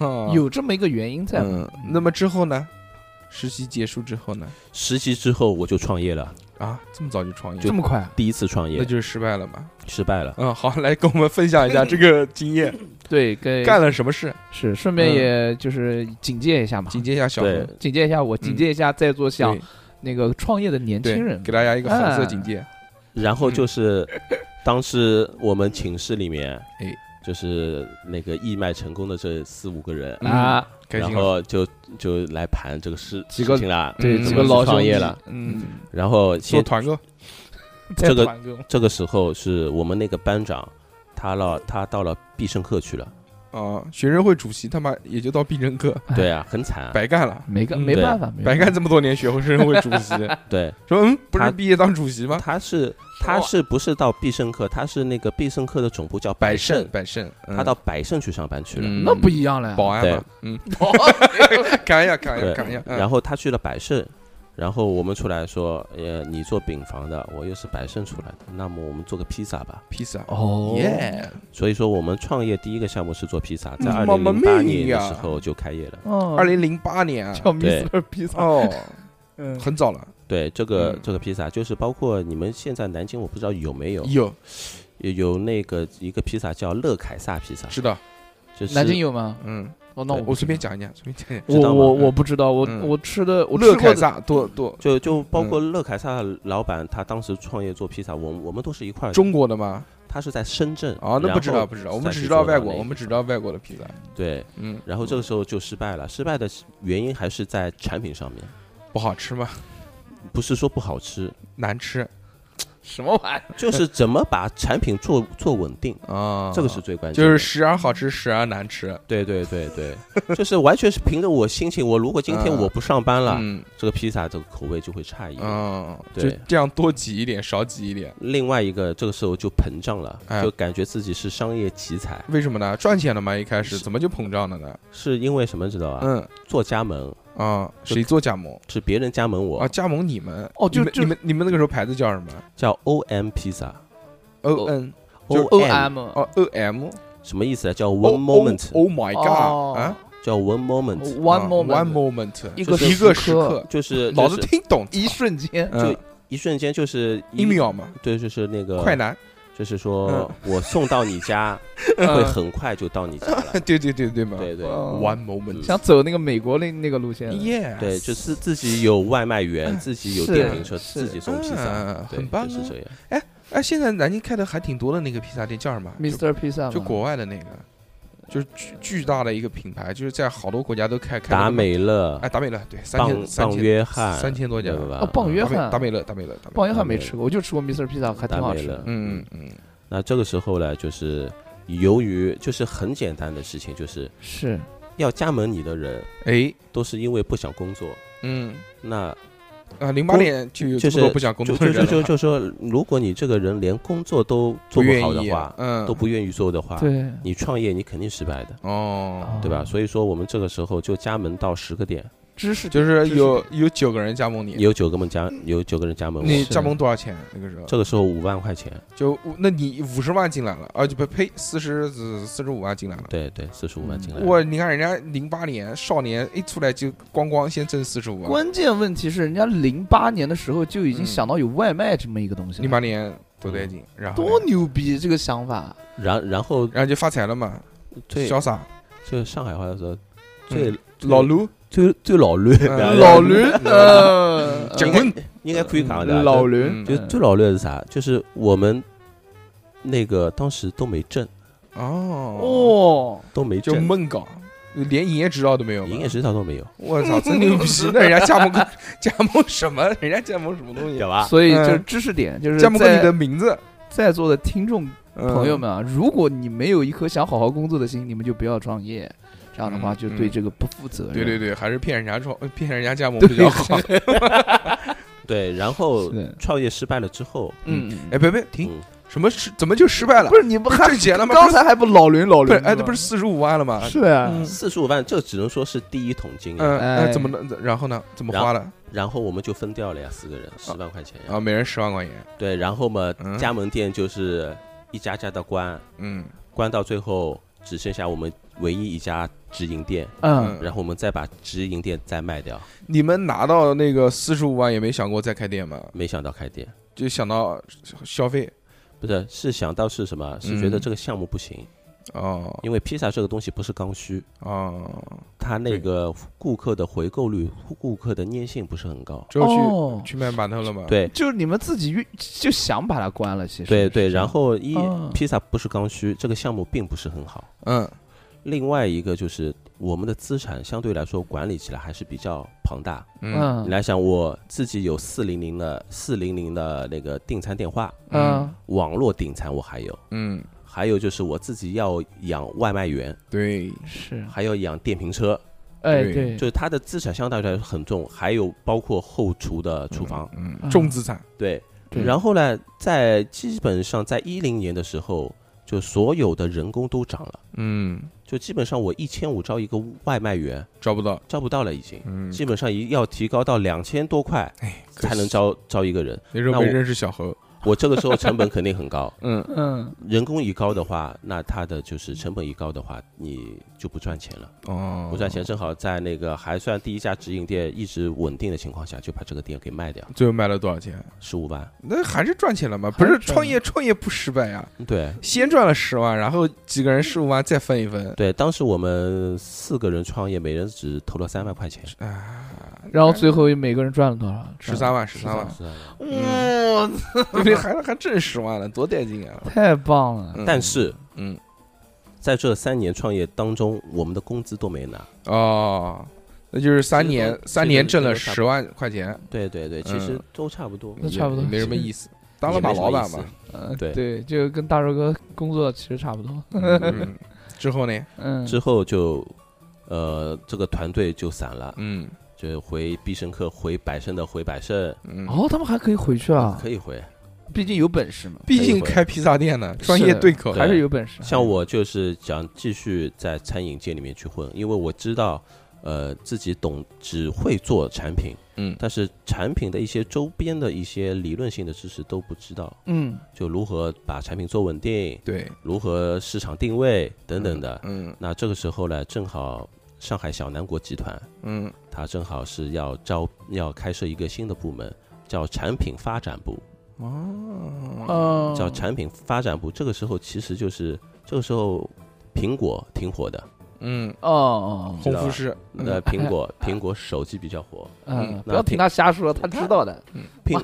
Speaker 1: 有
Speaker 2: 有这么一个原因在嘛，
Speaker 1: 啊嗯，那么之后呢？实习结束之后呢？
Speaker 3: 实习之后我就创业了，
Speaker 1: 啊，这么早就创业，
Speaker 2: 这么快啊，
Speaker 3: 第一次创
Speaker 1: 那
Speaker 3: 业
Speaker 1: 就是失败了嘛。
Speaker 3: 失败了。
Speaker 1: 嗯，好，来跟我们分享一下这个经验，
Speaker 2: 对，跟
Speaker 1: 干了什么事？
Speaker 2: 是顺便也就是警戒一下嘛，
Speaker 1: 警戒一下小
Speaker 3: 对
Speaker 1: 红，，
Speaker 2: 警戒一下我，警戒一下在座想
Speaker 1: 对
Speaker 2: 那个创业的年轻
Speaker 1: 对，
Speaker 2: 人啊
Speaker 1: 给，大家一个红色警戒。
Speaker 3: 然
Speaker 1: 嗯
Speaker 3: 后就是当时我们寝室里面，
Speaker 1: 哎，
Speaker 3: 就是那个义卖成功的这四五个人，
Speaker 1: 嗯
Speaker 2: 啊，
Speaker 1: 开心
Speaker 3: 然
Speaker 1: 了
Speaker 3: 后就就来盘这个事
Speaker 2: 几个
Speaker 3: 事情啦，
Speaker 1: 对
Speaker 3: 嗯
Speaker 1: 几
Speaker 3: 怎
Speaker 1: 个
Speaker 3: 么去
Speaker 2: 老
Speaker 3: 创
Speaker 2: 兄
Speaker 3: 业
Speaker 2: 弟
Speaker 3: 了。
Speaker 1: 嗯，
Speaker 3: 然后
Speaker 1: 做
Speaker 3: 先
Speaker 1: 团 购，
Speaker 3: 这
Speaker 2: 在
Speaker 3: 个
Speaker 2: 团购
Speaker 3: 这个时候是我们那个班长，他了他到了必胜客去了，
Speaker 1: 啊，学生会主席他妈也就到必胜客，
Speaker 2: 哎
Speaker 3: 对啊，很惨啊，
Speaker 1: 白干了，
Speaker 2: 没干
Speaker 1: 嗯
Speaker 2: 没
Speaker 3: 对
Speaker 2: 办法，没
Speaker 1: 白
Speaker 2: 办
Speaker 1: 干这么多年学生会主 席，
Speaker 3: 对，
Speaker 1: 说嗯，不是
Speaker 3: 他
Speaker 1: 毕业当主席吗？哦
Speaker 3: 他是他是不是到必胜客？他是那个必胜客的总部叫
Speaker 1: 百
Speaker 3: 盛
Speaker 1: 盛，，百盛，嗯
Speaker 3: 他到百盛去上班去了，
Speaker 1: 嗯
Speaker 2: 法那不一样了呀，
Speaker 1: 保安嘛，嗯， 开玩笑，开玩
Speaker 3: 啊对
Speaker 1: 笑，开玩笑，，嗯
Speaker 3: 然后他去了百盛。然后我们出来说，呃，你做饼房的，我又是百盛出来的，那么我们做个披萨吧。
Speaker 1: 披萨，
Speaker 2: 哦，
Speaker 1: 耶，
Speaker 3: 所以说，我们创业第一个项目是做披萨，在二
Speaker 1: 妈
Speaker 3: 零
Speaker 1: 嗯妈
Speaker 3: 零八
Speaker 1: 咪
Speaker 3: 年的
Speaker 1: 呀
Speaker 3: 时候就开业了。
Speaker 2: 哦，
Speaker 1: 二零零八年啊，
Speaker 2: 叫 Mr.
Speaker 3: 对
Speaker 2: Pizza，
Speaker 1: 哦，
Speaker 2: 嗯，
Speaker 1: 很早了，
Speaker 3: 对，这个、
Speaker 1: 嗯
Speaker 3: 这个披萨就是包括你们现在南京，我不知道有没有
Speaker 1: 有
Speaker 3: 有有那个一个披萨叫乐凯撒披萨，
Speaker 1: 知道，
Speaker 3: 就 是
Speaker 2: 南京有吗？
Speaker 1: 嗯，
Speaker 2: 哦，那
Speaker 1: 我随便讲一讲，随便讲一讲。
Speaker 2: 我
Speaker 3: 知道吗
Speaker 2: 我
Speaker 1: 嗯
Speaker 2: 我不知道，我
Speaker 1: 嗯
Speaker 2: 我吃的我
Speaker 1: 乐
Speaker 2: 吃
Speaker 1: 凯
Speaker 2: 过的
Speaker 1: 撒多多
Speaker 3: 就就包括
Speaker 1: 嗯
Speaker 3: 乐凯撒老板，他当时创业做披萨，我们我们都是一块儿的，
Speaker 1: 中国的吗？
Speaker 3: 他是在深圳
Speaker 1: 啊，那
Speaker 3: 嗯然
Speaker 1: 不
Speaker 3: 后
Speaker 1: 知道不知道，我们
Speaker 3: 再
Speaker 1: 只
Speaker 3: 去
Speaker 1: 知道
Speaker 3: 做的
Speaker 1: 外国，
Speaker 3: 那
Speaker 1: 我
Speaker 3: 个
Speaker 1: 们只知道外国的披萨。
Speaker 3: 对，
Speaker 1: 嗯，
Speaker 3: 然后这个时候就失败了，失败的原因还是在产品上面，
Speaker 1: 不好吃吗？
Speaker 3: 不是说不好吃，
Speaker 1: 难吃
Speaker 2: 什么玩意儿？
Speaker 3: 就是怎么把产品做做稳定，
Speaker 1: 呃啊，
Speaker 3: 这个是最关键
Speaker 1: 就
Speaker 3: 的。
Speaker 1: 是时而好吃，时而难吃。
Speaker 3: 对对对对，就是完全是凭着我心情。我如果今天
Speaker 1: 嗯
Speaker 3: 我不上班了，
Speaker 1: 嗯
Speaker 3: 这个披萨这个口味就会差一点。
Speaker 1: 嗯，就
Speaker 3: 对
Speaker 1: 这样多挤一点，少挤一点。
Speaker 3: 另外一个，这个时候就膨胀了，
Speaker 1: 哎
Speaker 3: 就感觉自己是商业奇才，
Speaker 1: 为什么呢？赚钱了嘛，一开始
Speaker 3: 是啊
Speaker 1: 怎么就膨胀了呢？
Speaker 3: 是因为什么知道吧？
Speaker 1: 嗯
Speaker 3: 做加盟
Speaker 1: 啊，谁做加盟
Speaker 3: 是别人加盟我，
Speaker 1: 啊？加盟你们你
Speaker 2: 哦就
Speaker 1: 们
Speaker 2: 就
Speaker 1: 你们你们那个时候牌子叫什么
Speaker 3: 叫 OM 披萨
Speaker 2: 哦
Speaker 1: ？O N
Speaker 2: 就 O M
Speaker 1: 哦 O M
Speaker 3: 什么意思啊？叫 One Moment，
Speaker 1: Oh my God
Speaker 2: 哦
Speaker 1: 啊
Speaker 3: 叫 One Moment，
Speaker 2: One
Speaker 1: One
Speaker 2: moment，
Speaker 1: moment
Speaker 2: 一
Speaker 1: 一
Speaker 2: 个
Speaker 1: 一
Speaker 2: 时
Speaker 1: 个时
Speaker 2: 刻，
Speaker 1: 刻，
Speaker 3: 就是
Speaker 1: 老子
Speaker 3: 就是
Speaker 1: 听懂
Speaker 2: 一瞬间，
Speaker 1: 嗯
Speaker 3: 就一瞬间就是
Speaker 1: 一秒嘛，
Speaker 3: 对，就是那个
Speaker 1: 快，男， 嗯
Speaker 3: 就是说我送到你家会
Speaker 2: 嗯
Speaker 3: 很快就到你家 了，
Speaker 1: 对对对对嘛
Speaker 3: 对对
Speaker 2: 哦
Speaker 1: ，One moment，
Speaker 2: 想走那个美国那那个路线了。
Speaker 1: 耶，
Speaker 3: 对，就是自己有外卖员，自己有
Speaker 2: 是
Speaker 3: 电瓶车，
Speaker 2: 是
Speaker 3: 自己送披萨，
Speaker 1: 嗯
Speaker 3: 对
Speaker 1: 很棒
Speaker 3: 就是
Speaker 1: 啊
Speaker 3: 这样。
Speaker 1: 哎，现在南京开的还挺多的那个披萨店叫什么
Speaker 2: Mr. Pizza 嘛
Speaker 1: 就就国外的那个，就是巨巨大的一个品牌，就是在好多国家都开开
Speaker 3: 达
Speaker 1: 了
Speaker 3: 美乐
Speaker 1: 哎，达美乐对，三
Speaker 3: 棒
Speaker 1: 千三
Speaker 3: 棒
Speaker 1: 千
Speaker 3: 约翰，
Speaker 1: 三千多家啊
Speaker 3: 对吧？啊
Speaker 2: 哦棒约
Speaker 1: 达美
Speaker 2: 翰
Speaker 1: 达美乐达美乐达美乐，
Speaker 2: 棒约翰没吃过，我就吃过 Mr. Pizza，还挺好吃
Speaker 3: 达美
Speaker 2: 的
Speaker 3: 乐。
Speaker 1: 嗯嗯
Speaker 3: 那这个时候呢，就是由于就是很简单的事情，就是
Speaker 2: 是，
Speaker 3: 要加盟你的人
Speaker 1: 嗯，哎
Speaker 3: 都是因为不想工作，
Speaker 1: 嗯
Speaker 3: 那
Speaker 1: 啊，零八年就有这
Speaker 3: 就
Speaker 1: 么多
Speaker 3: 是
Speaker 1: 不想工
Speaker 3: 就
Speaker 1: 作的
Speaker 3: 就就
Speaker 1: 人
Speaker 3: 就
Speaker 1: 了嘛，
Speaker 3: 就说，如果你这个人连工作都
Speaker 1: 不
Speaker 3: 做不
Speaker 1: 愿
Speaker 3: 好的
Speaker 1: 意
Speaker 3: 话，
Speaker 1: 嗯
Speaker 3: 都不愿意做的话，
Speaker 2: 对，
Speaker 3: 你创业你肯定失败的，
Speaker 1: 哦。
Speaker 3: 对吧？
Speaker 2: 哦
Speaker 3: 所以说我们这个时候就加盟到十个点，
Speaker 2: 知识
Speaker 1: 就是
Speaker 2: 知识
Speaker 1: 有有九个人加盟你，
Speaker 3: 有九个人加有九个人加盟
Speaker 1: 你
Speaker 3: 我，
Speaker 1: 加盟多少钱？那个时候
Speaker 3: 这个时候五万块钱，
Speaker 1: 就那你五十万进来了啊，就不呸，四十四十五万进来了。
Speaker 3: 对对，四十五万进来。
Speaker 1: 嗯我你看人家零八年少年一出来就光光先挣四十五万，
Speaker 2: 关键问题是，人家零八年的时候就已经
Speaker 1: 嗯
Speaker 2: 想到有外卖这么一个东西
Speaker 1: 零
Speaker 2: 了，
Speaker 1: 八年多带劲，然后
Speaker 2: 多
Speaker 1: 呢
Speaker 2: 牛逼这个想法！
Speaker 3: 然然后
Speaker 1: 然后就发财了嘛，
Speaker 3: 最
Speaker 1: 潇洒
Speaker 3: 就上海话的时候，最
Speaker 1: 老卢
Speaker 3: 最最老绿，
Speaker 1: 嗯
Speaker 2: 老驴，
Speaker 1: 嗯
Speaker 2: 呃嗯
Speaker 1: 结婚
Speaker 3: 应该可以讲的。
Speaker 2: 老
Speaker 3: 就
Speaker 1: 嗯
Speaker 2: 驴，
Speaker 3: 就最老绿是啥？就是我们那个当时都没挣，
Speaker 1: 哦，
Speaker 2: 哦，
Speaker 3: 都没
Speaker 1: 就
Speaker 3: 挣，
Speaker 1: 梦搞，连营业执照都没有嘛，
Speaker 3: 营业执照都没有，
Speaker 1: 我操，真 牛逼！那人家加 盟个加盟什么？人家加盟什么东西？
Speaker 3: 对吧？
Speaker 2: 所以
Speaker 1: 嗯
Speaker 2: 就是知识点，就是
Speaker 1: 加盟个你的
Speaker 2: 在
Speaker 1: 名字，
Speaker 2: 在座的听众
Speaker 1: 嗯
Speaker 2: 朋友们啊，如果你没有一颗想好好工作的心，你们就不要创业，这样的话
Speaker 1: 嗯
Speaker 2: 就对
Speaker 1: 嗯
Speaker 2: 这个不负责任。
Speaker 1: 对对对，还是骗人家创，呃骗人家加盟
Speaker 2: 对
Speaker 1: 比较好。
Speaker 3: 对，然后
Speaker 2: 是
Speaker 3: 创业失败了之后，
Speaker 2: 嗯，
Speaker 1: 哎， 别别停，
Speaker 3: 嗯，
Speaker 1: 什么失？怎么就失败了
Speaker 2: 不？是你不 还
Speaker 1: 挣钱了吗？
Speaker 2: 刚才还不老驴老
Speaker 1: 不
Speaker 2: 驴
Speaker 1: 是，
Speaker 2: 吗？
Speaker 1: 哎，这不是四十五万了吗？
Speaker 2: 是啊，
Speaker 3: 四十五万，这只能说是第一桶金呀。
Speaker 1: 嗯，
Speaker 2: 哎
Speaker 1: 那怎么能？然后呢？怎么
Speaker 3: 然
Speaker 1: 花了？
Speaker 3: 然后我们就分掉了呀，四个人十万块钱呀。
Speaker 1: 啊，每人十万块钱。
Speaker 3: 对，然后嘛
Speaker 1: 嗯，
Speaker 3: 加盟店就是一家家的关，
Speaker 1: 嗯
Speaker 3: 关到最后只剩下我们唯一一家直营店，
Speaker 2: 嗯，
Speaker 3: 然后我们再把直营店再卖掉。
Speaker 1: 你们拿到那个四十五万也没想过再开店吗？
Speaker 3: 没想到开店，
Speaker 1: 就想到消费
Speaker 3: 不是是想到是什么？是觉得
Speaker 1: 嗯
Speaker 3: 这个项目不行，
Speaker 1: 哦
Speaker 3: 因为披萨这个东西不是刚需，
Speaker 1: 哦，
Speaker 3: 它那个顾客的回购率、顾客的粘性不是很高。
Speaker 1: 之后
Speaker 2: 哦
Speaker 1: 去去卖馒头了吗？，
Speaker 3: 对，
Speaker 2: 就是你们自己预就想把它关了，其实
Speaker 3: 对对，然后一
Speaker 2: 哦
Speaker 3: 披萨不是刚需，这个项目并不是很好。
Speaker 1: 嗯
Speaker 3: 另外一个就是我们的资产相对来说管理起来还是比较庞大。
Speaker 1: 嗯
Speaker 2: 嗯
Speaker 3: 你来想，我自己有四零零的四零零的那个订餐电话，
Speaker 2: 嗯
Speaker 3: 网络订餐我还有，
Speaker 1: 嗯，
Speaker 3: 还有就是我自己要养外卖员，
Speaker 1: 对，
Speaker 2: 是
Speaker 3: 还要养电瓶车，
Speaker 2: 哎
Speaker 1: 对
Speaker 2: 对
Speaker 3: 嗯就，是它的资产相对来说很重，还有包括后厨的厨房，
Speaker 1: 嗯，重资产，
Speaker 3: 对。
Speaker 2: 对
Speaker 3: 然后呢，在基本上在一零年的时候，就所有的人工都涨了。
Speaker 1: 嗯，
Speaker 3: 就基本上我一千五招一个外卖员，
Speaker 1: 招不到，
Speaker 3: 招不到了已经，
Speaker 1: 嗯，
Speaker 3: 基本上一要提高到两千多块
Speaker 1: 哎，可
Speaker 3: 才能
Speaker 1: 惜
Speaker 3: 招招一个人。
Speaker 1: 那时候
Speaker 3: 那
Speaker 1: 没
Speaker 3: 我
Speaker 1: 认识小猴，
Speaker 3: 我这个时候成本肯定很高，
Speaker 1: 嗯，
Speaker 2: 嗯，
Speaker 3: 人工一高的话，那它的就是成本一高的话，你就不赚钱了。
Speaker 1: 哦，
Speaker 3: 不赚钱，正好在那个还算第一家直营店一直稳定的情况下，就把这个店给卖掉，
Speaker 1: 最后卖了多少钱？
Speaker 3: 十五万。
Speaker 1: 那还是赚钱了嘛？
Speaker 2: 还
Speaker 1: 不
Speaker 2: 是
Speaker 1: 是
Speaker 2: 赚
Speaker 1: 创业，创业不失败呀，
Speaker 3: 对
Speaker 1: 先赚了十万，然后几个人十五万再分一分，
Speaker 3: 对，当时我们四个人创业，每人只投了三万块钱，
Speaker 2: 然后最后每个人赚了多少？
Speaker 1: 十三万，十三万，嗯
Speaker 3: 是啊
Speaker 2: 哇，
Speaker 1: 对不对？还还挣十万了，多带劲啊！
Speaker 2: 太棒了！
Speaker 1: 嗯
Speaker 3: 但，是
Speaker 1: 嗯，
Speaker 3: 在这三年创业当中，我们的工资都没拿。
Speaker 1: 哦，那就是三年
Speaker 3: 其实，都
Speaker 1: 三年
Speaker 3: 其实
Speaker 1: 挣
Speaker 3: 都
Speaker 1: 了
Speaker 3: 差不
Speaker 1: 十万块钱，
Speaker 3: 对对对，其实都差不多。
Speaker 2: 那差不多
Speaker 1: 也没什么
Speaker 2: 其实
Speaker 1: 意思，当了把老板吧。
Speaker 2: 呃
Speaker 3: 嗯对
Speaker 2: 对，就跟大肉哥工作其实差不多。
Speaker 1: 嗯，之后呢？
Speaker 2: 嗯，
Speaker 3: 之后就，呃，这个团队就散了，
Speaker 1: 嗯
Speaker 3: 就回必胜客，回百胜的回百胜，
Speaker 1: 嗯，
Speaker 2: 哦，他们还可以回去啊，
Speaker 3: 嗯可以回。
Speaker 2: 毕竟有本事嘛，
Speaker 1: 毕竟开披萨店呢，专业对口。
Speaker 2: 还是有本事。
Speaker 3: 像我就是想继续在餐饮界里面去混，因为我知道，呃，自己懂只会做产品，
Speaker 1: 嗯
Speaker 3: 但是产品的一些周边的一些理论性的知识都不知道，
Speaker 2: 嗯，
Speaker 3: 就如何把产品做稳定，
Speaker 1: 对，
Speaker 3: 如何市场定位等等的。
Speaker 1: 嗯
Speaker 3: 那这个时候呢，正好上海小南国集团，
Speaker 1: 嗯
Speaker 3: 它正好是要招要开设一个新的部门，叫产品发展部。
Speaker 1: 哦，
Speaker 2: 哦，
Speaker 3: 嗯叫产品发展部。这个时候其实就是这个时候，苹果挺火的，
Speaker 1: 嗯，
Speaker 2: 哦，
Speaker 1: 红富士，
Speaker 3: 那苹果苹果手机比较火。
Speaker 2: 嗯，不
Speaker 3: 那
Speaker 2: 要听他瞎说，他知道的。
Speaker 3: 苹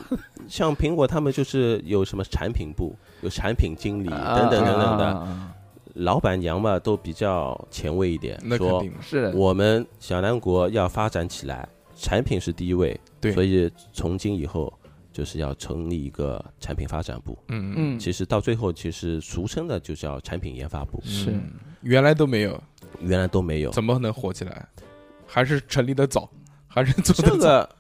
Speaker 3: 像苹果他们就是有什么产品部、有产品经理
Speaker 2: 啊
Speaker 3: 等等等等
Speaker 2: 啊
Speaker 3: 的，
Speaker 2: 啊啊
Speaker 3: 老板娘嘛都比较前卫一点，
Speaker 1: 那肯
Speaker 3: 说
Speaker 1: 定的
Speaker 2: 是的，
Speaker 3: 我们小南国要发展起来，产品是第一位，
Speaker 1: 对
Speaker 3: 所以从今以后。就是要成立一个产品发展部，
Speaker 1: 嗯嗯，
Speaker 2: 嗯，
Speaker 3: 其实到最后，其实俗称的就叫产品研发部，
Speaker 2: 是
Speaker 3: 嗯
Speaker 1: 原来都没有，
Speaker 3: 原来都没有。
Speaker 1: 怎么能火起来？还是成立的早，还是做
Speaker 3: 这
Speaker 1: 的早？
Speaker 3: 个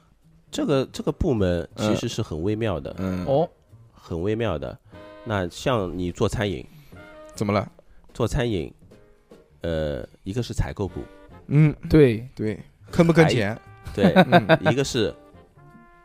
Speaker 3: 这个这个部门其实是很微妙的，
Speaker 1: 嗯，
Speaker 2: 哦，
Speaker 3: 很微妙的。那像你做餐饮，
Speaker 1: 怎么了？
Speaker 3: 做餐饮，呃，一个是采购部，
Speaker 1: 嗯，
Speaker 2: 对，
Speaker 1: 对，坑不坑钱？，
Speaker 3: 对
Speaker 1: 嗯，
Speaker 3: 一个是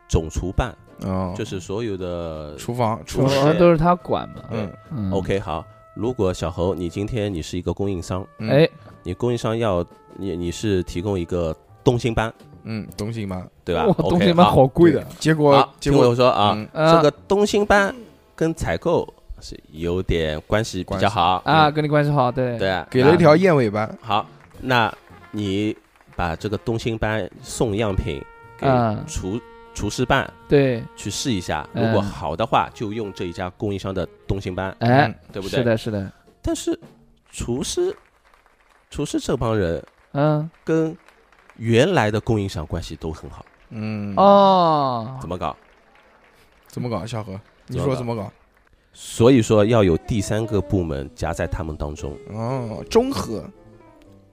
Speaker 3: 总厨办，
Speaker 1: 哦，
Speaker 3: 就是所有的。
Speaker 1: 厨房，
Speaker 3: 不
Speaker 1: 厨
Speaker 3: 是
Speaker 1: 师，
Speaker 2: 都是他管嘛。
Speaker 1: 嗯
Speaker 2: 嗯
Speaker 3: OK，好，如果小侯，你今天你是一个供应商，
Speaker 1: 嗯
Speaker 2: 哎，
Speaker 3: 你供应商要你你是提供一个东星班，
Speaker 1: 嗯，东西嘛，
Speaker 3: 对吧
Speaker 2: 哇，东
Speaker 3: ？OK，
Speaker 2: 西蛮
Speaker 3: 好，
Speaker 2: 好贵的。
Speaker 1: 结
Speaker 3: 好
Speaker 1: 果，结
Speaker 3: 听我
Speaker 1: 果
Speaker 3: 说啊，
Speaker 1: 嗯
Speaker 2: 啊
Speaker 3: 这个东星班跟采购是有点关系比较好
Speaker 2: 啊，，跟你关系好，对
Speaker 3: 嗯对，啊，
Speaker 1: 给了一
Speaker 3: 那
Speaker 1: 条燕尾巴，
Speaker 3: 好，那你把这个东星班送样品给
Speaker 2: 啊
Speaker 3: 厨、厨师办
Speaker 2: 对，
Speaker 3: 去试一下，如
Speaker 2: 嗯
Speaker 3: 果好的话，就用这一家供应商的东星班，
Speaker 2: 哎，
Speaker 3: 嗯对不对？
Speaker 2: 是的，是的，
Speaker 3: 但是厨师，厨师这帮人
Speaker 2: 嗯，
Speaker 3: 跟原来的供应商关系都很好，
Speaker 1: 嗯，，
Speaker 2: 哦，
Speaker 3: 怎么搞？
Speaker 1: 怎么搞？小何，你说怎么搞？
Speaker 3: 所以说要有第三个部门夹在他们当中，
Speaker 1: 哦，中和，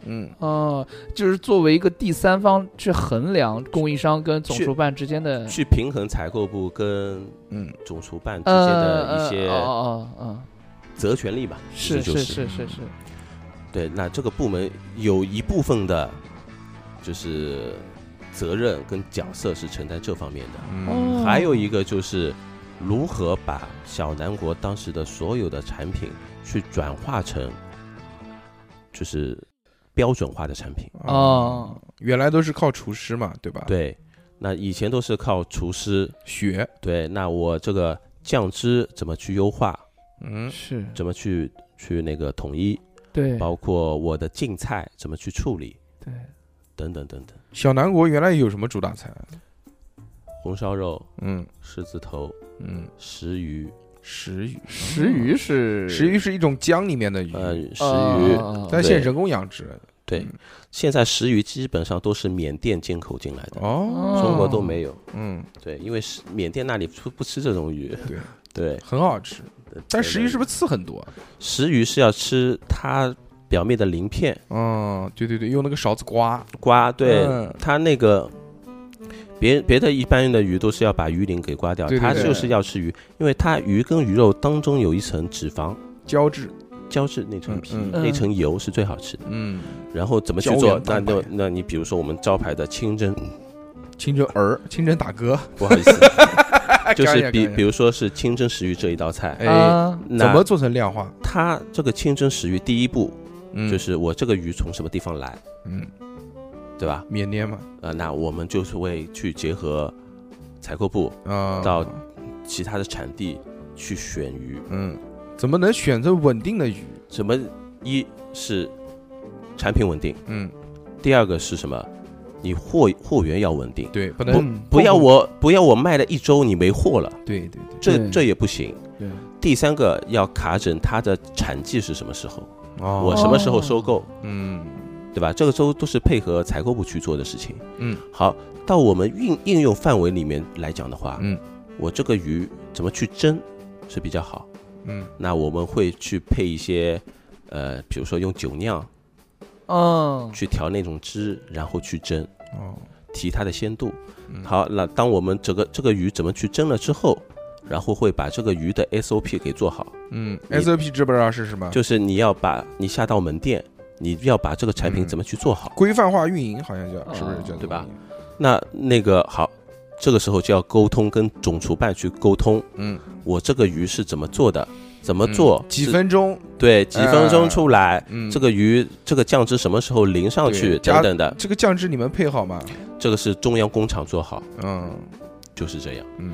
Speaker 1: 嗯，
Speaker 2: 哦，就是作为一个第三方去衡量供应商跟总筹办之间的
Speaker 3: 去平衡采购部跟
Speaker 1: 嗯
Speaker 3: 总厨办之间的
Speaker 2: 呃
Speaker 3: 一些
Speaker 2: 呃哦哦哦，
Speaker 3: 责权利吧，
Speaker 2: 嗯
Speaker 3: 其
Speaker 2: 是
Speaker 3: 实就是
Speaker 2: 是是是，
Speaker 3: 对，那这个部门有一部分的，就是责任跟角色是承担这方面的，
Speaker 1: 嗯
Speaker 2: 哦，
Speaker 3: 还有一个就是如何把小南国当时的所有的产品去转化成，就是标准化的产品。
Speaker 2: 哦，
Speaker 1: 原来都是靠厨师嘛，对
Speaker 2: 啊
Speaker 1: 吧？，
Speaker 3: 对，那以前都是靠厨师，
Speaker 1: 学，
Speaker 3: 对，那我这个酱汁怎么去优化，
Speaker 1: 嗯
Speaker 2: 是
Speaker 3: 怎么去去那个统一，
Speaker 2: 对
Speaker 3: 包括我的竞菜怎么去处理，
Speaker 2: 对，
Speaker 3: 嗯等等等等，
Speaker 1: 小南国原来有什么主打菜？
Speaker 3: 红烧肉。
Speaker 1: 嗯
Speaker 3: 狮子头、
Speaker 1: 嗯，
Speaker 3: 石鱼，
Speaker 1: 石鱼，
Speaker 2: 石鱼是
Speaker 1: 石鱼是一种江里面的鱼，
Speaker 3: 呃，石鱼，
Speaker 2: 哦
Speaker 1: 但现在
Speaker 3: 对
Speaker 1: 人工养殖。
Speaker 3: 对，现在石鱼基本上都是缅甸进口进来的，
Speaker 1: 哦，
Speaker 3: 中国都没有。
Speaker 1: 嗯，
Speaker 3: 对，因为是缅甸那里不不吃这种鱼。
Speaker 1: 对
Speaker 3: 对，
Speaker 1: 很好吃。但石鱼是
Speaker 3: 不
Speaker 1: 不是刺很多？
Speaker 3: 石鱼是要吃它表面的鳞片
Speaker 1: 嗯，对对对，用那个勺子刮。
Speaker 3: 刮，对、
Speaker 1: 嗯
Speaker 3: 它那个。别别的一般的鱼都是要把鱼鳞给刮掉，
Speaker 1: 对对
Speaker 3: 它
Speaker 1: 对
Speaker 3: 就是要吃鱼，因为它鱼跟鱼肉当中有一层脂肪
Speaker 1: 胶质，
Speaker 3: 胶质那层皮、
Speaker 1: 嗯
Speaker 2: 嗯
Speaker 3: 那层油是最好吃的。
Speaker 1: 嗯，
Speaker 3: 然后怎么去
Speaker 1: 胶
Speaker 3: 做
Speaker 1: 原？
Speaker 3: 那
Speaker 1: 蛋白
Speaker 3: 那那你 比如说我们招牌的清蒸
Speaker 1: 清蒸儿，清蒸打嗝，
Speaker 3: 不好意思，就是比
Speaker 1: 可以
Speaker 3: 比如说是清蒸食鱼这一道菜，
Speaker 1: 哎，
Speaker 2: 啊，
Speaker 1: 怎
Speaker 3: 那
Speaker 1: 么做成量化？
Speaker 3: 它这个清蒸食鱼第一步
Speaker 1: 嗯，
Speaker 3: 就是我这个鱼从什么地方来，
Speaker 1: 嗯，
Speaker 3: 对吧？
Speaker 1: 缅甸嘛，
Speaker 3: 呃，那我们就是会去结合采购部
Speaker 1: 啊，
Speaker 3: 到其他的产地去选鱼，
Speaker 1: 嗯，怎么能选择稳定的鱼？
Speaker 3: 什么一是产品稳定，
Speaker 1: 嗯，
Speaker 3: 第二个是什么？你货货源要稳定，
Speaker 1: 对，不
Speaker 3: 不
Speaker 2: 嗯
Speaker 1: 能
Speaker 3: 不要我不要我卖了一周你没货了，
Speaker 1: 对对对，
Speaker 3: 这
Speaker 2: 对
Speaker 3: 这也不行。
Speaker 2: 对
Speaker 3: 第三个要卡准它的产季是什么时候，
Speaker 1: 哦
Speaker 3: 我什么时候收购，
Speaker 1: 嗯
Speaker 3: 对吧？这个都都是配合采购部去做的事情。
Speaker 1: 嗯，
Speaker 3: 好，到我们运应用范围里面来讲的话，
Speaker 1: 嗯
Speaker 3: 我这个鱼怎么去蒸是比较好？
Speaker 1: 嗯，
Speaker 3: 那我们会去配一些，呃，比如说用酒酿
Speaker 2: 嗯，
Speaker 3: 去调那种汁，然后去蒸，
Speaker 1: 哦，
Speaker 3: 提它的鲜度。
Speaker 1: 嗯，
Speaker 3: 好，那当我们这个这个鱼怎么去蒸了之后，然后会把这个鱼的 SOP 给做好，
Speaker 1: 嗯
Speaker 3: 你
Speaker 1: ，SOP 知不知道是什么？
Speaker 3: 就是你要把你下到门店，你要把这个产品
Speaker 1: 嗯
Speaker 3: 怎么去做好。
Speaker 1: 规范化运营好像叫，是不是
Speaker 2: 哦
Speaker 1: 叫
Speaker 3: 对吧？那那个好，这个时候就要沟通，跟总厨办去沟通，
Speaker 1: 嗯，
Speaker 3: 我这个鱼是怎么做的，怎么
Speaker 1: 嗯
Speaker 3: 做，
Speaker 1: 几
Speaker 3: 是？
Speaker 1: 分钟？
Speaker 3: 对，几分钟出来，
Speaker 1: 嗯，
Speaker 3: 这个鱼这个酱汁什么时候淋上去
Speaker 1: 对加
Speaker 3: 等等的，
Speaker 1: 这个酱汁你们配好吗？
Speaker 3: 这个是中央工厂做好，
Speaker 1: 嗯
Speaker 3: 就是这样。
Speaker 1: 嗯，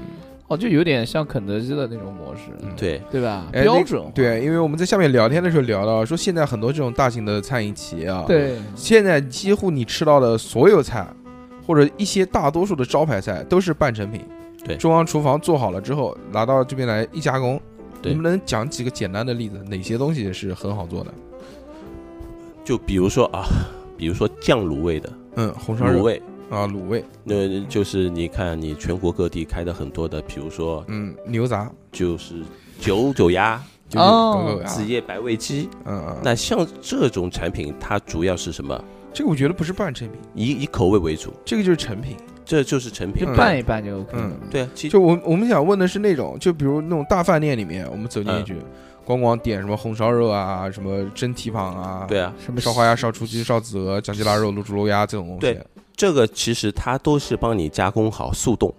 Speaker 2: 哦，就有点像肯德基的那种模式，
Speaker 1: 嗯
Speaker 3: 对，
Speaker 2: 对吧？
Speaker 1: 哎
Speaker 2: 标准化，
Speaker 1: 对，因为我们在下面聊天的时候聊到，说现在很多这种大型的餐饮企业啊，，
Speaker 2: 对，
Speaker 1: 现在几乎你吃到的所有菜，或者一些大多数的招牌菜都是半成品。
Speaker 3: 对
Speaker 1: 中央厨房做好了之后，拿到这边来一加工。
Speaker 3: 对
Speaker 1: 你们能讲几个简单的例子？哪些东西是很好做的？
Speaker 3: 就比如说啊，比如说酱卤味的
Speaker 1: 嗯，红烧
Speaker 3: 卤
Speaker 1: 肉
Speaker 3: 味，
Speaker 1: 啊，卤味，
Speaker 3: 那就是你看你全国各地开的很多的，比如说
Speaker 1: 嗯，牛杂，
Speaker 3: 就是九九鸭、
Speaker 1: 就是
Speaker 2: 哦
Speaker 1: 狗狗鸭，
Speaker 3: 子夜白味鸡。
Speaker 1: 嗯嗯，
Speaker 3: 那像这种产品，它主要是什么？
Speaker 1: 这个我觉得不是半成品，
Speaker 3: 以以口味为主，
Speaker 1: 这个就是成品。
Speaker 3: 这就是成品
Speaker 2: 就
Speaker 1: 嗯。
Speaker 2: 拌一拌就 OK 了
Speaker 1: 嗯。
Speaker 3: 对啊，其
Speaker 1: 就我我们想问的是那种，就比如那种大饭店里面，我们走进去，光光点什么红烧肉啊，什么蒸蹄膀啊，
Speaker 3: 对，啊，
Speaker 2: 什么
Speaker 1: 烧花鸭、烧雏鸡、烧子鹅、酱鸡腊肉、卤猪肉鸭这种东西。
Speaker 3: 对这个其实它都是帮你加工好速冻，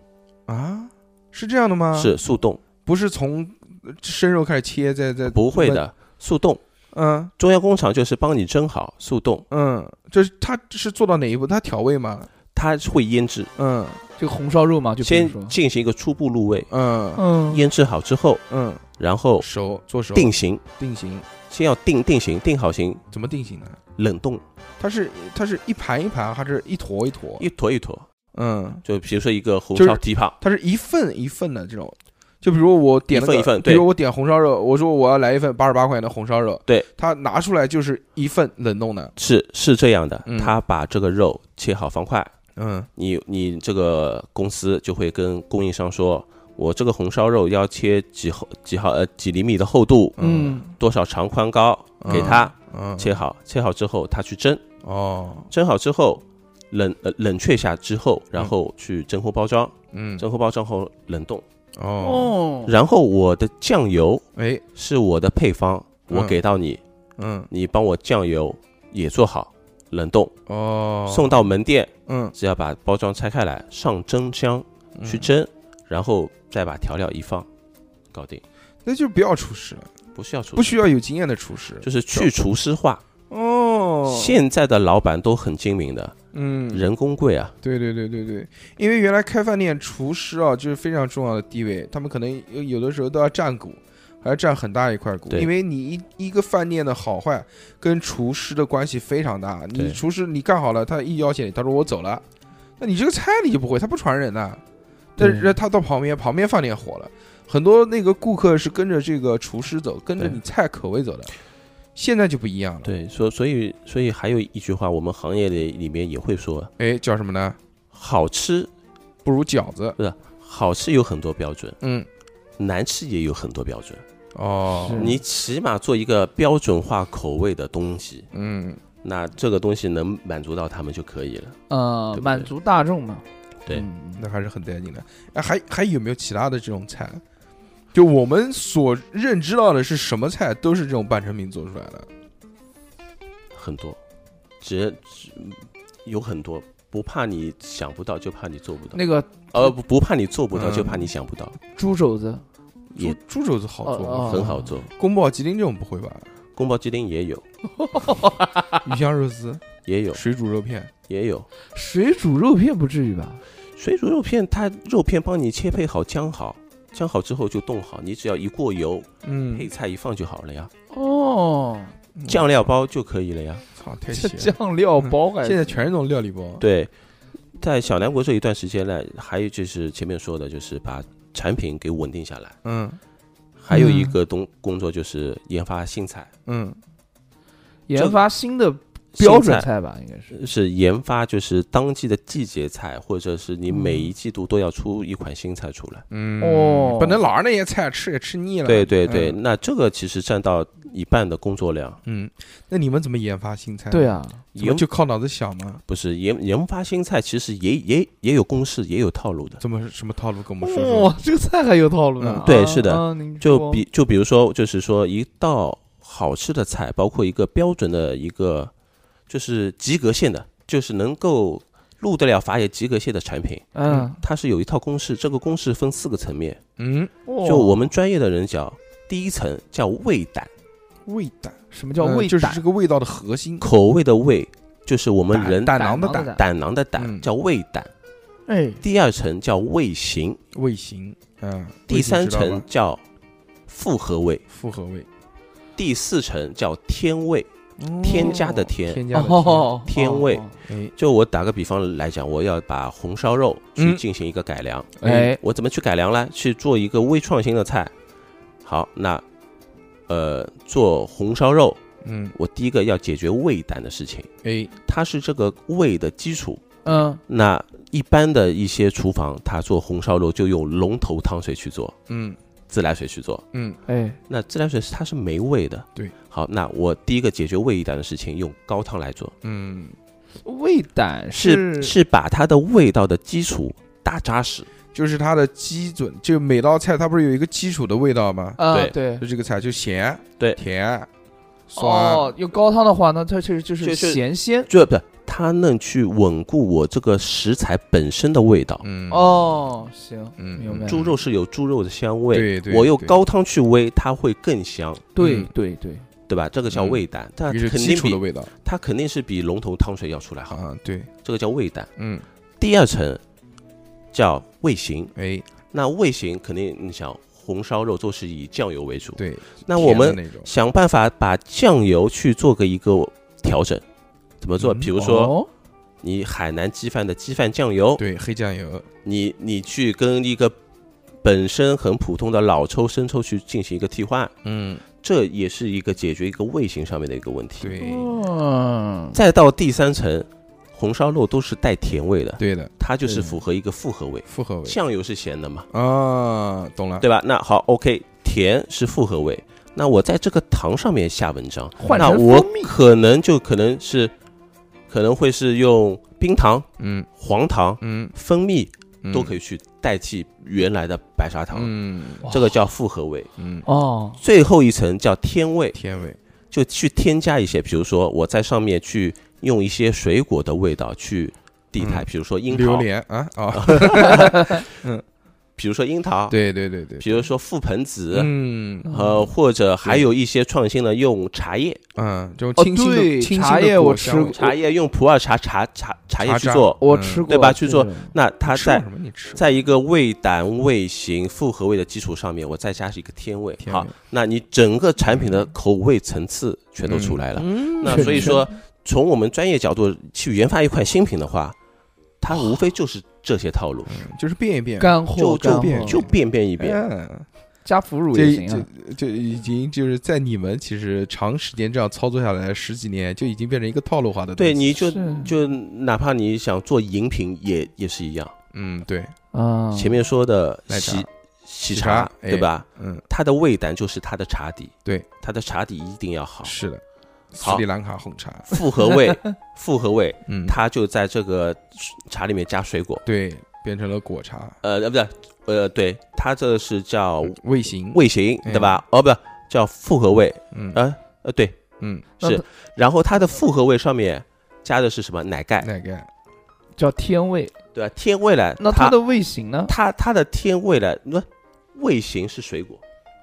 Speaker 1: 啊，是这样的吗？，
Speaker 3: 是速冻，
Speaker 1: 不是从呃生肉开始切，再再
Speaker 3: 不会，的，速冻。
Speaker 1: 嗯
Speaker 3: 中央工厂就是帮你蒸好速冻，
Speaker 1: 嗯，这是它是做到哪一步？它调味吗？
Speaker 3: 它会腌制，
Speaker 1: 嗯
Speaker 2: 这个红烧肉嘛，就比如
Speaker 3: 先
Speaker 2: 说，
Speaker 3: 进行一个初步入味，
Speaker 1: 嗯
Speaker 2: 嗯，
Speaker 3: 腌制好之后，
Speaker 1: 嗯，
Speaker 3: 然后
Speaker 1: 熟做熟
Speaker 3: 定型，
Speaker 1: 定型，
Speaker 3: 先要定定型，定好型，
Speaker 1: 怎么定型呢？
Speaker 3: 冷冻
Speaker 1: 它是它是一盘一盘还是一坨一坨？
Speaker 3: 一坨一坨，
Speaker 1: 嗯，
Speaker 3: 就比如说一个红
Speaker 1: 就是
Speaker 3: 烧蹄膀，
Speaker 1: 它是一份一份的这种。就比如我点了个
Speaker 3: 一份一份
Speaker 1: 比
Speaker 3: 对
Speaker 1: 如我点红烧肉，我说我要来一份八十八块钱的红烧肉，
Speaker 3: 对，
Speaker 1: 它拿出来就是一份冷冻的，
Speaker 3: 是是这样的
Speaker 1: 嗯，
Speaker 3: 他把这个肉切好方块，
Speaker 1: 嗯
Speaker 3: 你你这个公司就会跟供应商说，我这个红烧肉要切几厚几毫呃几厘米的厚度，
Speaker 2: 嗯，
Speaker 3: 多少长宽高
Speaker 1: 嗯
Speaker 3: 给他
Speaker 1: 嗯，
Speaker 3: 切好，切好之后他去蒸，
Speaker 1: 哦，
Speaker 3: 蒸好之后冷呃冷却下之后，然后去真空包装，
Speaker 1: 嗯，
Speaker 3: 真空包装后冷冻，
Speaker 1: 哦，
Speaker 2: 哦，
Speaker 3: 然后我的酱油
Speaker 1: 哎，
Speaker 3: 是我的配方，
Speaker 1: 嗯
Speaker 3: 我给到你，
Speaker 1: 嗯，
Speaker 3: 你帮我酱油也做好冷冻，
Speaker 1: 哦，
Speaker 3: 送到门店，
Speaker 1: 嗯，
Speaker 3: 只要把包装拆开来上蒸箱。
Speaker 1: 嗯
Speaker 3: 去，蒸，然后再把调料一放，搞定，
Speaker 1: 那就不要厨师了，
Speaker 3: 不需要厨师，
Speaker 1: 不需要有经验的厨师，
Speaker 3: 就是去厨师化。
Speaker 1: 哦，
Speaker 3: 现在的老板都很精明的，
Speaker 1: 嗯，
Speaker 3: 人工贵啊，
Speaker 1: 对对对对对，因为原来开饭店厨师啊，就是非常重要的地位，他们可能有有的时候都要占股，还要占很大一块股。
Speaker 3: 对
Speaker 1: 因为你一一个饭店的好坏跟厨师的关系非常大。你
Speaker 3: 对
Speaker 1: 厨师你干好了，他一要挟你，他说我走了，那你这个菜你就不会，他不传人呐、但是
Speaker 2: 对
Speaker 1: 他到旁边，旁边饭店火了，很多那个顾客是跟着这个厨师走，跟着
Speaker 3: 对
Speaker 1: 你菜口味走的。现在就不一样了，
Speaker 3: 对，所所以所以还有一句话，我们行业里里面也会说，
Speaker 1: 哎，叫什么呢？
Speaker 3: 好吃
Speaker 1: 不如饺子。
Speaker 3: 好吃有很多标准，
Speaker 1: 嗯，
Speaker 3: 难吃也有很多标准，
Speaker 1: 哦，
Speaker 2: 是嗯
Speaker 3: 你起码做一个标准化口味的东西。
Speaker 1: 嗯。
Speaker 3: 那这个东西能满足到他们就可以了。
Speaker 2: 呃
Speaker 3: 对，不对
Speaker 2: 满足大众嘛，
Speaker 3: 对
Speaker 2: 嗯，
Speaker 1: 那还是很带劲的。哎，还还有没有其他的这种菜？就我们所认知到的是什么菜，都是这种半成品做出来的。
Speaker 3: 很多，只只有很多不怕你想不到，就怕你做不到。
Speaker 2: 那个
Speaker 3: 呃，不不怕你做不到，
Speaker 1: 嗯
Speaker 3: 就怕你想不到，
Speaker 2: 猪肘子，
Speaker 1: 猪
Speaker 3: 也
Speaker 1: 猪肘子好做
Speaker 2: 哦
Speaker 1: 吗，
Speaker 2: 哦
Speaker 3: 很好做。
Speaker 1: 宫保鸡丁这种不会吧？
Speaker 3: 宫保鸡丁也有，
Speaker 2: 啊
Speaker 1: 鱼香肉丝、
Speaker 3: 也 有，
Speaker 1: 水煮肉片，
Speaker 3: 也有。
Speaker 2: 水煮肉片不至于吧？
Speaker 3: 水煮肉片，它肉片帮你切配好、浆好，浆好之后就冻好，你只要一过油，配
Speaker 1: 嗯，
Speaker 3: 菜一放就好了呀，
Speaker 2: 嗯哦，
Speaker 3: 酱料包就可以了呀。
Speaker 1: 操，太
Speaker 2: 这
Speaker 1: 邪了！嗯
Speaker 2: 酱料包还
Speaker 1: 现在全是那种料理包，
Speaker 3: 对，在小南国这一段时间呢，还有就是前面说的，就是把产品给稳定下来。
Speaker 1: 嗯
Speaker 3: 还有一
Speaker 2: 嗯
Speaker 3: 个东工作就是研发新菜，
Speaker 1: 嗯，
Speaker 2: 研发新的标准
Speaker 3: 新菜
Speaker 2: 菜吧，应该是。
Speaker 3: 是研发就是当季的季节菜，或者是你每一季度都要出一款新菜出来。
Speaker 1: 嗯
Speaker 2: 哦
Speaker 1: 本来老是那些菜吃也吃腻了。
Speaker 3: 对对对，
Speaker 1: 嗯，
Speaker 3: 那这个其实占到一半的工作量。
Speaker 1: 嗯，那你们怎么研发新菜？
Speaker 2: 对，啊，
Speaker 1: 怎么
Speaker 3: 研
Speaker 1: 就靠脑子想嘛？
Speaker 3: 不是研研发新菜，其实也也也有公式，也有套路的。
Speaker 1: 怎么什么套路？跟我们说说。
Speaker 2: 哇，这个菜还有套路呢
Speaker 1: 嗯。
Speaker 3: 对
Speaker 2: 啊
Speaker 3: 是的
Speaker 2: 啊您
Speaker 3: 就
Speaker 1: 哦
Speaker 2: 说
Speaker 3: 比就比如说，就是说一道好吃的菜，包括一个标准的一个就是及格线的，就是能够入得了法眼及格线的产品，
Speaker 2: 嗯，
Speaker 3: 它是有一套公式。这个公式分四个层面，
Speaker 1: 嗯，
Speaker 2: 就
Speaker 3: 就我们专业的人讲，第一层叫味胆，
Speaker 1: 味胆
Speaker 2: 什么叫
Speaker 3: 呃
Speaker 1: 嗯
Speaker 2: 味
Speaker 1: 就是
Speaker 2: 胆
Speaker 1: 这？个味道的核心。
Speaker 3: 口味的味，就是我们人
Speaker 1: 胆囊的
Speaker 2: 胆
Speaker 1: 胆，
Speaker 3: 胆囊的胆
Speaker 1: 嗯
Speaker 3: 叫味胆。
Speaker 2: 哎，
Speaker 3: 第二层叫味型，
Speaker 1: 味型，嗯，
Speaker 3: 第三
Speaker 1: 味型知道
Speaker 3: 层
Speaker 1: 吧
Speaker 3: 叫复合味，
Speaker 1: 复合味，
Speaker 3: 第四层叫天味，添加的
Speaker 1: 哦
Speaker 3: 添
Speaker 1: 添加的添。
Speaker 2: 哦，
Speaker 3: 天味
Speaker 2: 哦
Speaker 1: 哎
Speaker 3: 就我打个比方来讲，我要把红烧肉去
Speaker 1: 嗯
Speaker 3: 进行一个改良，嗯
Speaker 2: 哎，
Speaker 3: 我怎么去改良呢？去做一个微创新的菜。好，那呃，做红烧肉，
Speaker 1: 嗯，
Speaker 3: 我第一个要解决味胆的事情，
Speaker 1: 哎，
Speaker 3: 它是这个味的基础。
Speaker 2: 嗯，
Speaker 3: 那一般的一些厨房，它做红烧肉就用龙头汤水去做，
Speaker 1: 嗯
Speaker 3: 自来水去做。
Speaker 1: 嗯，
Speaker 2: 哎，
Speaker 3: 那自来水是它是没味的。
Speaker 1: 对。
Speaker 3: 好，那我第一个解决味胆的事情，用高汤来做，
Speaker 1: 嗯，
Speaker 2: 味胆
Speaker 3: 是是把它的味道的基础打扎实。
Speaker 1: 就是它的基准，就每道菜它不是有一个基础的味道吗？
Speaker 2: 啊，
Speaker 3: 对
Speaker 2: 对
Speaker 1: 就，这个菜就咸，
Speaker 3: 对
Speaker 1: 甜，酸，
Speaker 2: 哦，有高汤的话，那它其实就
Speaker 3: 就是是
Speaker 2: 咸鲜
Speaker 3: 就不是它能去稳固我这个食材本身的味道。
Speaker 1: 嗯，
Speaker 2: 哦，行，
Speaker 1: 嗯，
Speaker 2: 明
Speaker 1: 嗯
Speaker 2: 白
Speaker 3: 猪肉是有猪肉的香味，
Speaker 1: 对对，
Speaker 3: 我用
Speaker 1: 对，
Speaker 3: 高汤去煨，它会更香，
Speaker 2: 对
Speaker 1: 嗯
Speaker 2: 对对，
Speaker 3: 对吧？这个叫
Speaker 1: 嗯
Speaker 3: 味胆，但
Speaker 1: 于是
Speaker 3: 肯
Speaker 1: 基
Speaker 3: 定
Speaker 1: 础的
Speaker 3: 比
Speaker 1: 味道
Speaker 3: 它肯定是比龙头汤水要出来好，
Speaker 1: 啊，对，
Speaker 3: 这个叫味胆。
Speaker 1: 嗯，
Speaker 3: 第二层叫味型，
Speaker 1: 哎，
Speaker 3: 那味型肯定你想红烧肉都是以酱油为主，
Speaker 1: 对，
Speaker 3: 那我
Speaker 1: 甜
Speaker 3: 们
Speaker 1: 的那种
Speaker 3: 想办法把酱油去做个一个调整，怎么做？
Speaker 1: 嗯
Speaker 3: 比如说
Speaker 2: 哦
Speaker 3: 你海南鸡饭的鸡饭酱油，
Speaker 1: 对黑酱油，
Speaker 3: 你你去跟一个本身很普通的老抽、生抽去进行一个替换，
Speaker 1: 嗯，
Speaker 3: 这也是一个解决一个味型上面的一个问题。，
Speaker 1: 对，
Speaker 2: 嗯，
Speaker 3: 再到第三层，红烧肉都是带甜味的，
Speaker 1: 对的，
Speaker 3: 它就是
Speaker 1: 对
Speaker 3: 符合一个复合味。
Speaker 1: 复合味
Speaker 3: 酱油是咸的嘛，
Speaker 1: 啊，懂了，
Speaker 3: 对吧？那好，OK，甜是复合味。那我在这个糖上面下文章，
Speaker 2: 换
Speaker 3: 那
Speaker 2: 成
Speaker 3: 我
Speaker 2: 蜂蜜
Speaker 3: 可能就可能是，可能会是用冰糖、
Speaker 1: 嗯
Speaker 3: 黄糖、
Speaker 1: 嗯，
Speaker 3: 蜂蜜都可
Speaker 1: 以，
Speaker 3: 以去代替原来的白砂糖，
Speaker 1: 嗯
Speaker 2: 哇
Speaker 3: 这个叫复合味。
Speaker 1: 嗯，
Speaker 2: 哦，
Speaker 3: 最后一层叫添味，
Speaker 1: 甜味，
Speaker 3: 就去添加一些，比如说我在上面去用一些水果的味道去替代，
Speaker 1: 嗯
Speaker 3: 比如说樱
Speaker 1: 榴
Speaker 3: 桃，
Speaker 1: 莲啊啊，
Speaker 3: 比如说樱桃，
Speaker 1: 对对对对，
Speaker 3: 比如说覆盆子，
Speaker 1: 嗯
Speaker 3: 呃，或者还有一些创新的用茶叶，
Speaker 1: 嗯，这种
Speaker 2: 哦
Speaker 1: 清新的
Speaker 2: 对
Speaker 1: 清
Speaker 2: 茶
Speaker 1: 新的
Speaker 2: 叶
Speaker 1: 果
Speaker 2: 我
Speaker 1: 香
Speaker 2: 吃
Speaker 1: 味
Speaker 2: 过
Speaker 3: 茶叶用普洱茶茶茶茶叶
Speaker 1: 茶
Speaker 3: 去
Speaker 1: 渣
Speaker 3: 做，
Speaker 2: 我
Speaker 1: 嗯
Speaker 2: 吃过，
Speaker 3: 对吧去做
Speaker 2: 这个
Speaker 3: 那它
Speaker 1: 吃过
Speaker 3: 在
Speaker 1: 什么？你吃过
Speaker 3: 在一个味胆、味型、复合味的基础上面，我再加一个天味，
Speaker 1: 甜
Speaker 3: 好
Speaker 1: 味，，
Speaker 3: 那你整个产品的口味层次全都出来了。
Speaker 1: 嗯
Speaker 3: 那
Speaker 2: 确
Speaker 3: 所以
Speaker 2: 实
Speaker 3: 说，从我们专业角度去研发一款新品的话，它无非就是这些套路，
Speaker 1: 嗯就是变一变，
Speaker 2: 干货
Speaker 3: 就
Speaker 2: 干
Speaker 3: 就
Speaker 2: 货
Speaker 1: 变
Speaker 3: 就变变一变。
Speaker 1: 嗯，
Speaker 2: 加腐乳也
Speaker 1: 这
Speaker 2: 行
Speaker 1: 这
Speaker 2: 啊，
Speaker 1: 这已经就是在你们其实长时间这样操作下来十几年，就已经变成一个套路化的东
Speaker 3: 对，
Speaker 1: 西。
Speaker 3: 你就是就哪怕你想做饮品也也是一样。
Speaker 1: 嗯，对，
Speaker 2: 啊，
Speaker 3: 前面说的
Speaker 1: 奶茶
Speaker 3: 喜喜
Speaker 1: 喜
Speaker 3: 茶
Speaker 1: 茶，哎
Speaker 3: 对吧？
Speaker 1: 嗯，
Speaker 3: 它的味胆就是它的茶底，
Speaker 1: 对，
Speaker 3: 它的茶底一定要好。
Speaker 1: 是的，斯
Speaker 3: 好
Speaker 1: 里兰卡红茶，
Speaker 3: 复合味，复合味，
Speaker 1: 嗯，
Speaker 3: 它就在这个茶里面加水果，
Speaker 1: 对，变成了果茶，
Speaker 3: 呃，呃，不是，呃，对，它这是叫
Speaker 1: 味型，
Speaker 3: 哦味型，
Speaker 1: 嗯
Speaker 3: 对吧？哦，不叫复合味，
Speaker 1: 嗯
Speaker 3: 呃，呃，对，
Speaker 1: 嗯，
Speaker 2: 那
Speaker 3: 是
Speaker 2: 它
Speaker 3: 哎然后它的复合味上面加的是什么？奶盖，
Speaker 1: 奶盖，
Speaker 2: 叫天位。
Speaker 3: 对吧？天未来，
Speaker 2: 那它
Speaker 3: 它
Speaker 2: 的味型呢？
Speaker 3: 它它的天未来，那味型是水果，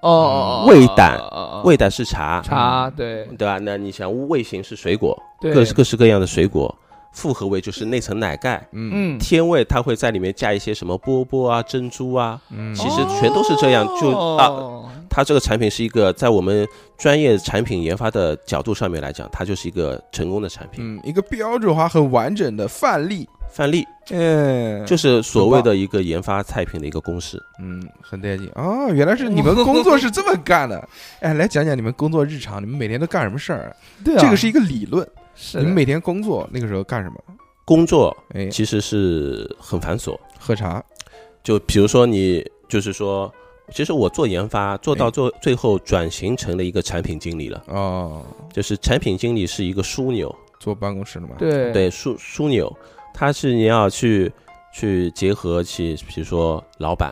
Speaker 2: 哦哦哦，
Speaker 3: 味胆
Speaker 2: 哦，哦哦
Speaker 3: 味胆是茶，
Speaker 2: 茶，对
Speaker 3: 对吧？那你想味型是水果，
Speaker 2: 对，
Speaker 3: 嗯各式各式各样的水果，复合味就是那层奶盖，
Speaker 1: 嗯
Speaker 2: 嗯，
Speaker 3: 天味它会在里面加一些什么波波啊、珍珠啊，
Speaker 1: 嗯，
Speaker 3: 其实全都是这样就
Speaker 2: 哦
Speaker 3: 它这个产品是一个在我们专业产品研发的角度上面来讲，它就是一个成功的产品
Speaker 1: 嗯，一个标准化、很完整的范例，
Speaker 3: 范例，
Speaker 2: 哎
Speaker 1: 嗯，
Speaker 3: 就是所谓的一个研发菜品的一个公式。
Speaker 1: 嗯，很带劲哦，原来是你们工作是这么干
Speaker 2: 哦
Speaker 1: 的。哎，来讲讲你们工作日常，你们每天都干什么事儿？
Speaker 2: 对啊，
Speaker 1: 这个是一个理论，
Speaker 2: 是
Speaker 1: 你
Speaker 2: 的
Speaker 1: 们每天工作那个时候干什么？
Speaker 3: 工作
Speaker 1: 哎，
Speaker 3: 其实是很繁琐，
Speaker 1: 喝茶，
Speaker 3: 就比如说你就是说，其实我做研发做到
Speaker 1: 哎
Speaker 3: 最最后转型成了一个产品经理了，
Speaker 1: 哦，
Speaker 3: 就是产品经理是一个枢纽，
Speaker 1: 坐办公室了嘛？，
Speaker 2: 对
Speaker 3: 对枢枢纽，它是你要去去结合起，比如说老板，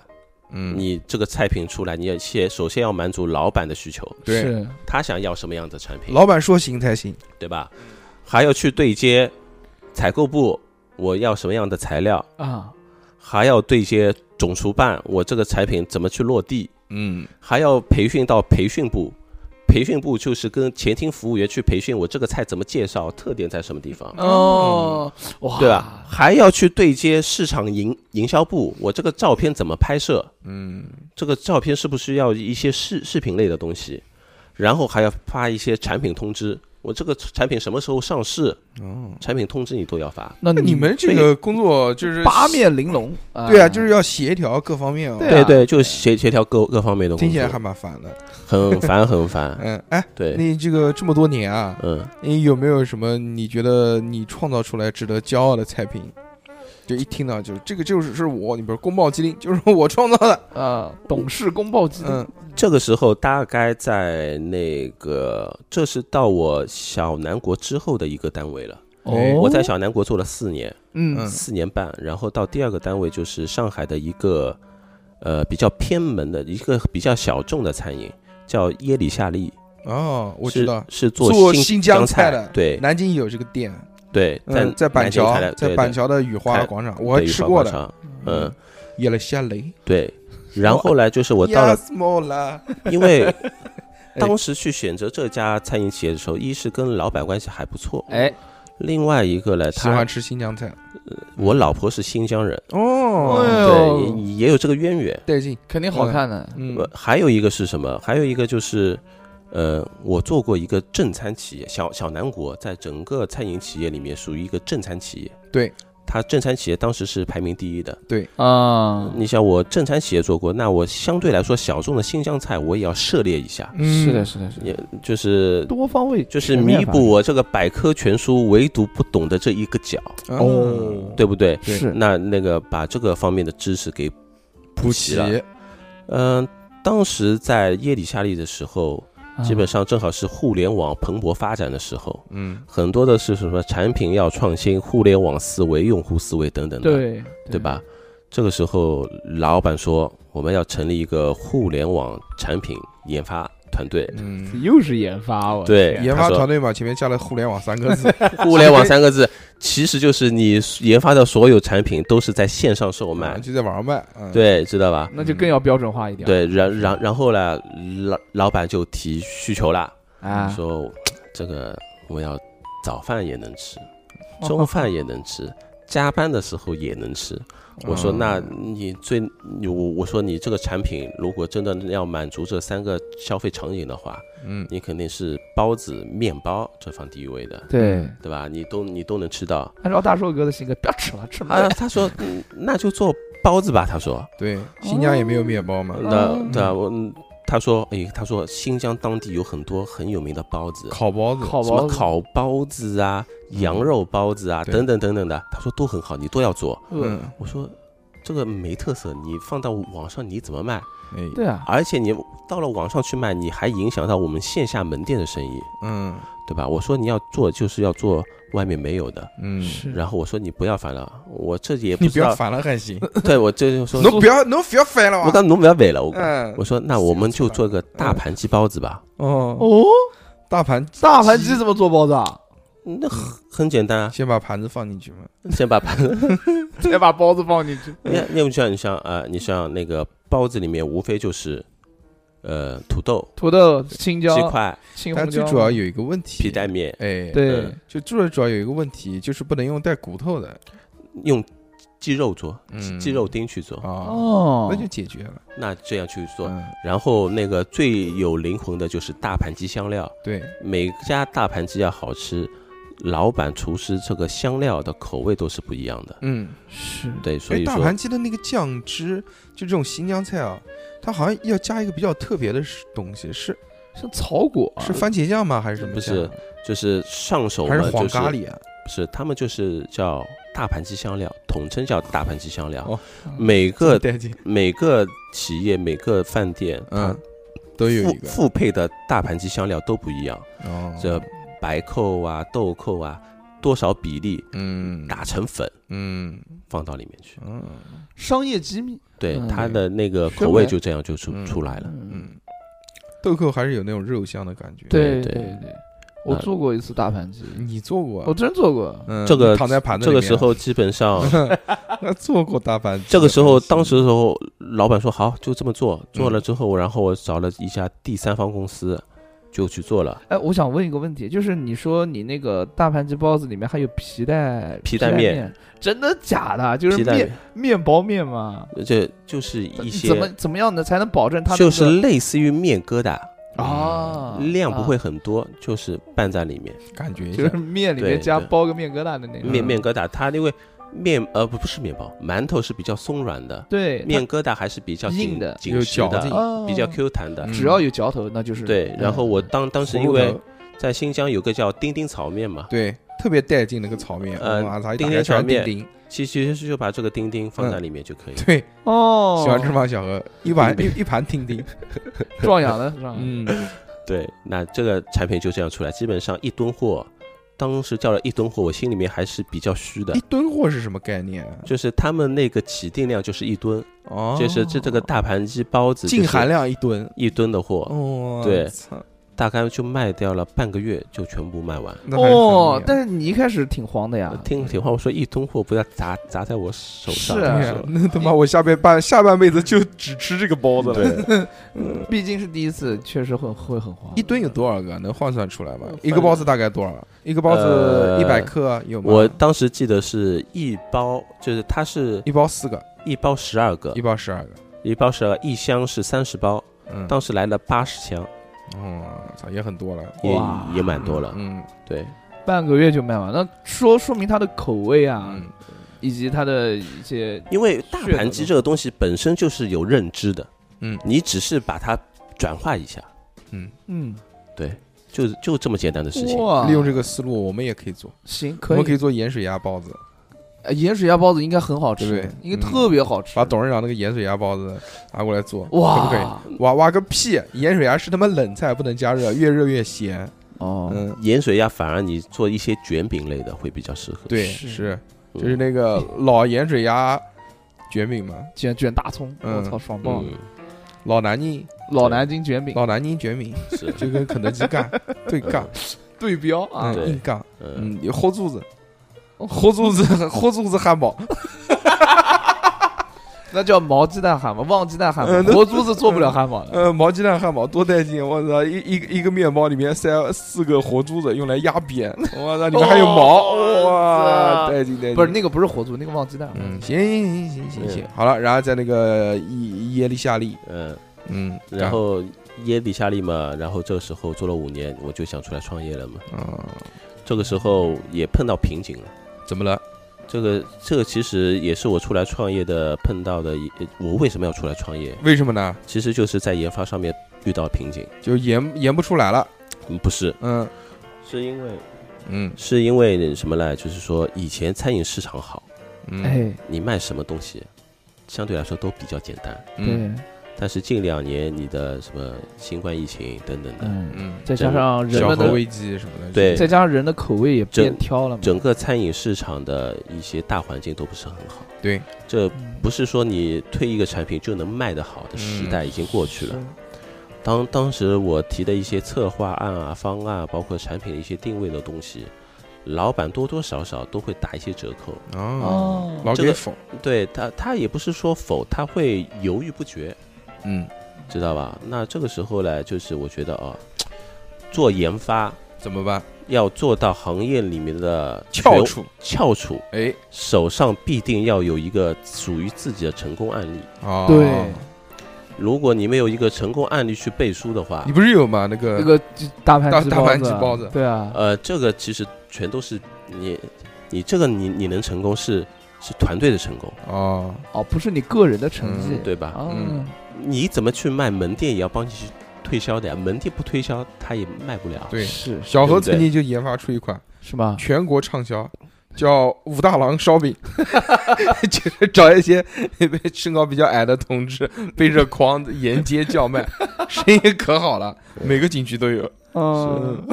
Speaker 1: 嗯，
Speaker 3: 你这个菜品出来，你要先首先要满足老板的需求，
Speaker 1: 对
Speaker 2: 是
Speaker 3: 他想要什么样的产品，
Speaker 1: 老板说行才行，
Speaker 3: 对吧？还要去对接采购部，我要什么样的材料，
Speaker 2: 啊，
Speaker 3: 还要对接总厨办，我这个产品怎么去落地，
Speaker 1: 嗯，
Speaker 3: 还要培训到培训部。培训部就是跟前厅服务员去培训我这个菜怎么介绍，特点在什么地方，
Speaker 2: 哦，哇，
Speaker 3: 对啊吧？还要去对接市场营营销部，我这个照片怎么拍摄，
Speaker 1: 嗯，
Speaker 3: 这个照片是不是要一些视视频类的东西，然后还要发一些产品通知。我这个产品什么时候上市？
Speaker 1: 哦，
Speaker 3: 产品通知你都要发。
Speaker 2: 那
Speaker 1: 那你们这个工作就是
Speaker 2: 八，面玲珑，
Speaker 1: 对啊，就是要协调各方面哦，
Speaker 2: 对啊
Speaker 3: 对，就协协调各各方面的工
Speaker 1: 听起来
Speaker 3: 作
Speaker 1: 还，蛮烦的。
Speaker 3: 很烦很 烦。
Speaker 1: 嗯，哎，
Speaker 3: 对，
Speaker 1: 你这个这么多年啊，
Speaker 3: 嗯，
Speaker 1: 你有没有什么你觉得你创造出来值得骄傲的菜品？就一听到就是这个就是是我，你比如宫保鸡丁就是我创造的，
Speaker 2: 呃，董事宫爆鸡丁
Speaker 1: 嗯，
Speaker 3: 这个时候大概在那个，这是到我小南国之后的一个单位了。
Speaker 1: 哎
Speaker 3: 我在小南国做了四年，
Speaker 2: 哦嗯
Speaker 1: 嗯
Speaker 3: 四年半，然后到第二个单位就是上海的一个呃比较偏门的一个比较小众的餐饮，叫耶里夏利，
Speaker 1: 哦，我
Speaker 3: 是
Speaker 1: 知道，
Speaker 3: 是
Speaker 1: 做
Speaker 3: 新
Speaker 1: 新疆
Speaker 3: 菜
Speaker 1: 菜的
Speaker 3: 对
Speaker 1: 南京有这个店，
Speaker 3: 对，在
Speaker 1: 嗯，在板
Speaker 3: 南京
Speaker 1: 桥
Speaker 3: 开的，
Speaker 1: 在
Speaker 3: 对
Speaker 1: 板
Speaker 3: 对
Speaker 1: 桥的雨花
Speaker 3: 开
Speaker 1: 广场，
Speaker 3: 对
Speaker 1: 我还
Speaker 3: 玉
Speaker 1: 吃
Speaker 3: 华
Speaker 1: 过
Speaker 3: 广
Speaker 1: 的，
Speaker 3: 场，嗯，
Speaker 1: 野了虾雷，
Speaker 3: 对。然后呢，就是我到了，
Speaker 1: 了，
Speaker 3: 因为
Speaker 1: 哎
Speaker 3: 当时去选择这家餐饮企业的时候，一是跟老板关系还不错，
Speaker 2: 哎，
Speaker 3: 另外一个呢，
Speaker 1: 喜欢
Speaker 3: 他
Speaker 1: 吃新疆菜
Speaker 3: 我老婆是新疆人，
Speaker 2: 哎
Speaker 1: 哦，
Speaker 2: 呦
Speaker 3: 对，也也有这个渊源。
Speaker 1: 带劲，
Speaker 2: 肯定好看的，
Speaker 1: 嗯
Speaker 3: 呃，还有一个是什么？还有一个就是，呃，我做过一个正餐企业，小小南国在整个餐饮企业里面属于一个正餐企业。
Speaker 1: 对，
Speaker 3: 它正餐企业当时是排名第一的。
Speaker 2: 啊，
Speaker 3: 你想，我正餐企业做过，那我相对来说小众的新疆菜我也要涉猎一下，
Speaker 1: 嗯
Speaker 2: 是的，，是的，是的，
Speaker 3: 也就是
Speaker 2: 多方位
Speaker 3: 就是
Speaker 2: 全面
Speaker 3: 弥
Speaker 2: 发
Speaker 3: 补我这个百科全书唯独不懂的这一个角，
Speaker 1: 哦，
Speaker 3: 对不对？
Speaker 2: 展是
Speaker 3: 那那个把这个方面的知识给
Speaker 1: 普
Speaker 3: 及了嗯，当时在耶里夏利的时候，
Speaker 2: 啊
Speaker 3: 基本上正好是互联网蓬勃发展的时候，
Speaker 1: 嗯，
Speaker 3: 很多的是什么产品要创新、互联网思维、用户思维等等的，
Speaker 2: 对
Speaker 3: 对？吧？这个时候，老板说我们要成立一个互联网产品研发团队，
Speaker 1: 嗯，
Speaker 2: 又是研发，我啊
Speaker 3: 对
Speaker 1: 研
Speaker 3: 他
Speaker 1: 发
Speaker 3: 说
Speaker 1: 团队嘛，前面加了“互联网”三个字，
Speaker 3: 互联网三个字其实就是你研发的所有产品都是在线上售卖，
Speaker 1: 啊
Speaker 2: 啊
Speaker 1: 就在网上卖。嗯，
Speaker 3: 对，知道吧？
Speaker 2: 那就更要标准化一点，
Speaker 3: 对，然然然后呢，老老板就提需求啦，
Speaker 2: 啊，
Speaker 3: 说这个我要早饭也能吃， 中饭也能吃，加班的时候也能吃。我说，
Speaker 1: 嗯
Speaker 3: 那你最你我我说你这个产品如果真的要满足这三个消费场景的话，
Speaker 1: 嗯，
Speaker 3: 你肯定是包子、面包这放第一位的，
Speaker 2: 对，
Speaker 3: 对吧？你都你都能吃到。
Speaker 2: 按照大寿哥的性格，不要吃了，吃不
Speaker 3: 啊，
Speaker 2: 了，
Speaker 3: 他说嗯那就做包子吧。他说，
Speaker 1: 对，新疆也没有面包嘛，
Speaker 3: 那
Speaker 2: 嗯
Speaker 3: 对啊，我嗯他说，哎，他说新疆当地有很多很有名的包子，
Speaker 1: 烤包子，嗯
Speaker 2: 烤
Speaker 3: 什么
Speaker 2: 包子
Speaker 3: 烤包子啊、羊肉包子啊
Speaker 1: 对
Speaker 3: 等等等等的，他说都很好，你都要做。
Speaker 2: 饿
Speaker 1: 嗯，
Speaker 3: 我说这个没特色，你放到网上你怎么卖？
Speaker 1: 哎，
Speaker 2: 对啊，
Speaker 3: 而且你到了网上去卖，你还影响到我们线下门店的生意，
Speaker 1: 嗯
Speaker 3: 对吧？我说你要做就是要做外面没有的，
Speaker 1: 嗯，
Speaker 2: 是
Speaker 3: 然后我说你不要烦了，我这也不
Speaker 1: 你不
Speaker 3: 知
Speaker 1: 要
Speaker 3: 道，
Speaker 1: 烦了还行，
Speaker 3: 对我这就说
Speaker 1: 侬，不要啊侬不要烦了
Speaker 3: 我
Speaker 1: 吧？
Speaker 3: 刚侬不要尾了，我
Speaker 1: 嗯
Speaker 3: 我，说那我们就做个大盘鸡包子吧，
Speaker 1: 哦，
Speaker 2: 哦，
Speaker 1: 大盘
Speaker 2: 大盘鸡怎么做包子啊？
Speaker 1: 嗯
Speaker 3: 那很很简单啊，
Speaker 1: 先把盘子放进去嘛，
Speaker 3: 先把盘子，
Speaker 2: 再把包子放进去。
Speaker 3: 你看，要不像你像啊，你像那个包子里面无非就是，呃，土豆、
Speaker 2: 土豆、青椒
Speaker 3: 鸡、块、
Speaker 2: 青
Speaker 1: 但
Speaker 2: 红
Speaker 1: 最
Speaker 2: 椒，
Speaker 1: 主要有一个问题，
Speaker 3: 皮带面，
Speaker 1: 哎，，
Speaker 2: 对
Speaker 3: 嗯
Speaker 1: 就最主要有一个问题，就是不能用带骨头的，
Speaker 3: 用鸡肉做，
Speaker 1: 嗯
Speaker 3: 鸡肉丁去做，
Speaker 1: 啊，
Speaker 2: 哦
Speaker 1: 那就解决了。
Speaker 3: 那这样去做。
Speaker 1: 嗯，
Speaker 3: 然后那个最有灵魂的就是大盘鸡香料，
Speaker 1: 对，
Speaker 3: 每家大盘鸡要好吃，老板厨师这个香料的口味都是不一样的。
Speaker 1: 嗯，
Speaker 2: 是
Speaker 3: 对，所
Speaker 1: 哎，
Speaker 3: 以
Speaker 1: 大
Speaker 3: 说
Speaker 1: 盘鸡的那个酱汁，就这种新疆菜啊，它好像要加一个比较特别的是东西，是
Speaker 2: 是草果，
Speaker 1: 是番茄酱吗？还是什么
Speaker 3: 啊不
Speaker 1: 酱
Speaker 3: 是
Speaker 1: 啊？
Speaker 3: 就是上手
Speaker 1: 还
Speaker 3: 们
Speaker 1: 是
Speaker 3: 就
Speaker 1: 黄
Speaker 3: 是
Speaker 1: 咖喱啊？
Speaker 3: 不是他们就是叫大盘鸡香料，统称叫大盘鸡香料。
Speaker 1: 哦
Speaker 3: 每
Speaker 1: 这么
Speaker 3: 个
Speaker 1: 带劲，
Speaker 3: 每个企业每个饭店，
Speaker 1: 嗯
Speaker 3: 它，
Speaker 1: 都有一
Speaker 3: 复
Speaker 1: 个
Speaker 3: 复配的大盘鸡香料都不一样，
Speaker 1: 哦，
Speaker 3: 这白蔻啊、豆蔻啊，多少比例
Speaker 1: 嗯
Speaker 3: 打成粉
Speaker 1: 嗯
Speaker 3: 放到里面去。
Speaker 1: 嗯
Speaker 2: 商业机密。
Speaker 3: 对，
Speaker 2: 嗯
Speaker 3: 它的那个
Speaker 2: 是
Speaker 3: 口味
Speaker 2: 吧
Speaker 3: 就这样就出
Speaker 1: 嗯
Speaker 3: 出来了。
Speaker 2: 嗯，
Speaker 1: 嗯，豆蔻还是有那种肉香的感觉。
Speaker 2: 对
Speaker 3: 对
Speaker 2: 对
Speaker 3: 对
Speaker 2: 对，我做过一次大盘鸡，
Speaker 1: 你做过
Speaker 2: 我
Speaker 1: 啊？
Speaker 2: 真做过。
Speaker 1: 嗯，
Speaker 3: 这个
Speaker 1: 你躺在盘子
Speaker 3: 这
Speaker 1: 里
Speaker 3: 个
Speaker 1: 面啊
Speaker 3: 时候基 本上，
Speaker 1: 那做过大盘鸡。
Speaker 3: 这个时候当时的时候，老板说好就这么做，做了之后，然后我找了一家第三方公司，就去做了。
Speaker 2: 哎，我想问一个问题，就是你说你那个大盘鸡包子里面还有皮带
Speaker 3: 皮带
Speaker 2: 带
Speaker 3: 面
Speaker 2: 真的假的？就是
Speaker 3: 皮带
Speaker 2: 面面包面嘛？
Speaker 3: 这就是一
Speaker 2: 怎么
Speaker 3: 些，
Speaker 2: 怎么样的才能保证它
Speaker 3: 就
Speaker 2: 那
Speaker 3: 是
Speaker 2: 个
Speaker 3: 类似于面疙瘩，
Speaker 2: 啊
Speaker 3: 量不会
Speaker 2: 啊
Speaker 3: 很多，就是拌在里面。
Speaker 1: 感觉一
Speaker 2: 就是
Speaker 1: 下，
Speaker 2: 面里
Speaker 3: 对
Speaker 2: 面加
Speaker 3: 对
Speaker 2: 包个面疙瘩的那种
Speaker 3: 面
Speaker 1: 嗯
Speaker 3: 面疙瘩，它因为面呃不不是面包，馒头是比较松软的，
Speaker 2: 对
Speaker 3: 面疙瘩还是比较紧
Speaker 2: 硬的
Speaker 3: 紧实
Speaker 1: 有嚼
Speaker 2: 它
Speaker 1: 劲
Speaker 3: 的，
Speaker 2: 哦
Speaker 3: 比较 Q 弹的
Speaker 1: 嗯。
Speaker 2: 只要有嚼头，那就是嗯
Speaker 3: 对，然后我当当时因
Speaker 1: 哎葫芦
Speaker 3: 为
Speaker 1: 头
Speaker 3: 在新疆有个叫丁丁炒面嘛，
Speaker 1: 对特别带劲那个炒面，
Speaker 3: 呃
Speaker 1: 哇，它一
Speaker 3: 丁
Speaker 1: 打
Speaker 3: 丁
Speaker 1: 开全
Speaker 3: 炒
Speaker 1: 是丁
Speaker 3: 面
Speaker 1: 丁，
Speaker 3: 其其实就把这个丁丁放在
Speaker 1: 嗯
Speaker 3: 里面就可以了。
Speaker 1: 对，
Speaker 2: 哦，
Speaker 1: 喜欢吃吗？小何一 盘一一盘丁丁，
Speaker 2: 壮阳的，壮阳的
Speaker 1: 嗯，
Speaker 3: 对，那这个产品就这样出来，基本上一吨货，当时叫了一吨货，我心里面还是比较虚的
Speaker 1: 一。吨货是什么概念啊？
Speaker 3: 就是他们那个起订量就是一吨，
Speaker 1: 哦
Speaker 3: 就是这这个大盘鸡包子
Speaker 1: 净
Speaker 3: 就是
Speaker 1: 含量一吨，
Speaker 3: 一吨的货，
Speaker 1: 哦，
Speaker 3: 对
Speaker 1: 操，
Speaker 3: 大概就卖掉了半个月就全部卖完。
Speaker 1: 那还是很啊厉
Speaker 2: 哦
Speaker 1: 害，
Speaker 2: 但是你一开始挺慌的呀
Speaker 1: 啊
Speaker 3: 呃，听听话，我说一吨货不要砸砸在我手上。
Speaker 2: 是
Speaker 1: 对
Speaker 2: 啊
Speaker 1: 呀
Speaker 3: 说
Speaker 1: 那他妈我下半半下半辈子就只吃这个包子了。
Speaker 3: 对，
Speaker 2: 毕竟是第一次，确实会会很慌。
Speaker 1: 一吨有多少个？能换算出来吗
Speaker 3: 换？
Speaker 1: 一个包子大概多少？一个包子
Speaker 3: 呃
Speaker 1: 一百克有吗？
Speaker 3: 我当时记得是一包，就是它是
Speaker 1: 一包四个，
Speaker 3: 一包十二个
Speaker 1: 一，包十二个。
Speaker 3: 一包十二，一箱是三十包，
Speaker 1: 嗯，
Speaker 3: 当时来了八十箱，
Speaker 1: 哦，操，也很多了。
Speaker 2: 哇
Speaker 3: 也也蛮多了。
Speaker 1: 嗯
Speaker 3: 对，
Speaker 2: 半个月就卖完，那说说明它的口味啊，
Speaker 1: 嗯，
Speaker 2: 以及它的一些
Speaker 3: 因为大
Speaker 2: 噱头
Speaker 3: 盘鸡
Speaker 2: 嘛
Speaker 3: 这个东西本身就是有认知的，
Speaker 1: 嗯
Speaker 3: 你只是把它转化一下，
Speaker 1: 嗯，
Speaker 2: 嗯
Speaker 3: 对，就就这么简单的事情。
Speaker 2: 哇，
Speaker 1: 利用这个思路，我们也可以做，
Speaker 2: 行
Speaker 1: 我
Speaker 2: 可
Speaker 1: 啊们可
Speaker 2: 以
Speaker 1: 以做盐水鸭包子，
Speaker 2: 呃盐水鸭包子应该很好吃，
Speaker 1: 对不对嗯
Speaker 2: 应该特别好吃。
Speaker 1: 把董事长那个盐水鸭包子拿过来做，可不可以？
Speaker 2: 哇，
Speaker 1: 挖挖个屁！盐水鸭是他妈冷菜，不能加热，越热越咸。
Speaker 2: 哦，
Speaker 1: 嗯，
Speaker 3: 盐水鸭反而你做一些卷饼类的会比较适合。
Speaker 1: 对，
Speaker 2: 是
Speaker 1: 是，
Speaker 3: 嗯，
Speaker 1: 就是那个老盐水鸭卷饼嘛，
Speaker 2: 卷卷大葱，
Speaker 1: 嗯
Speaker 2: 我操，爽爆了！
Speaker 3: 嗯，
Speaker 1: 老南京
Speaker 2: 老南京卷饼
Speaker 1: 老南京卷饼，
Speaker 3: 是，
Speaker 1: 就跟肯德基干对干，
Speaker 2: 对哦标 啊，
Speaker 1: 嗯，
Speaker 3: 对
Speaker 1: 硬干，
Speaker 3: 嗯，
Speaker 1: 嗯，有豁柱子，豁柱子，豁柱子汉堡，
Speaker 2: 那叫毛鸡蛋汉堡，旺鸡蛋汉
Speaker 1: 嗯
Speaker 2: 堡，
Speaker 1: 那
Speaker 2: 活珠子做不了汉堡的。
Speaker 1: 呃，毛鸡蛋汉堡多带劲！我操，一一个一个面包里面塞四个活珠子，用来压扁，我操，里面还有毛，
Speaker 2: 哦
Speaker 1: 哇，
Speaker 2: 操
Speaker 1: 带劲带劲！
Speaker 2: 不是那个不是活珠，那个旺鸡蛋。
Speaker 1: 嗯，行行行行行行，好了，然后在那个耶耶利夏利，
Speaker 3: 嗯，
Speaker 1: 嗯，
Speaker 3: 然后耶底夏利嘛，然后这个时候做了五年，我就想出来创业了嘛。
Speaker 1: 嗯，
Speaker 3: 这个时候也碰到瓶颈了。
Speaker 1: 怎么了？
Speaker 3: 这个这个其实也是我出来创业的碰到的一，呃我为什么要出来创业？
Speaker 1: 为什么呢？
Speaker 3: 其实就是在研发上面遇到瓶颈。
Speaker 1: 就研研不出来了，
Speaker 3: 嗯，不是，
Speaker 1: 嗯
Speaker 3: 是因为
Speaker 1: 嗯
Speaker 3: 是因为什么呢？就是说以前餐饮市场好，
Speaker 1: 嗯，
Speaker 2: 哎，
Speaker 3: 你卖什么东西，相对来说都比较简单。
Speaker 1: 嗯
Speaker 2: 对，
Speaker 3: 但是近两年你的什么新冠疫情等等的，
Speaker 2: 嗯，
Speaker 1: 嗯，
Speaker 2: 再加上人
Speaker 1: 小
Speaker 2: 们
Speaker 1: 河
Speaker 2: 的，
Speaker 1: 危机什么的，
Speaker 3: 对
Speaker 2: 再加上人的口味也
Speaker 3: 整
Speaker 2: 变挑了嘛。
Speaker 3: 整个餐饮市场的一些大环境都不是很好。
Speaker 1: 对，
Speaker 3: 这
Speaker 2: 嗯
Speaker 3: 不是说你推一个产品就能卖得好的时代已经过去了。当当时我提的一些策划案啊、方案啊，包括产品的一些定位的东西，老板多多少少都会打一些折扣。
Speaker 1: 哦，
Speaker 2: 哦
Speaker 1: 老
Speaker 3: 这
Speaker 1: 给
Speaker 3: 个
Speaker 1: 否，
Speaker 3: 对他，他也不是说否，他会犹豫不决，
Speaker 1: 嗯，
Speaker 3: 知道吧？那这个时候呢，就是我觉得哦，做研发
Speaker 1: 怎么办？
Speaker 3: 要做到行业里面的
Speaker 1: 翘
Speaker 3: 权
Speaker 1: 楚，
Speaker 3: 翘楚，
Speaker 1: 哎，
Speaker 3: 手上必定要有一个属于自己的成功案例。
Speaker 1: 哦，
Speaker 2: 对，
Speaker 3: 如果你没有一个成功案例去背书的话
Speaker 1: 你，不是有吗？那
Speaker 2: 那
Speaker 1: 个
Speaker 2: 个大盘
Speaker 1: 大
Speaker 2: 鸡
Speaker 1: 大
Speaker 2: 包
Speaker 1: 盘
Speaker 2: 子
Speaker 1: 鸡
Speaker 2: 啊
Speaker 1: 包子
Speaker 2: 对啊，
Speaker 3: 呃，这个其实全都是你，你这个你你能成功是是团队的成功，
Speaker 1: 哦，
Speaker 2: 哦，不是你个人的成绩，
Speaker 1: 嗯
Speaker 3: 对吧？
Speaker 2: 哦
Speaker 1: 嗯
Speaker 3: 你怎么去卖门店也要帮你去推销的呀，门店不推销他也卖不了。
Speaker 1: 对，
Speaker 2: 是
Speaker 1: 小
Speaker 3: 对
Speaker 1: 何
Speaker 3: 不对
Speaker 1: 曾经就研发出一款
Speaker 2: 是吧？
Speaker 1: 全国畅销，叫武大郎烧饼， 就是找一些身高比较矮的同志背着筐子沿街叫卖，生意可好了，每个景区都有，
Speaker 2: 嗯，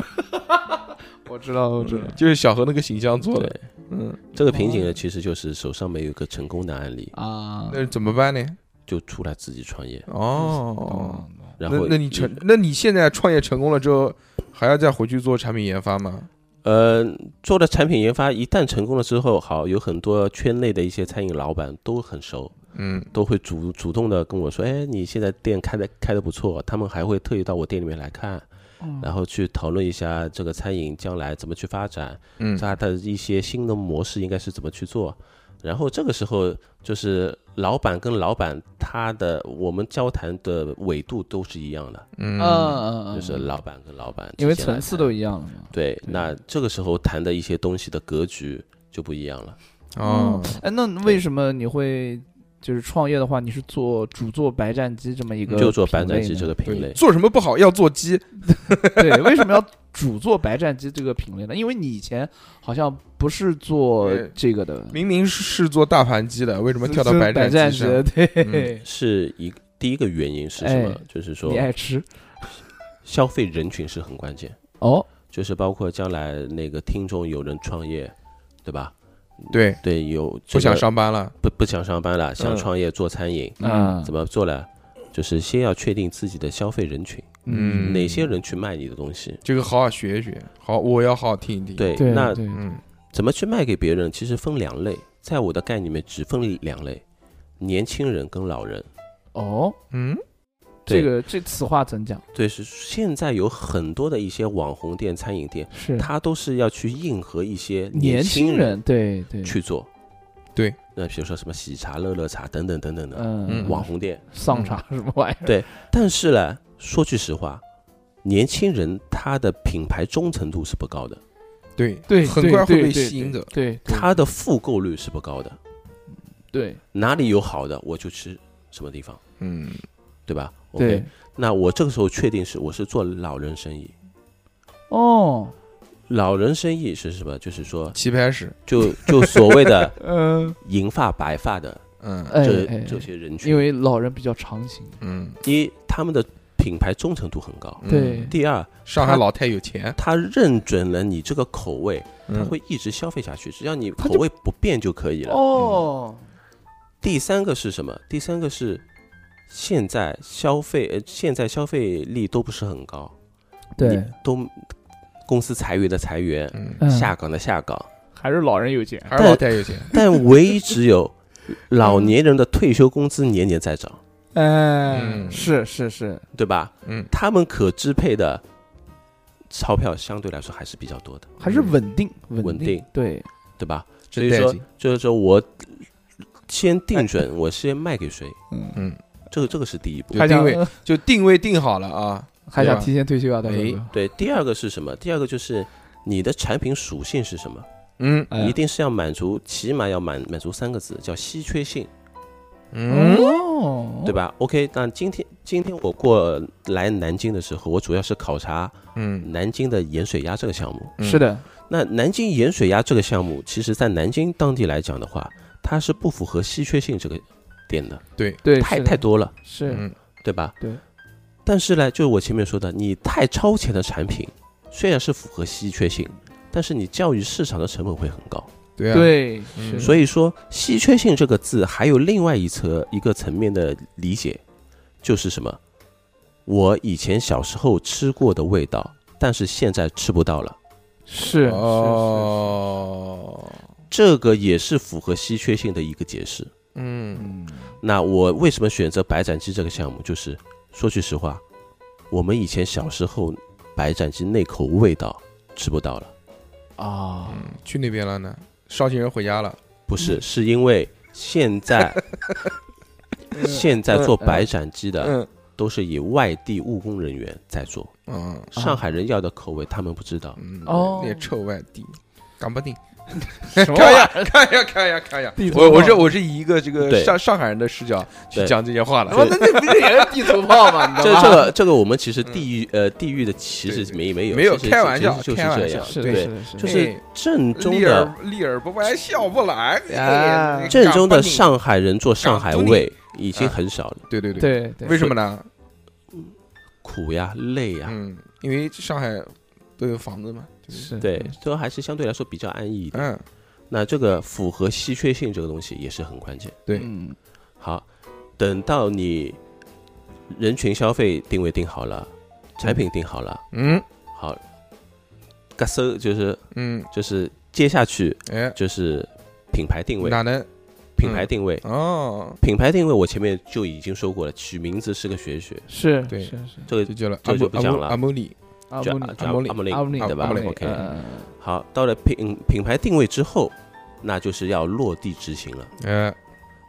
Speaker 2: 我知道，我知道，
Speaker 1: 就是小何那个形象做的。
Speaker 3: 对，
Speaker 1: 嗯，
Speaker 3: 这个瓶颈呢，其实就是手上没有一个成功的案例，
Speaker 1: 嗯
Speaker 2: 啊，
Speaker 1: 那怎么办呢？
Speaker 3: 就出来自己创业，
Speaker 1: 哦，
Speaker 3: 然
Speaker 1: 那
Speaker 3: 后
Speaker 1: 那你成，那你现在创业成功了之后，还要再回去做产品研发吗？
Speaker 3: 呃，做了产品研发，一旦成功了之后，好，有很多圈内的一些餐饮老板都很熟，
Speaker 1: 嗯，
Speaker 3: 都会主主动的跟我说，哎，你现在店开的开的不错，他们还会特意到我店里面来看，
Speaker 2: 哦
Speaker 3: 然后去讨论一下这个餐饮将来怎么去发展，
Speaker 1: 嗯
Speaker 3: 它的一些新的模式应该是怎么去做。然后这个时候就是老板跟老板他的我们交谈的纬度都是一样的，
Speaker 1: 嗯
Speaker 2: 嗯嗯嗯，
Speaker 3: 就是老板跟老板之
Speaker 2: 因为
Speaker 3: 间来
Speaker 2: 层次
Speaker 3: 谈
Speaker 2: 都一样了嘛。
Speaker 3: 对，那这个时候谈的一些东西的格局就不一样了。
Speaker 1: 哦，
Speaker 2: 哎，那为什么你会就是创业的话，你是做主做白斩鸡这么一个
Speaker 3: 就做白
Speaker 2: 品
Speaker 3: 斩
Speaker 2: 类
Speaker 3: 鸡
Speaker 2: 呢
Speaker 3: 这个品类，
Speaker 1: 做什么不好要做鸡，
Speaker 2: 对，为什么要主做白斩鸡这个品类呢？因为你以前好像不是做
Speaker 1: 对
Speaker 2: 这个的，
Speaker 1: 明明是做大盘鸡的，为什么
Speaker 2: 是
Speaker 1: 跳到
Speaker 2: 是
Speaker 1: 白
Speaker 2: 白
Speaker 1: 斩
Speaker 2: 斩
Speaker 1: 鸡
Speaker 2: 鸡
Speaker 1: 上？，嗯
Speaker 2: 对，
Speaker 3: 是一第一个原因是什么
Speaker 2: 哎？
Speaker 3: 就是说
Speaker 2: 你爱吃
Speaker 3: 消费人群是很关键，
Speaker 2: 哦，
Speaker 3: 就是包括将来那个听众有人创业，对吧？
Speaker 1: 对，
Speaker 3: 对，有这
Speaker 1: 不想
Speaker 3: 个
Speaker 1: 上班了。
Speaker 3: 不不想上班了，想
Speaker 1: 嗯
Speaker 3: 创业做餐饮，
Speaker 2: 嗯
Speaker 3: 怎么做呢？就是先要确定自己的消费人群，
Speaker 1: 嗯
Speaker 3: 哪些人去卖你的东西。
Speaker 1: 这个好好学一学，好，我要好好听一听。，
Speaker 3: 对，
Speaker 2: 对
Speaker 3: 那
Speaker 2: 对
Speaker 1: 嗯，
Speaker 3: 怎么去卖给别人？其实分两类，在我的概念里面只分两类，年轻人跟老人。
Speaker 2: 哦，
Speaker 1: 嗯，
Speaker 2: 这
Speaker 3: 对
Speaker 2: 个这此话怎讲？
Speaker 3: 对，是现在有很多的一些网红店、餐饮店，
Speaker 2: 是
Speaker 3: 它都是要去迎合一些
Speaker 2: 年
Speaker 3: 轻
Speaker 2: 轻人，对对，
Speaker 3: 去做。
Speaker 1: 对，
Speaker 3: 那比如说什么喜茶、乐乐茶等等等等的
Speaker 2: 嗯
Speaker 1: 嗯
Speaker 3: 网红店，
Speaker 2: 丧茶什么玩意儿？
Speaker 3: 但是呢，说句实话，年轻人他的品牌忠诚度是不高的，
Speaker 1: 对
Speaker 2: 对，
Speaker 1: 很
Speaker 2: 对
Speaker 1: 快会
Speaker 2: 对
Speaker 1: 被
Speaker 2: 对
Speaker 1: 吸引走。
Speaker 2: 对，对
Speaker 3: 他的复购率是不高的。
Speaker 2: 对
Speaker 3: 哪里有好的，我就吃什么地方，
Speaker 1: 嗯，
Speaker 3: 对吧？OK，
Speaker 2: 对
Speaker 3: 那我这个时候确定是我是做老人生意。
Speaker 2: 哦，
Speaker 3: 老人生意是什么？就是说，
Speaker 1: 棋牌室，
Speaker 3: 就就所谓 的
Speaker 1: 呃
Speaker 2: 嗯，
Speaker 3: 银发、白发的
Speaker 1: 嗯
Speaker 2: 哎
Speaker 3: 这
Speaker 2: 哎，
Speaker 3: 这些人群，
Speaker 2: 因为老人比较长情，
Speaker 1: 嗯，
Speaker 3: 一他们的品牌忠诚度很高，
Speaker 1: 嗯
Speaker 2: 对
Speaker 3: 第二
Speaker 1: 上海老太有钱，
Speaker 3: 他认准了你这个口味，他
Speaker 1: 嗯，
Speaker 3: 会一直消费下去，只要你
Speaker 2: 他
Speaker 3: 口
Speaker 2: 就
Speaker 3: 味不变就可以了。
Speaker 2: 哦，
Speaker 3: 第三个是什么？第三个是现在消费，呃，现在消费力都不是很高，
Speaker 2: 对
Speaker 3: 你，都公司裁员的裁员，
Speaker 1: 嗯，
Speaker 2: 嗯
Speaker 3: 下岗的下岗，
Speaker 2: 还是老人有钱，
Speaker 1: 还是老太有钱。
Speaker 3: 但唯一只有老年人的退休工资年年 在涨，
Speaker 2: 哎
Speaker 1: 嗯，
Speaker 2: 是是是，
Speaker 3: 对吧？
Speaker 1: 嗯，
Speaker 3: 他们可支配的钞票相对来说还是比较多的，
Speaker 2: 还是稳定稳
Speaker 3: 稳定，
Speaker 2: 对，
Speaker 3: 对吧？所
Speaker 1: 真
Speaker 3: 以
Speaker 1: 带
Speaker 3: 说
Speaker 1: 劲。，
Speaker 3: 就是说我先定准我先卖给谁，
Speaker 2: 嗯，
Speaker 1: 嗯，
Speaker 3: 这个这个是第一步
Speaker 1: 就。
Speaker 2: 还
Speaker 1: 定
Speaker 2: 想
Speaker 1: 位就定位定好了啊。
Speaker 2: 还
Speaker 1: 对吧
Speaker 2: 想提前退休啊，大
Speaker 1: 哎
Speaker 2: 哥，
Speaker 3: 对，第二个是什么？第二个就是你的产品属性是什么？
Speaker 1: 嗯
Speaker 2: 哎
Speaker 3: 一定是要满足，起码要满满足三个字，叫稀缺性，
Speaker 1: 嗯
Speaker 2: 哦，
Speaker 3: 对吧？OK，那今天今天我过来南京的时候，我主要是考察
Speaker 1: 嗯，
Speaker 3: 南京的盐水鸭这个项目。
Speaker 1: 嗯
Speaker 2: 是的，
Speaker 3: 那南京盐水鸭这个项目，其实在南京当地来讲的话，它是不符合稀缺性这个点的，
Speaker 1: 对，
Speaker 2: 对，
Speaker 3: 太
Speaker 2: 是的
Speaker 3: 太多了，
Speaker 2: 是，
Speaker 1: 嗯
Speaker 3: 对吧？
Speaker 2: 对。
Speaker 3: 但是呢，就是我前面说的，你太超前的产品，虽然是符合稀缺性，但是你教育市场的成本会很高。
Speaker 1: 对啊，
Speaker 2: 对，
Speaker 1: 嗯
Speaker 2: 是
Speaker 3: 所以说，稀缺性这个字还有另外一层一个层面的理解，就是什么？我以前小时候吃过的味道，但是现在吃不到了。
Speaker 2: 是是
Speaker 1: 哦，
Speaker 3: 这个也是符合稀缺性的一个解释。
Speaker 1: 嗯
Speaker 3: 那我为什么选择白斩鸡这个项目？就是说句实话，我们以前小时候白斩鸡那口味道吃不到了，
Speaker 2: 啊，
Speaker 1: 嗯，去那边了呢，绍兴人回家了，
Speaker 3: 不
Speaker 1: 嗯
Speaker 3: 是，是因为现 在现在做白斩鸡的
Speaker 1: 嗯
Speaker 3: 都是以外地务工人员在做，
Speaker 1: 嗯
Speaker 3: 上海人要的口味他们不知道。
Speaker 1: 嗯，
Speaker 2: 哦
Speaker 1: 那臭外地，干不定。
Speaker 2: 什么
Speaker 1: 看
Speaker 2: 玩意
Speaker 1: 呀
Speaker 2: 儿？
Speaker 1: 看哎呀看呀看呀
Speaker 2: 地！图
Speaker 1: 我我
Speaker 2: 炮
Speaker 1: 是我是以一个这个
Speaker 3: 对
Speaker 1: 上上海人的视角去
Speaker 3: 对
Speaker 1: 讲这些话的
Speaker 2: 他。妈的，那不是也是地图炮吗？你
Speaker 3: 这
Speaker 2: 知道
Speaker 3: 这
Speaker 2: 吗？
Speaker 3: 个这个我们其实地域呃地域的歧视
Speaker 1: 嗯对
Speaker 3: 没没有
Speaker 1: 没有
Speaker 3: 其实
Speaker 1: 开玩笑
Speaker 3: 其实就是
Speaker 1: 开玩
Speaker 3: 这
Speaker 1: 笑
Speaker 3: 样，
Speaker 2: 是的，
Speaker 3: 对
Speaker 2: 是，的，是的，
Speaker 3: 就是
Speaker 1: 哎
Speaker 3: 正宗
Speaker 1: 立
Speaker 3: 的
Speaker 1: 耳立耳不歪，笑不来。
Speaker 2: 啊
Speaker 1: 哎
Speaker 3: 正宗的，
Speaker 1: 干
Speaker 3: 上海人做上海味已
Speaker 1: 嗯
Speaker 3: 经很少了，
Speaker 1: 不定对对对，
Speaker 2: 对对，
Speaker 1: 为什么呢？
Speaker 3: 苦呀累呀，
Speaker 1: 嗯，因为上海都有房子嘛。就是
Speaker 2: 是
Speaker 3: 对，都还是相对来说比较安逸一点。
Speaker 1: 嗯，
Speaker 3: 那这个符合稀缺性这个东西也是很关键。
Speaker 1: 对
Speaker 2: 嗯
Speaker 3: 好，等到你人群消费定位定好了，产品定好了，
Speaker 1: 嗯
Speaker 3: 好，嘎搜就是
Speaker 1: 嗯，
Speaker 3: 就是接下去
Speaker 1: 哎，
Speaker 3: 就是品牌定位，
Speaker 1: 哪能？
Speaker 3: 品牌定位，
Speaker 1: 哦，
Speaker 3: 品牌定位我前面就已经说过了，取名字是个学学，
Speaker 2: 是，
Speaker 1: 对
Speaker 2: 是是，
Speaker 3: 这个
Speaker 1: 就叫了阿莫
Speaker 3: 这就不讲
Speaker 1: 阿莫
Speaker 3: 了
Speaker 1: 阿莫里，
Speaker 2: 阿
Speaker 3: 叫
Speaker 2: 布尼，
Speaker 3: 叫
Speaker 1: 阿莫里
Speaker 3: 阿莫
Speaker 2: 阿莫
Speaker 3: 林
Speaker 2: 里
Speaker 3: 对吧
Speaker 1: 阿莫里
Speaker 3: ？OK，
Speaker 2: 呃
Speaker 3: 好，到了品品牌定位之后，那就是要落地执行了，
Speaker 1: 哎，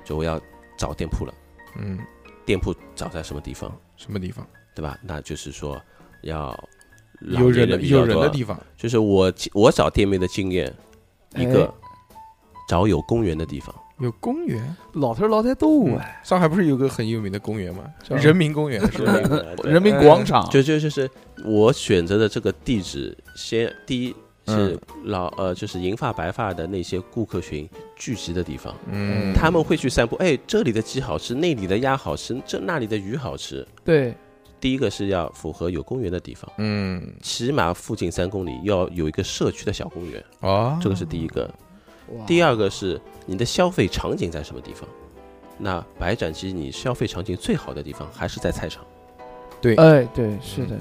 Speaker 3: 就我要找店铺了，
Speaker 1: 嗯，
Speaker 3: 店铺找在什么地方，
Speaker 1: 什么地方？
Speaker 3: 对吧？那就是说要老
Speaker 1: 有
Speaker 3: 年
Speaker 1: 人的
Speaker 3: 比较
Speaker 1: 有人
Speaker 3: 多啊
Speaker 1: 的地方。
Speaker 3: 就是我我找店面的经验，一
Speaker 2: 嗯哎
Speaker 3: 个找有公园的地方，
Speaker 1: 有公园，
Speaker 2: 老头儿老太逗啊，
Speaker 1: 上海不是有个很有名的公园吗？
Speaker 3: 嗯
Speaker 2: 叫
Speaker 1: 人民公园是
Speaker 3: 是
Speaker 1: 吧？
Speaker 2: 哎 人民广场，
Speaker 3: 就就就是我选择的这个地址，先第一
Speaker 1: 嗯
Speaker 3: 是老呃就是银发白发的那些顾客群聚集的地方，
Speaker 1: 嗯，
Speaker 3: 他们会去散步，哎，这里的鸡好吃，那里的鸭好吃，这那里的鱼好吃。
Speaker 2: 对，
Speaker 3: 第一个是要符合有公园的地方，
Speaker 1: 嗯
Speaker 3: 起码附近三公里要有一个社区的小公园，
Speaker 1: 哦，
Speaker 3: 这个是第一个。
Speaker 2: 哇
Speaker 3: 第二个是你的消费场景在什么地方？那白斩鸡你消费场景最好的地方还是在菜场。
Speaker 2: 哎，对，是的，
Speaker 3: 嗯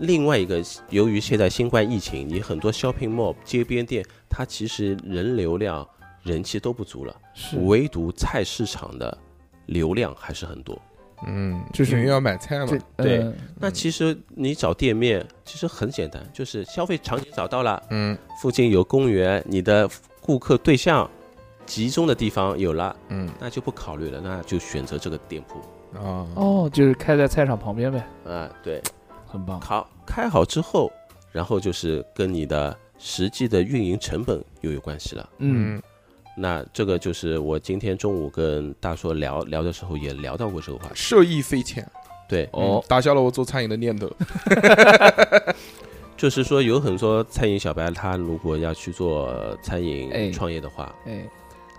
Speaker 3: 另外一个，由于现在新冠疫情，你很多 shopping mall 街边店，它其实人流量、人气都不足了，
Speaker 2: 是，
Speaker 3: 唯独菜市场的流量还是很多。
Speaker 1: 嗯，
Speaker 2: 就是
Speaker 1: 因为要买菜嘛
Speaker 2: 这，
Speaker 3: 对
Speaker 2: 呃
Speaker 3: 那其实你找店面其实很简单，就是消费场景找到了，
Speaker 1: 嗯
Speaker 3: 附近有公园，你的顾客对象集中的地方有了，
Speaker 1: 嗯
Speaker 3: 那就不考虑了，那就选择这个店铺。
Speaker 1: 啊，
Speaker 2: 哦，就是开在菜场旁边呗，
Speaker 3: 啊，对，
Speaker 2: 很棒，
Speaker 3: 好，开好之后，然后就是跟你的实际的运营成本又有关系了。
Speaker 2: 嗯，
Speaker 3: 那这个就是我今天中午跟大硕聊聊的时候也聊到过这个话题。
Speaker 1: 受益匪浅
Speaker 3: 对，
Speaker 1: 嗯，
Speaker 2: 哦
Speaker 1: 打消了我做餐饮的念头。
Speaker 3: 就是说有很多餐饮小白，他如果要去做
Speaker 2: 哎
Speaker 3: 餐饮创业的话，
Speaker 2: 哎，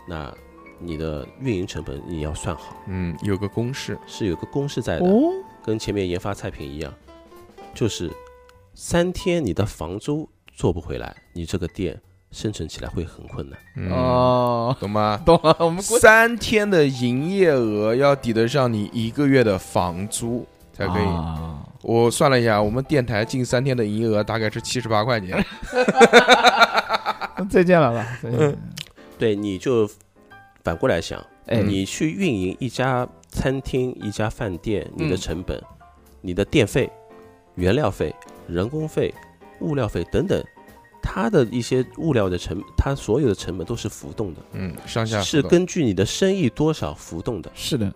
Speaker 3: 那你的运营成本你要算好，
Speaker 1: 嗯，有个公式，
Speaker 3: 是有个公式在的，
Speaker 2: 哦，
Speaker 3: 跟前面研发菜品一样，就是三天你的房租做不回来，你这个店生存起来会很困难。
Speaker 1: 嗯，
Speaker 2: 哦，
Speaker 1: 懂吗？
Speaker 2: 懂了，我们 国
Speaker 1: 三天的营业额要抵得上你一个月的房租才可以。
Speaker 2: 啊
Speaker 1: 我算了一下，我们电台近三天的营业额大概是七十八块 钱。
Speaker 2: 那再见了吧，再见了
Speaker 3: 嗯对，你就反过来想，
Speaker 2: 哎，
Speaker 3: 你去运营一家餐厅、一家饭店，你
Speaker 1: 嗯
Speaker 3: 的成本、你的电费、原料费、人工费、物料费等等，它的一些物料的成，它所有的成本都是浮动的，
Speaker 1: 嗯，上下
Speaker 3: 是
Speaker 1: 浮动
Speaker 3: 根据你的生意多少浮动的，
Speaker 2: 是的，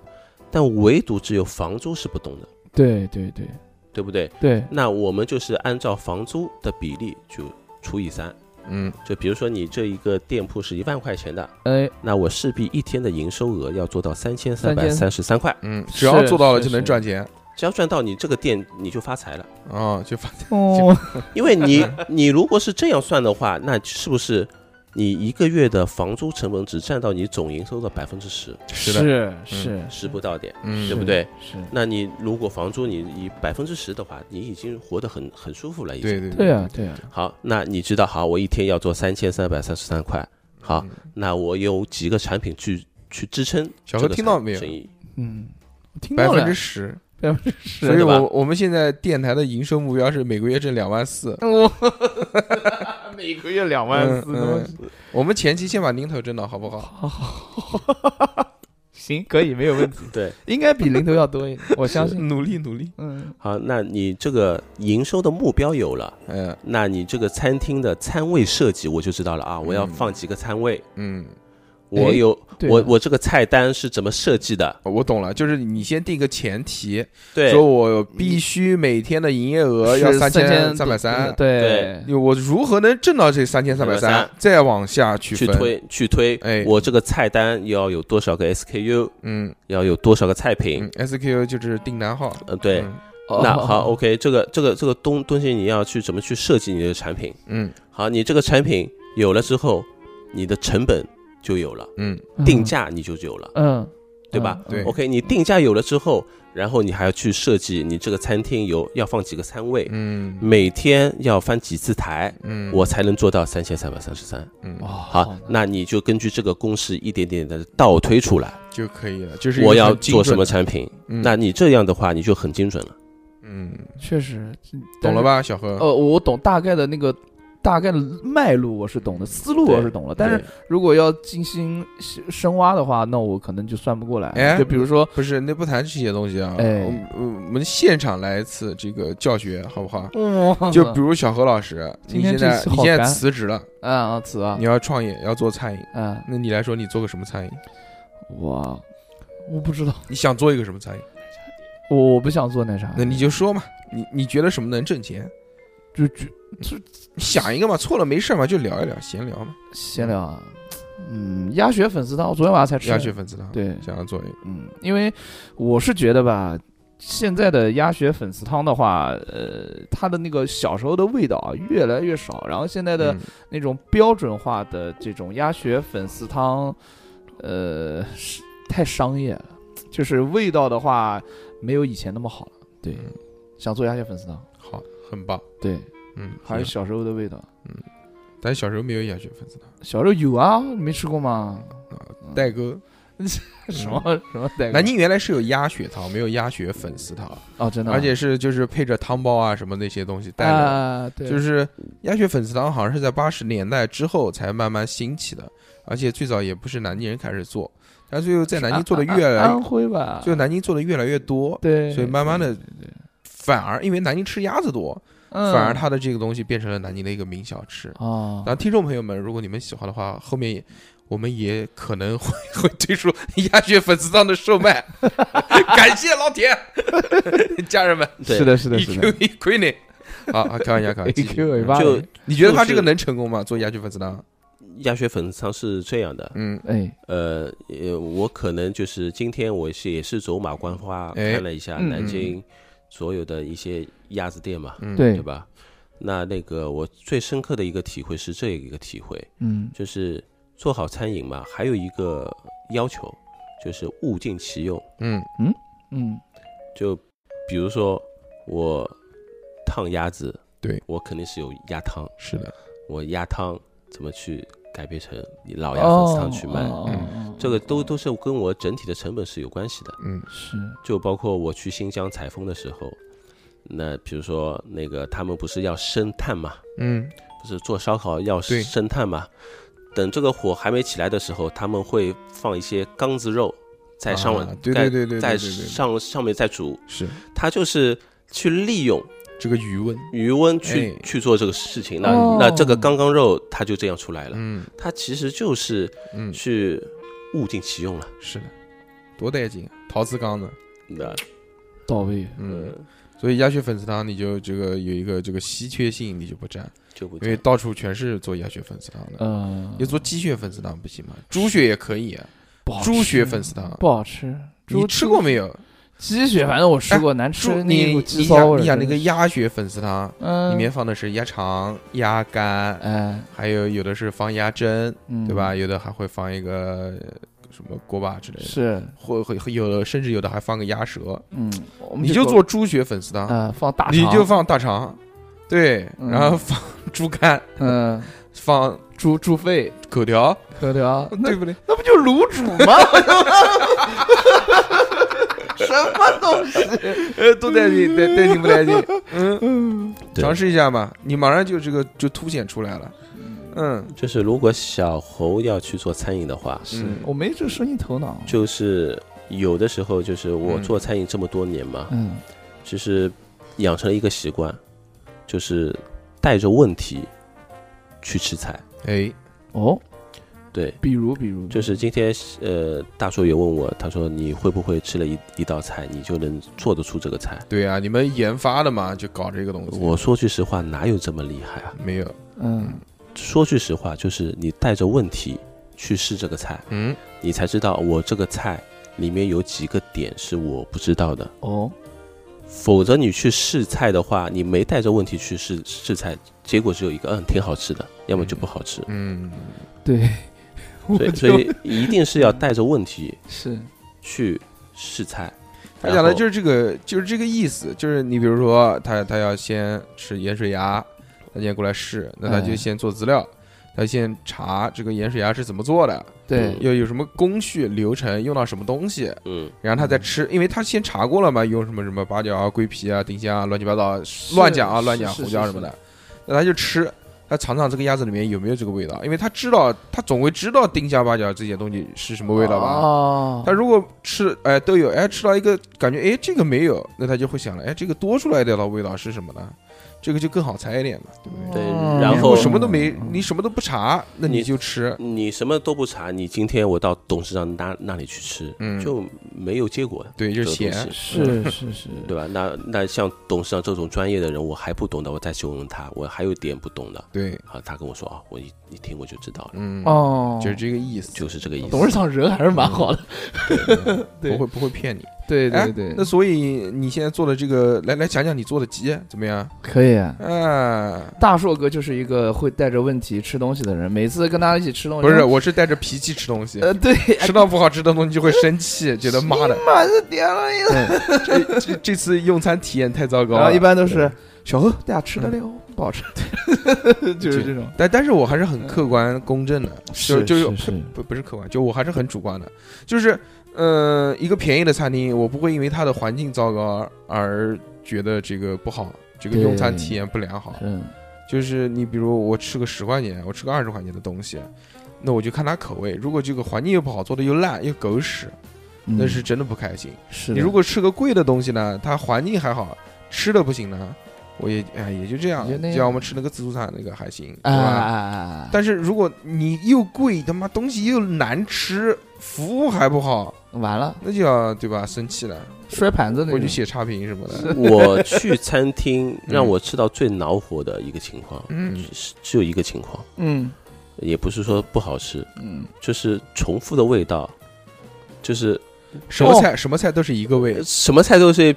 Speaker 3: 但唯独只有房租是不动的，
Speaker 2: 对对对
Speaker 3: 对不对？
Speaker 2: 对，
Speaker 3: 那我们就是按照房租的比例就除以三，
Speaker 1: 嗯
Speaker 3: 就比如说你这一个店铺是一万块钱的，
Speaker 2: 哎，
Speaker 3: 那我势必一天的营收额要做到三千三百三十
Speaker 2: 3333
Speaker 3: 三块，
Speaker 1: 嗯，只要
Speaker 2: 是
Speaker 1: 做到了
Speaker 2: 是
Speaker 1: 就能
Speaker 2: 是
Speaker 1: 赚钱
Speaker 3: 只要赚到你这个店你就发财了。
Speaker 1: 啊，就发
Speaker 2: 哦，
Speaker 3: 因为 你你如果是这样算的话，那是不是你一个月的房租成本只占到你总营收的百分之十，
Speaker 1: 是的，
Speaker 2: 是是
Speaker 3: 十不到点，
Speaker 1: 嗯，
Speaker 3: 嗯对不对？
Speaker 2: 是，
Speaker 3: 那你如果房租你以百分之十的话，你已经活得很很舒服了，已经。
Speaker 1: 对对
Speaker 2: 对啊对啊，
Speaker 3: 好，那你知道，好，我一天要做三千三百三十三块，好，
Speaker 1: 嗯
Speaker 3: 那我有几个产品去去支撑
Speaker 1: 小
Speaker 3: 这
Speaker 1: 何
Speaker 3: 个
Speaker 1: 听到
Speaker 3: 产
Speaker 1: 没有
Speaker 3: 生意
Speaker 2: 嗯，我听
Speaker 1: 百
Speaker 2: 到
Speaker 1: 分
Speaker 2: 了
Speaker 1: 之，十，
Speaker 2: 百分之十，
Speaker 1: 所以
Speaker 3: 对吧
Speaker 1: 我我们现在电台的营收目标是每个月挣两万四，
Speaker 2: 我每个月两万四，他妈
Speaker 1: 嗯我们前期先把零头挣到，好不好？
Speaker 2: 行，可以，没有问题，
Speaker 3: 对，
Speaker 2: 嗯应该比零头要多一点，我相信。
Speaker 1: 努力努力。
Speaker 2: 嗯，
Speaker 3: 好，那你这个营收的目标有了，
Speaker 1: 嗯
Speaker 3: 那你这个餐厅的餐位设计我就知道了啊，我要
Speaker 1: 嗯
Speaker 3: 放几个餐位，
Speaker 1: 嗯，
Speaker 3: 我
Speaker 2: 哎
Speaker 3: 有
Speaker 1: 啊
Speaker 2: 对
Speaker 3: 我
Speaker 2: 的
Speaker 3: 我这个菜单是怎么设计的？
Speaker 1: 我懂了，就是你先定个前提，
Speaker 3: 对，
Speaker 1: 说我必须每天的营业额要
Speaker 2: 是
Speaker 1: 千
Speaker 2: 嗯千
Speaker 1: 三百
Speaker 3: 嗯
Speaker 1: 三。
Speaker 2: 对，
Speaker 1: 我如何能挣到这三千三百三
Speaker 3: 330？
Speaker 1: 再往下去
Speaker 3: 去
Speaker 1: 分，
Speaker 3: 推去推，
Speaker 1: 哎
Speaker 3: 我这个菜单要有多少个 SKU，
Speaker 1: 嗯
Speaker 3: 要有多少个菜品？
Speaker 1: 嗯，SQ 就是订单号。
Speaker 3: 呃，对，
Speaker 1: 嗯
Speaker 2: 哦
Speaker 3: 那好，，OK，这个这个这个东东西你要去怎么去设计你的产品？
Speaker 1: 嗯
Speaker 3: 好，你这个产品有了之后，你的成本就有了，
Speaker 1: 嗯
Speaker 2: 嗯
Speaker 3: 定，价你就有了。
Speaker 2: 嗯，
Speaker 3: 对吧
Speaker 2: 嗯
Speaker 1: 对
Speaker 3: OK，你定价有了之后，然后你还要去设计你这个餐厅有要放几个餐位，
Speaker 1: 嗯
Speaker 3: 每天要翻几次台，
Speaker 1: 嗯，
Speaker 3: 我哦才能做到三千三百三十三。
Speaker 1: 嗯
Speaker 2: 哇，
Speaker 3: 好，那你就根据这个公式一点点的倒推出来，
Speaker 1: 就可以了，就是一个
Speaker 3: 我要
Speaker 1: 很精
Speaker 3: 做什
Speaker 1: 准
Speaker 3: 么
Speaker 1: 的？
Speaker 3: 产品。
Speaker 1: 嗯
Speaker 3: 那你这样的话，你就很精准了。
Speaker 1: 嗯，
Speaker 2: 确实
Speaker 1: 懂了？吧，小何？
Speaker 2: 但是呃，我懂大概的那个大概的脉络，我是懂的，思路
Speaker 3: 对
Speaker 2: 我是懂了，但是
Speaker 3: 对
Speaker 2: 如果要进行深深挖的话，那我可能就算不过
Speaker 1: 哎
Speaker 2: 来。就比如说，
Speaker 1: 不是，那不谈这些东西啊，
Speaker 2: 哎
Speaker 1: 我们我们现场来一次这个教学，好不好？
Speaker 2: 嗯
Speaker 1: 就比如小何老师，
Speaker 2: 今
Speaker 1: 你现
Speaker 2: 天
Speaker 1: 在
Speaker 2: 这次
Speaker 1: 你
Speaker 2: 好
Speaker 1: 现在
Speaker 2: 干
Speaker 1: 辞职了，
Speaker 2: 啊啊，词啊
Speaker 1: 你，要创业，要做餐饮，
Speaker 2: 嗯，
Speaker 1: 那你来说，你做个什么餐饮？
Speaker 2: 我我不知道，
Speaker 1: 你想做一个什么餐饮？
Speaker 2: 我我不想做那啥，
Speaker 1: 那你就说嘛，你你觉得什么能挣钱？
Speaker 2: 就就
Speaker 1: 你想一个嘛，错了没事嘛，就聊一聊，闲聊嘛。
Speaker 2: 闲聊啊。嗯，鸭血粉丝汤，我昨天晚上才吃。
Speaker 1: 鸭血粉丝汤，，
Speaker 2: 对，
Speaker 1: 想要做一个，
Speaker 2: 嗯，因为我是觉得吧，现在的鸭血粉丝汤的话，呃，它的那个小时候的味道啊越来越少，然后现在的
Speaker 1: 嗯
Speaker 2: 那种标准化的这种鸭血粉丝汤，呃，是太商业了，就是味道的话没有以前那么好了。对，
Speaker 1: 嗯
Speaker 2: 想做鸭血粉丝汤，
Speaker 1: 好，很棒，
Speaker 2: 对，
Speaker 1: 嗯，
Speaker 2: 还是
Speaker 1: 行
Speaker 2: 小时候的味道。
Speaker 1: 咱小时候没有鸭血粉丝汤
Speaker 2: 小时候有啊，你没吃过吗？嗯
Speaker 1: 啊，代沟。
Speaker 2: 什么什么代
Speaker 1: 南京原来是有鸭血汤，没有鸭血粉丝汤，
Speaker 2: 哦，真的吗，
Speaker 1: 而且是就是配着汤包啊什么那些东西带的。
Speaker 2: 啊，对，
Speaker 1: 就是鸭血粉丝汤好像是在八十年代之后才慢慢兴起的，而且最早也不是南京人开始做，但最后在南京做的越
Speaker 2: 安
Speaker 1: 来
Speaker 2: 啊安，徽吧，
Speaker 1: 就南京做的越来越多，
Speaker 2: 啊对，
Speaker 1: 所以慢慢的
Speaker 2: 对，对对
Speaker 1: 反而因为南京吃鸭子多，
Speaker 2: 嗯
Speaker 1: 反而它的这个东西变成了南京的一个名小吃。
Speaker 2: 哦
Speaker 1: 然，后听众朋友们，如果你们喜欢的话，后面也我们也可能会 会推出鸭血粉丝汤的售 卖，感谢老铁， 家人们
Speaker 3: 对
Speaker 2: 是的，是的，
Speaker 1: 一
Speaker 2: 是的
Speaker 1: Q 一亏你。好，好开玩笑，开玩笑。继续
Speaker 2: AQ 尾巴
Speaker 3: 就
Speaker 1: 你觉得他
Speaker 3: 就是
Speaker 1: 这个能成功吗？做鸭血粉丝汤？
Speaker 3: 鸭血粉丝汤是这样的，
Speaker 1: 嗯，
Speaker 2: 哎，
Speaker 3: 呃呃，我可能就是今天我是也是走马观花
Speaker 1: 哎
Speaker 3: 看了一下
Speaker 2: 嗯
Speaker 3: 南京所有的一些鸭子店嘛，
Speaker 1: 嗯
Speaker 2: 对
Speaker 3: 对吧？那那个我最深刻的一个体会是这一个体会，
Speaker 2: 嗯，
Speaker 3: 就是做好餐饮嘛，还有一个要求就是物尽其用。
Speaker 1: 嗯
Speaker 2: 嗯，
Speaker 3: 就比如说我烫鸭子，
Speaker 1: 对
Speaker 3: 我肯定是有鸭汤，，
Speaker 1: 是的，
Speaker 3: 我鸭汤怎么去改变成老鸭粉丝汤去卖？
Speaker 2: 哦
Speaker 1: 嗯，
Speaker 2: 哦
Speaker 3: 这个都都是跟我整体的成本是有关系的，
Speaker 1: 嗯
Speaker 2: 是，
Speaker 3: 就包括我去新疆采风的时候，那比如说那个他们不是要生炭嘛，
Speaker 1: 嗯
Speaker 3: 不是做烧烤要
Speaker 1: 对
Speaker 3: 生炭嘛？等这个火还没起来的时候，他们会放一些缸子肉在上面，
Speaker 1: 啊对对对对对
Speaker 3: 在
Speaker 1: 对对对
Speaker 3: 上上面再煮，
Speaker 1: 是
Speaker 3: 他就是去利用
Speaker 1: 这个余温，
Speaker 3: 余温去、
Speaker 1: 哎
Speaker 3: 去做这个事情。那、
Speaker 2: 哦
Speaker 3: 那这个刚刚肉它就这样出来了，
Speaker 1: 嗯
Speaker 3: 它其实就是
Speaker 1: 嗯，
Speaker 3: 去物尽其用了。
Speaker 1: 是的，多带劲，啊陶瓷缸子，
Speaker 3: 那
Speaker 2: 到位，
Speaker 1: 嗯，
Speaker 3: 呃
Speaker 1: 所以鸭血粉丝汤你就这个有一个这个稀缺性，你就不占，
Speaker 3: 就不
Speaker 1: 因为到处全是做鸭血粉丝汤的，
Speaker 2: 嗯
Speaker 1: 你，做鸡血粉丝汤不行吗？猪血也可以，啊
Speaker 2: 不好吃
Speaker 1: 猪血粉丝汤，
Speaker 2: 哦不好吃，
Speaker 1: 你
Speaker 2: 猪
Speaker 1: 吃过没有？
Speaker 2: 鸡血？反正我吃过，难
Speaker 1: 猪
Speaker 2: 吃，那
Speaker 1: 你
Speaker 2: 一股
Speaker 1: 你
Speaker 2: 鸡骚
Speaker 1: 想
Speaker 2: 味儿，
Speaker 1: 你想那个
Speaker 2: 真的是
Speaker 1: 鸭血粉丝汤，
Speaker 2: 嗯，
Speaker 1: 里面放的是鸭肠、鸭肝，
Speaker 2: 哎，
Speaker 1: 还有有的是放鸭胗，
Speaker 2: 嗯，
Speaker 1: 对吧？？有的还会放一个呃什么锅巴之类的，
Speaker 2: 是，
Speaker 1: 或或有的甚至有的还放个鸭舌，
Speaker 2: 嗯，我们
Speaker 1: 你就
Speaker 2: 狗
Speaker 1: 做猪血粉丝
Speaker 3: 啊
Speaker 1: 汤，
Speaker 2: 呃放大肠，
Speaker 1: 你就放大肠，对，
Speaker 2: 嗯
Speaker 1: 然后放猪肝，
Speaker 2: 嗯
Speaker 1: 放
Speaker 2: 猪猪肺、
Speaker 1: 狗条，
Speaker 2: 壳条， 那
Speaker 1: 对 不对？
Speaker 2: 那不就卤煮吗？什么东西？
Speaker 1: 呃，都带劲，带带劲不带劲？嗯，
Speaker 3: 对
Speaker 1: 尝试一下嘛，你马上就这个就凸显出来了。嗯
Speaker 3: 就是如果小侯要去做餐饮的话，
Speaker 2: 是
Speaker 1: 嗯
Speaker 2: 我没这生意头脑，
Speaker 3: 就是有的时候就是我
Speaker 1: 嗯
Speaker 3: 做餐饮这么多年嘛，
Speaker 2: 嗯
Speaker 3: 其实养成了一个习惯，就是带着问题去吃菜。
Speaker 1: 哎，
Speaker 2: 哦，
Speaker 3: 对，
Speaker 2: 比如比如
Speaker 3: 就是今天呃，大叔也问我，他说你会不会吃了一一道菜，你就能做得出这个菜？
Speaker 1: 对啊，你们研发的嘛，就搞这个东西。
Speaker 3: 我说句实话，哪有这么厉害啊？
Speaker 1: 没有，
Speaker 2: 嗯
Speaker 3: 说句实话，就是你带着问题去试这个菜，
Speaker 1: 嗯，
Speaker 3: 你才知道我这个菜里面有几个点是我不知道的。
Speaker 2: 哦
Speaker 3: 否则你去试菜的话，你没带着问题去试试菜，结果只有一个，嗯，挺好吃的，要么就不好吃。
Speaker 1: 嗯，
Speaker 2: 对， 我
Speaker 3: 所以，
Speaker 2: 就
Speaker 3: 所以一定是要带着问题
Speaker 2: 是
Speaker 3: 去试菜。
Speaker 1: 他讲的就是是这个，就是这个意思，就是你比如说他他要先吃盐水鸭，他先过来试，那他就
Speaker 2: 哎
Speaker 1: 先做资料，他先查这个盐水鸭是怎么做的，
Speaker 2: 对
Speaker 1: 要有什么工序流程，用到什么东西，
Speaker 3: 嗯，
Speaker 1: 然后他再吃，因为他先查过了嘛，用什么什么八角啊、桂皮啊、丁香啊，乱七八糟乱讲啊，
Speaker 2: 是
Speaker 1: 乱讲
Speaker 2: 是
Speaker 1: 胡椒什么的，那他就吃，他尝尝这个鸭子里面有没有这个味道，因为他知道他总会知道丁香八角这些东西是什么味道吧。
Speaker 2: 哦，
Speaker 1: 他如果吃哎都有哎吃到一个感觉哎这个没有，那他就会想了哎这个多出来的道味道是什么呢？这个就更好猜一点嘛，对不对？
Speaker 3: 对
Speaker 2: 哦
Speaker 3: 然
Speaker 1: 如
Speaker 3: 后
Speaker 1: 果什么都没，
Speaker 2: 嗯
Speaker 1: 你什么都不查，那你
Speaker 3: 你
Speaker 1: 就吃，
Speaker 3: 你什么都不查，你今天我到董事长那那里去吃，
Speaker 1: 嗯，
Speaker 3: 就没有结果，
Speaker 1: 对，就是
Speaker 3: 这
Speaker 1: 咸，
Speaker 3: 个东西嗯
Speaker 2: 是是是，
Speaker 3: 对吧？那那像董事长这种专业的人，我还不懂的，我再形容他，我还有点不懂的
Speaker 1: 对，
Speaker 3: 啊。他跟我说啊，我一一听我就知道了，
Speaker 1: 嗯，
Speaker 2: 哦，
Speaker 1: 就是这个意思，
Speaker 3: 就是这个意思。
Speaker 2: 董事长人还是蛮好的，对
Speaker 1: 不会不会骗你。
Speaker 2: 对
Speaker 1: 哎
Speaker 2: 对对，
Speaker 1: 那所以你现在做的这个，来来讲讲你做的鸡怎么样？
Speaker 2: 可以啊。
Speaker 1: 啊，
Speaker 2: 大硕哥就是一个会带着问题吃东西的人，每次跟大家一起吃东西，
Speaker 1: 不是，我是带着脾气吃东西，
Speaker 2: 呃，对，
Speaker 1: 吃到不好吃的东西就会生气，觉得妈的，
Speaker 2: 妈是点了一个，
Speaker 1: 这这这次用餐体验太糟糕
Speaker 2: 然后
Speaker 1: 了
Speaker 2: 一。般都是小何，大家吃的了，不 好吃，就是这种，
Speaker 1: 但但是我还是很客观公正的，就是就是
Speaker 2: 嗯是
Speaker 1: 不不是客观，就我还是很主观的，就是呃，一个便宜的餐厅，我不会因为它的环境糟糕而觉得这个不好，这个
Speaker 2: 对
Speaker 1: 用餐体验不良好。
Speaker 2: 嗯，
Speaker 1: 就是你比如我吃个十块钱，我吃个二十块钱的东西，那我就看它口味。如果这个环境又不好，做的又烂又狗屎，那
Speaker 2: 嗯
Speaker 1: 是真的不开心。
Speaker 2: 是的，
Speaker 1: 你如果吃个贵的东西呢，它环境还好，吃的不行呢，我也哎也就这样
Speaker 2: 也就。那样
Speaker 1: 就像我们吃那个自助餐那个还行，对
Speaker 2: 啊啊
Speaker 1: 吧？
Speaker 2: 啊啊，
Speaker 1: 但是如果你又贵，他妈东西又难吃，服务还不好，
Speaker 2: 啊完了
Speaker 1: 那就要对吧？生气了，
Speaker 2: 摔盘子那
Speaker 1: 我就
Speaker 2: 种，
Speaker 1: 写差评什么的。
Speaker 3: 我去餐厅，让我吃到最恼火的一个情况，
Speaker 1: 嗯，
Speaker 3: 是只有一个情况，
Speaker 2: 嗯
Speaker 3: 也不是说不好吃，
Speaker 2: 嗯，
Speaker 3: 就是重复的味道，就是
Speaker 1: 什么
Speaker 2: 哦
Speaker 1: 菜什么菜都是一个味
Speaker 3: 呃。什么菜都是，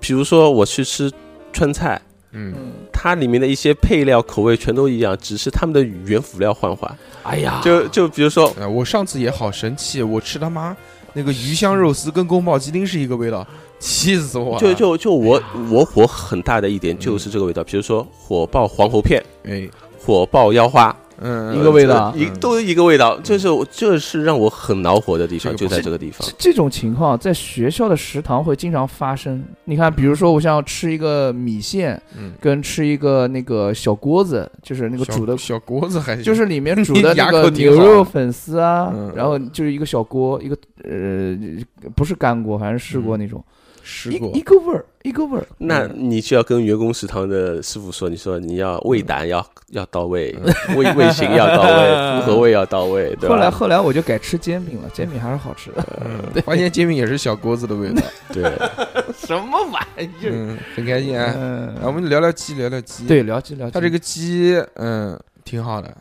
Speaker 3: 比如说我去吃川菜，
Speaker 1: 嗯，
Speaker 2: 嗯
Speaker 3: 它里面的一些配料口味全都一样，只是他们的原辅料换换。
Speaker 2: 哎呀，
Speaker 3: 就就比如说，
Speaker 1: 啊，我上次也好生气，我吃他妈那个鱼香肉丝跟宫保鸡丁是一个味道，气死我了。
Speaker 3: 就就就
Speaker 1: 哎
Speaker 3: 我我火很大的一点就是这个味道，比如说火爆黄喉片、
Speaker 1: 哎，
Speaker 3: 火爆腰花，
Speaker 1: 嗯，
Speaker 2: 一个味道
Speaker 3: 呃这一
Speaker 1: 嗯
Speaker 3: 都一个味道，就是我这是让我很恼火的地
Speaker 1: 这
Speaker 3: 方，
Speaker 1: 个
Speaker 3: 就
Speaker 1: 不
Speaker 3: 在
Speaker 1: 是
Speaker 3: 这个地方
Speaker 2: 这。这种情况在学校的食堂会经常发生。你看，比如说我想要吃一个米线，
Speaker 1: 嗯，
Speaker 2: 跟吃一个那个小锅子，就是那个
Speaker 1: 小
Speaker 2: 煮的，
Speaker 1: 小锅子还行
Speaker 2: 就是里面煮的
Speaker 1: 牙
Speaker 2: 那
Speaker 1: 口
Speaker 2: 个
Speaker 1: 挺
Speaker 2: 牛
Speaker 1: 好
Speaker 2: 肉粉丝啊
Speaker 1: 嗯，
Speaker 2: 然后就是一个小锅，一个呃不是干锅，反正是锅那种，
Speaker 1: 吃嗯
Speaker 2: 一
Speaker 1: 过
Speaker 2: 一，个味儿，一个味儿。
Speaker 3: 那你就要跟员工食堂的师傅说，你说你要味胆要要到位，味味型要到位，复合味要到位，对
Speaker 2: 后来
Speaker 3: 吧？
Speaker 2: 后来我就改吃煎饼了，煎饼还是 好吃的。
Speaker 1: 嗯发现煎饼也是小锅子的味 道，
Speaker 3: 对，
Speaker 2: 什么玩意儿？
Speaker 1: 嗯，很开心啊。
Speaker 2: 嗯
Speaker 1: 啊，我们聊聊鸡，聊聊鸡。，
Speaker 2: 对，了解了解。
Speaker 1: 它这个鸡，嗯，挺好的，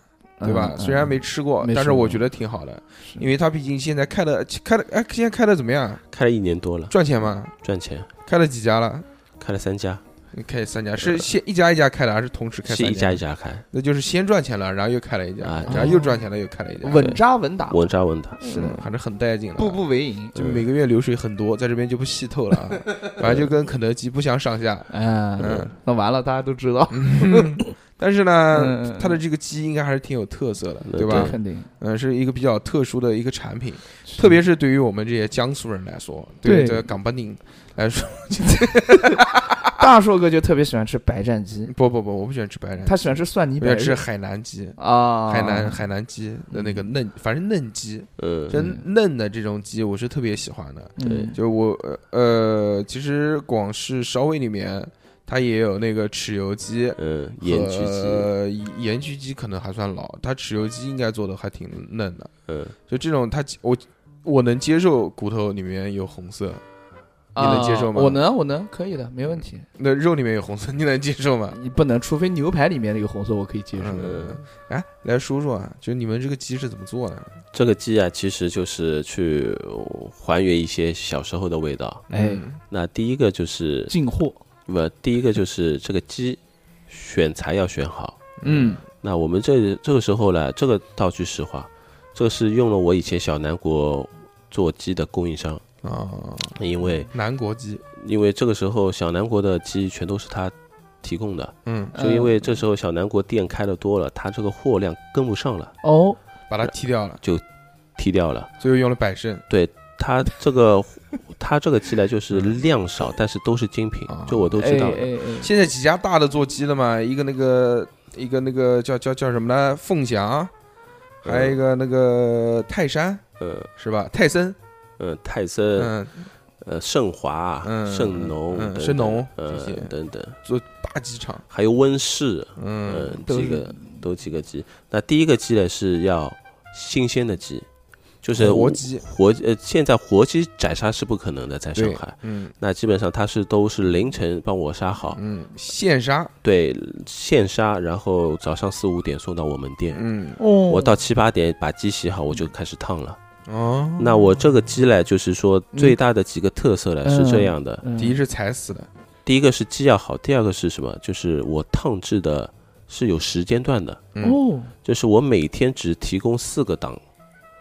Speaker 1: 对吧？
Speaker 2: 嗯
Speaker 1: 虽然没，吃过
Speaker 2: 没，
Speaker 1: 但
Speaker 2: 吃
Speaker 1: 是我
Speaker 2: 过
Speaker 1: 觉得挺好的，
Speaker 2: 是
Speaker 1: 因为它毕竟现在开的开的，哎，现在开的怎么样？
Speaker 3: 开了一年多了，
Speaker 1: 赚钱吗？
Speaker 3: 赚钱，
Speaker 1: 开了几家了？
Speaker 3: 开了三家，
Speaker 1: 开三家是先一家一家开的，还是同时开
Speaker 3: 是
Speaker 1: 三
Speaker 3: 一家一家开，
Speaker 1: 那就是先赚钱了，然后又开了一家，
Speaker 3: 啊
Speaker 1: 然后又赚钱了，又开了一家，
Speaker 2: 嗯稳扎稳打，
Speaker 3: 稳扎稳打。
Speaker 2: 是的
Speaker 1: 嗯，还是很带劲的。
Speaker 2: 步，步为营。
Speaker 1: 就每个月流水很多，在这边就不细透 了啊。反正就跟肯德基不相上下。
Speaker 2: 嗯
Speaker 1: 嗯，
Speaker 2: 那完了，大家都知道。
Speaker 1: 但是呢
Speaker 2: 嗯嗯，
Speaker 1: 它的这个鸡应该还是挺有特色的，
Speaker 3: 对
Speaker 1: 对吧
Speaker 2: 对，？肯定，
Speaker 1: 嗯，是一个比较特殊的一个产品，特别是对于我们这些江苏人来说，对于
Speaker 2: 对
Speaker 1: 这个港巴宁来说，
Speaker 2: 大硕哥就特别喜欢吃白斩鸡，
Speaker 1: 不不不，我不喜欢吃白斩鸡，
Speaker 2: 他喜欢吃蒜泥
Speaker 1: 我喜
Speaker 2: 白
Speaker 1: 欢吃
Speaker 2: 肉
Speaker 1: 海南鸡，
Speaker 2: 啊，
Speaker 1: 海南海南鸡的那个嫩，反正嫩鸡，
Speaker 3: 嗯，
Speaker 1: 就嫩的这种鸡，我是特别喜欢的。
Speaker 2: 嗯
Speaker 3: 对
Speaker 1: 就我呃，其实广式烧味里面，它也有那个豉油鸡。
Speaker 3: 嗯，盐焗鸡，
Speaker 1: 呃，盐焗鸡可能还算老，它豉油鸡应该做的还挺嫩的。
Speaker 3: 嗯，
Speaker 1: 就这种它，我我能接受骨头里面有红色，你能接受吗
Speaker 2: 啊我能，我能，可以的，没问题。
Speaker 1: 那肉里面有红色，你能接受吗？
Speaker 2: 你不能，除非牛排里面那个红色我可以接受。
Speaker 1: 啊嗯，哎，来说说啊，就你们这个鸡是怎么做的？
Speaker 3: 这个鸡啊，其实就是去还原一些小时候的味道。
Speaker 2: 哎
Speaker 1: 嗯
Speaker 3: 那第一个就是
Speaker 2: 进货，
Speaker 3: 不，第一个就是这个鸡选材要选好。
Speaker 2: 嗯
Speaker 3: 那我们这这个时候呢，这个道具实话，这是用了我以前小南国做鸡的供应商，
Speaker 2: 嗯
Speaker 1: 啊，
Speaker 3: 因为
Speaker 1: 南国鸡，
Speaker 3: 因为这个时候小南国的鸡全都是他提供的，
Speaker 1: 嗯，
Speaker 3: 就因为这时候小南国店开的多了，他这个货量跟不上了，
Speaker 2: 哦，
Speaker 1: 把它踢掉了，
Speaker 3: 踢掉了。
Speaker 1: 最后用了百胜。
Speaker 3: 他这个 他这个鸡呢，就是量少，但是都是精品
Speaker 1: 嗯啊，
Speaker 3: 就我都知道
Speaker 2: 哎
Speaker 3: 了。
Speaker 2: 哎哎
Speaker 1: 现在几家大的做鸡的嘛，一个那个一个那个叫叫叫什么呢？凤翔，
Speaker 2: 呃
Speaker 1: 还有一个那个泰山
Speaker 3: 呃
Speaker 1: 是吧？泰森，
Speaker 3: 呃，泰森、
Speaker 1: 嗯，
Speaker 3: 呃盛华、
Speaker 1: 嗯
Speaker 3: 盛农
Speaker 1: 嗯、
Speaker 3: 等等
Speaker 1: 盛农
Speaker 3: 呃
Speaker 1: 这些
Speaker 3: 等等，
Speaker 1: 大鸡场，
Speaker 3: 还有温室，
Speaker 1: 嗯
Speaker 3: 嗯，
Speaker 2: 都
Speaker 3: 几
Speaker 2: 是
Speaker 3: 个都几个鸡。那第一个鸡呢是要新鲜的鸡，就是
Speaker 1: 活鸡，
Speaker 3: 活呃，现在活鸡宰杀是不可能的，在上
Speaker 1: 对
Speaker 3: 海。
Speaker 1: 嗯
Speaker 3: 那基本上它是都是凌晨帮我杀好，
Speaker 1: 嗯，现杀，
Speaker 3: 对，现杀，然后早上四五点送到我们店。
Speaker 1: 嗯
Speaker 2: 哦，
Speaker 3: 我到七八点把鸡洗好，我就开始烫了。
Speaker 1: 哦，
Speaker 3: 那我这个鸡呢，就是说
Speaker 1: 嗯
Speaker 3: 最大的几个特色呢
Speaker 2: 嗯
Speaker 3: 是这样的：
Speaker 2: 嗯
Speaker 1: 第一是踩死的，
Speaker 3: 第一个是鸡要好，第二个是什么？就是我烫制的是有时间段的，
Speaker 1: 嗯
Speaker 2: 哦，
Speaker 3: 就是我每天只提供四个档，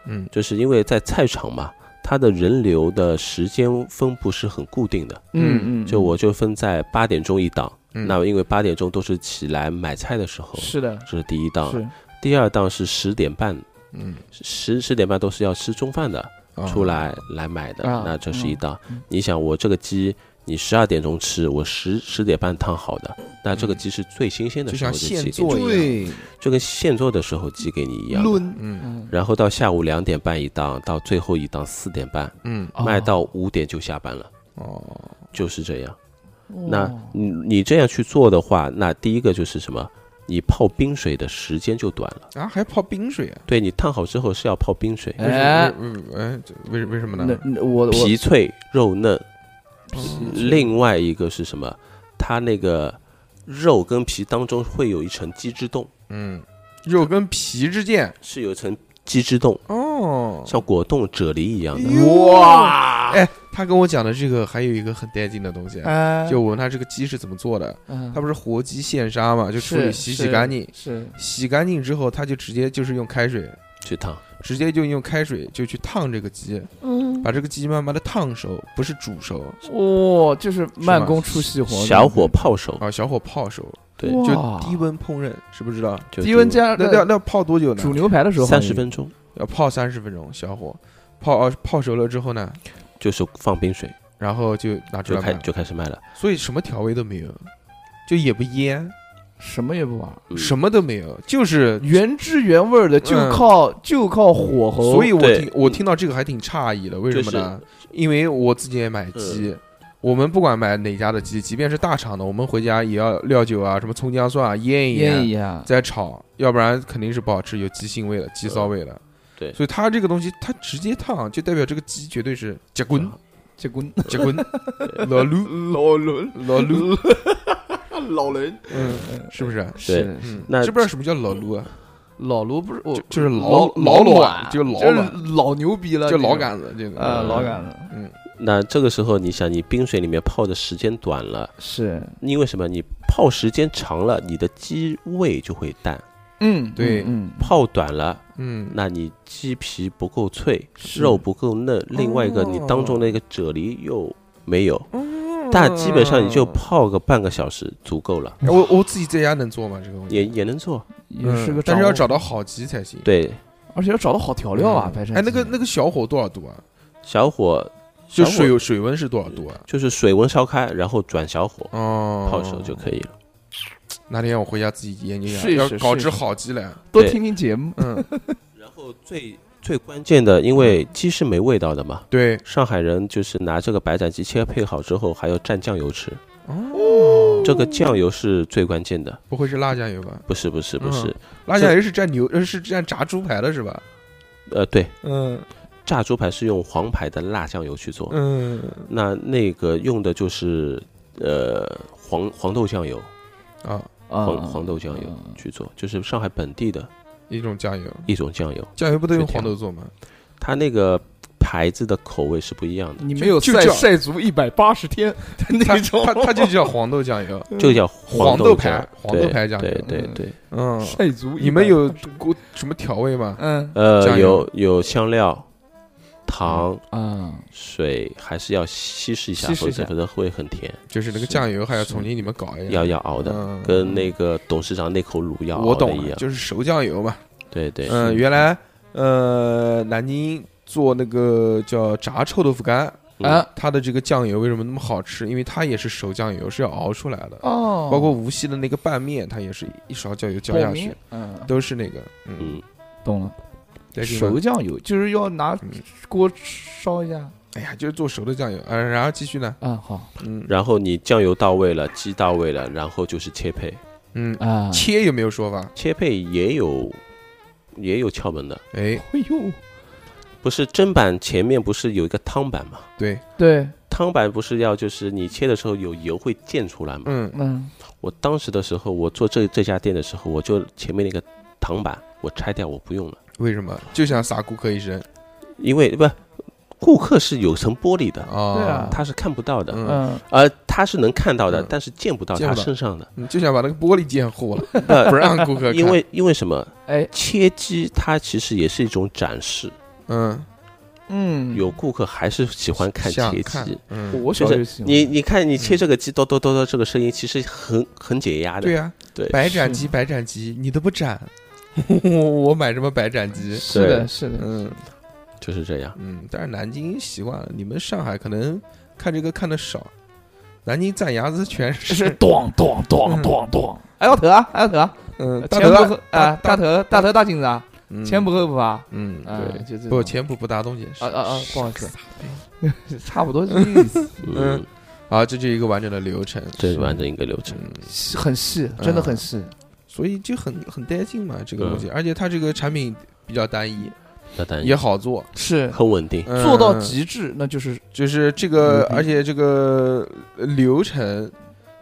Speaker 1: 嗯
Speaker 3: 就是因为在菜场嘛，它的人流的时间分布是很固定的，
Speaker 2: 嗯嗯，
Speaker 3: 就我就分在八点钟一档。
Speaker 1: 嗯，
Speaker 3: 那因为八点钟都是起来买菜的时候，
Speaker 2: 是的，
Speaker 3: 这是第一档，
Speaker 2: 是
Speaker 3: 第二档是十点半，
Speaker 1: 嗯
Speaker 3: 十十点半都是要吃中饭的。
Speaker 1: 啊
Speaker 3: 出来来买的，
Speaker 2: 啊
Speaker 3: 那这是一档。
Speaker 2: 嗯嗯
Speaker 3: 你想，我这个鸡，你十二点钟吃，我十十点半烫好的，那这个鸡是最新鲜
Speaker 1: 嗯
Speaker 3: 的
Speaker 1: 就
Speaker 3: 时候
Speaker 1: 像
Speaker 3: 就
Speaker 1: 现
Speaker 3: 寄给
Speaker 1: 做
Speaker 3: 你，
Speaker 1: 一样，
Speaker 3: 就跟现做的时候寄给你一样的。
Speaker 2: 论，
Speaker 1: 嗯
Speaker 2: 嗯
Speaker 3: 然后到下午两点半一档，到最后一档四点半，
Speaker 1: 嗯
Speaker 2: 哦
Speaker 3: 卖到五点就下班了，
Speaker 1: 哦，
Speaker 3: 就是这样。嗯
Speaker 2: 哦
Speaker 3: 那你你这样去做的话，那第一个就是什么？你泡冰水的时间就短了。
Speaker 1: 啊，还泡冰水啊？
Speaker 3: 对你烫好之后是要泡冰水，
Speaker 1: 为什
Speaker 2: 哎
Speaker 1: 么，为哎，这为为什么
Speaker 2: 那
Speaker 1: 呢？
Speaker 2: 那我嗯我
Speaker 3: 皮脆肉嫩，
Speaker 1: 皮
Speaker 3: 另外一个是什么？它那个肉跟皮当中会有一层鸡汁冻，
Speaker 1: 嗯，肉跟皮之间，
Speaker 3: 是有一层鸡汁冻，
Speaker 1: 哦，
Speaker 3: 像果冻、啫喱一样的。
Speaker 2: 嗯
Speaker 1: 哇！哎，他跟我讲的这个还有一个很带劲的东西，啊
Speaker 2: 哎，
Speaker 1: 就我问他这个鸡是怎么做的，
Speaker 2: 嗯
Speaker 1: 他不是活鸡现杀嘛，就处理
Speaker 2: 是
Speaker 1: 洗
Speaker 2: 是
Speaker 1: 洗干净，
Speaker 2: 是
Speaker 1: 洗干净之后，他就直接就是用开水，
Speaker 3: 去烫，
Speaker 1: 直接就用开水就去烫这个鸡，
Speaker 2: 嗯
Speaker 1: 把这个鸡慢慢的烫熟，不是煮熟
Speaker 2: 哦，就是慢工出细活，
Speaker 3: 小火泡熟，
Speaker 1: 啊，小火泡熟，
Speaker 3: 对，
Speaker 2: 哇
Speaker 1: 就低温烹饪，知不知道？
Speaker 3: 就
Speaker 2: 低温加
Speaker 1: 那要要泡多久呢？
Speaker 2: 煮牛排的时候
Speaker 3: 三十分钟，
Speaker 1: 要泡三十分钟，小火泡呃泡熟了之后呢，
Speaker 3: 就是放冰水，
Speaker 1: 然后就拿出
Speaker 3: 就
Speaker 1: 来
Speaker 3: 开
Speaker 1: 卖，
Speaker 3: 就开始卖了。
Speaker 1: 所以什么调味都没有，就也不腌。
Speaker 2: 什么也不玩，
Speaker 3: 嗯
Speaker 1: 什么都没有，就是。
Speaker 2: 原汁原味儿的，就
Speaker 1: 嗯
Speaker 2: 靠就靠火候，
Speaker 1: 所以我
Speaker 3: 对
Speaker 1: 听我听到这个还挺诧异的，为什么呢？因为我自己也买鸡，我们不管买哪家的鸡，即便是大厂的，我们回家也要料酒啊，什么葱姜蒜啊，腌一
Speaker 2: 腌一
Speaker 1: 腌，
Speaker 2: 下，
Speaker 1: 再炒，要不然肯定是不好吃，有鸡腥味的，鸡骚味的。
Speaker 3: 对
Speaker 1: 所以它这个东西，它直接烫，就代表这个鸡绝对是结棍，
Speaker 2: 结棍，
Speaker 1: 结棍，老卤，
Speaker 2: 老 伦
Speaker 1: 老卤，
Speaker 2: 老人
Speaker 1: 嗯，是不是？
Speaker 2: 是
Speaker 1: 嗯，
Speaker 3: 那
Speaker 1: 知不知道什么叫老卤啊？
Speaker 2: 老卢不是我
Speaker 1: 就就是
Speaker 2: 老
Speaker 1: 老
Speaker 2: 卵，
Speaker 1: 就老
Speaker 2: 老
Speaker 1: 卵，
Speaker 2: 老牛逼了，
Speaker 1: 就
Speaker 2: 这
Speaker 1: 老
Speaker 2: 种
Speaker 1: 杆子，这个
Speaker 2: 啊，
Speaker 3: 嗯
Speaker 2: 老杆子
Speaker 3: 那这个时候你想，你冰水里面泡的时间短了，
Speaker 2: 是，
Speaker 3: 因为什么？你泡时间长了，你的鸡味就会淡；
Speaker 2: 嗯，
Speaker 1: 对
Speaker 2: 嗯，嗯
Speaker 3: 泡短了，
Speaker 1: 嗯，
Speaker 3: 那你鸡皮不够脆，
Speaker 2: 是
Speaker 3: 肉不够嫩，另外一个
Speaker 1: 哦
Speaker 3: 你当中那个啫喱又没有，但基本上你就泡个半个小时足够了，
Speaker 1: 哎我我自己在家能做吗？这个东西嗯
Speaker 3: 也也能做。
Speaker 2: 也嗯是个，
Speaker 1: 但是要找，到好鸡才行。
Speaker 3: 对，
Speaker 2: 而且要找到好调料啊，
Speaker 1: 嗯
Speaker 2: 白斩鸡。
Speaker 1: 哎，那个那个小火多少度啊？
Speaker 3: 小火
Speaker 1: 就
Speaker 3: 小火
Speaker 1: 水水温是多少度啊？
Speaker 3: 就是水温烧开，然后转小火
Speaker 1: 哦，
Speaker 3: 泡熟就可以了。
Speaker 1: 那天我回家自己研究一下，
Speaker 2: 试一
Speaker 1: 要
Speaker 2: 试
Speaker 1: 搞
Speaker 2: 试一
Speaker 1: 只
Speaker 2: 试
Speaker 1: 好鸡来。
Speaker 2: 多
Speaker 3: 对
Speaker 2: 听听节目，
Speaker 1: 嗯，
Speaker 3: 然后最最关键的，因为鸡是没味道的嘛，
Speaker 1: 对，
Speaker 3: 上海人就是拿这个白斩鸡切配好之后，还要蘸酱油吃，
Speaker 1: 哦，
Speaker 3: 这个酱油是最关键的。
Speaker 1: 不会是辣酱油吧？
Speaker 3: 不是不是不是，
Speaker 1: 辣酱油是蘸牛，呃是蘸炸猪排的是吧？
Speaker 3: 呃，对，
Speaker 1: 嗯
Speaker 3: 炸猪排是用黄牌的辣酱油去做，
Speaker 1: 嗯，
Speaker 3: 那那个用的就是呃黄黄豆酱油，
Speaker 1: 啊，
Speaker 3: 黄、
Speaker 2: 嗯，
Speaker 3: 黄豆酱油
Speaker 2: 嗯
Speaker 3: 去做，就是上海本地的
Speaker 1: 一种酱油，
Speaker 3: 一种酱油，
Speaker 1: 酱油不都用
Speaker 3: 去调
Speaker 1: 黄豆做吗？
Speaker 3: 它那个牌子的口味是不一样的，
Speaker 2: 你
Speaker 1: 就
Speaker 2: 没有
Speaker 1: 就
Speaker 2: 晒
Speaker 1: 叫
Speaker 2: 晒足一百八十天的
Speaker 1: 它
Speaker 2: 那种，
Speaker 1: 它它就叫黄豆酱油，
Speaker 3: 就 叫
Speaker 1: 黄
Speaker 3: 豆
Speaker 1: 牌
Speaker 3: 酱，
Speaker 1: 黄豆牌酱油
Speaker 3: 对对对
Speaker 2: 嗯
Speaker 3: 对，
Speaker 1: 嗯，
Speaker 2: 晒足180。
Speaker 1: 你们有过什么调味吗？
Speaker 2: 嗯
Speaker 3: 呃，
Speaker 1: 酱
Speaker 3: 有
Speaker 1: 油
Speaker 3: 有香料、糖、
Speaker 2: 嗯，
Speaker 3: 水，还是要稀释一下，
Speaker 2: 稀释
Speaker 3: 否
Speaker 2: 一
Speaker 3: 则
Speaker 2: 下
Speaker 3: 否则会很甜，
Speaker 1: 就是那个
Speaker 3: 是
Speaker 1: 酱油还要
Speaker 3: 是
Speaker 1: 重新你们搞一下，
Speaker 3: 要要熬的，
Speaker 1: 嗯
Speaker 3: 跟那个董事长那口卤要
Speaker 1: 我
Speaker 3: 熬的
Speaker 1: 懂
Speaker 3: 一
Speaker 1: 了，
Speaker 3: 样，
Speaker 1: 就是熟酱油嘛。
Speaker 3: 对对，
Speaker 1: 嗯，原来呃，南京做那个叫炸臭豆腐干，
Speaker 2: 啊
Speaker 1: 它的这个酱油为什么那么好吃？因为它也是熟酱油，是要熬出来的。
Speaker 2: 哦，
Speaker 1: 包括无锡的那个拌面，它也是一勺酱油浇
Speaker 2: 保
Speaker 1: 下
Speaker 2: 明
Speaker 1: 去，，
Speaker 2: 嗯，
Speaker 1: 都是那个嗯，
Speaker 3: 嗯，
Speaker 2: 懂了。
Speaker 1: 对是吧
Speaker 2: 熟酱油就是要拿
Speaker 1: 嗯
Speaker 2: 锅烧一下。
Speaker 1: 哎呀，就是做熟的酱油。呃，然后继续呢，
Speaker 2: 嗯，好
Speaker 1: 嗯
Speaker 3: 然后你酱油到位了，鸡到位了，然后就是切配，
Speaker 1: 嗯，
Speaker 2: 啊，
Speaker 1: 切有没有说法？
Speaker 3: 切配也有也有窍门的，
Speaker 1: 哎，
Speaker 2: 哎呦，
Speaker 3: 不是砧板前面不是有一个汤板吗？
Speaker 1: 对，
Speaker 2: 对，
Speaker 3: 汤板不是要就是你切的时候有油会溅出来吗？
Speaker 1: 嗯
Speaker 2: 嗯，
Speaker 3: 我当时的时候，我做这这家店的时候，我就前面那个糖板我拆掉，我不用了，
Speaker 1: 为什么就想撒顾客一身
Speaker 3: 因为不，顾客是有层玻璃的，
Speaker 1: 啊？
Speaker 2: 对啊
Speaker 3: 他是看不到的，
Speaker 1: 嗯，
Speaker 2: 嗯，
Speaker 3: 呃，他是能看到的
Speaker 1: 嗯，
Speaker 3: 但是见不到
Speaker 1: 见
Speaker 3: 他
Speaker 1: 不到
Speaker 3: 身上 的，
Speaker 1: 嗯你就想把那个玻璃见糊了，
Speaker 3: 呃
Speaker 1: 不让顾客看。
Speaker 3: 因为因为什么？
Speaker 2: 哎，
Speaker 3: 切鸡它其实也是一种展示，
Speaker 1: 嗯，
Speaker 2: 嗯，
Speaker 3: 有顾客还是喜欢看
Speaker 1: 想
Speaker 3: 切
Speaker 1: 看
Speaker 3: 鸡。，
Speaker 1: 嗯，
Speaker 2: 我小
Speaker 3: 就
Speaker 2: 时
Speaker 3: 是
Speaker 2: 候喜欢
Speaker 3: 你你看你切这个鸡哆哆哆哆这个声音，其实很很解压
Speaker 1: 对啊
Speaker 3: 的。
Speaker 1: 呀、
Speaker 3: 对
Speaker 1: 白斩鸡，白斩鸡，你都不斩， 我买什么白斩鸡？
Speaker 2: 是的，是的，
Speaker 1: 嗯
Speaker 3: 就是这样。
Speaker 1: 嗯，但是南京习惯了，你们上海可能看这个看的少，南京蘸牙子全
Speaker 2: 是
Speaker 1: 是，
Speaker 2: 咚咚咚咚咚，哎要头啊，哎要头啊，
Speaker 1: 嗯，大
Speaker 2: 前
Speaker 1: 头
Speaker 2: 仆
Speaker 1: 啊
Speaker 2: 后啊，
Speaker 1: 大
Speaker 2: 大头大头大颈子啊，
Speaker 1: 嗯
Speaker 2: 前仆后仆啊，
Speaker 1: 嗯，
Speaker 2: 啊
Speaker 1: 对，，
Speaker 2: 就这
Speaker 1: 不
Speaker 2: 种
Speaker 1: 前仆不搭东西，是
Speaker 2: 啊啊啊，不好意思， 差不多这个意思，
Speaker 1: 嗯
Speaker 3: 嗯，
Speaker 1: 啊，这就是一个完整的流程，
Speaker 3: 这完整一个流程。
Speaker 1: 嗯，
Speaker 2: 很细，真的很细，
Speaker 1: 所以就很很带劲嘛，这个东西，而且它这个产品比较单一，
Speaker 3: 那当然
Speaker 1: 也好做，
Speaker 2: 是
Speaker 3: 很稳定。
Speaker 1: 嗯
Speaker 2: 哎做到极致，那就是
Speaker 1: 就是这个
Speaker 2: 牛，逼
Speaker 1: 而且这个呃流程，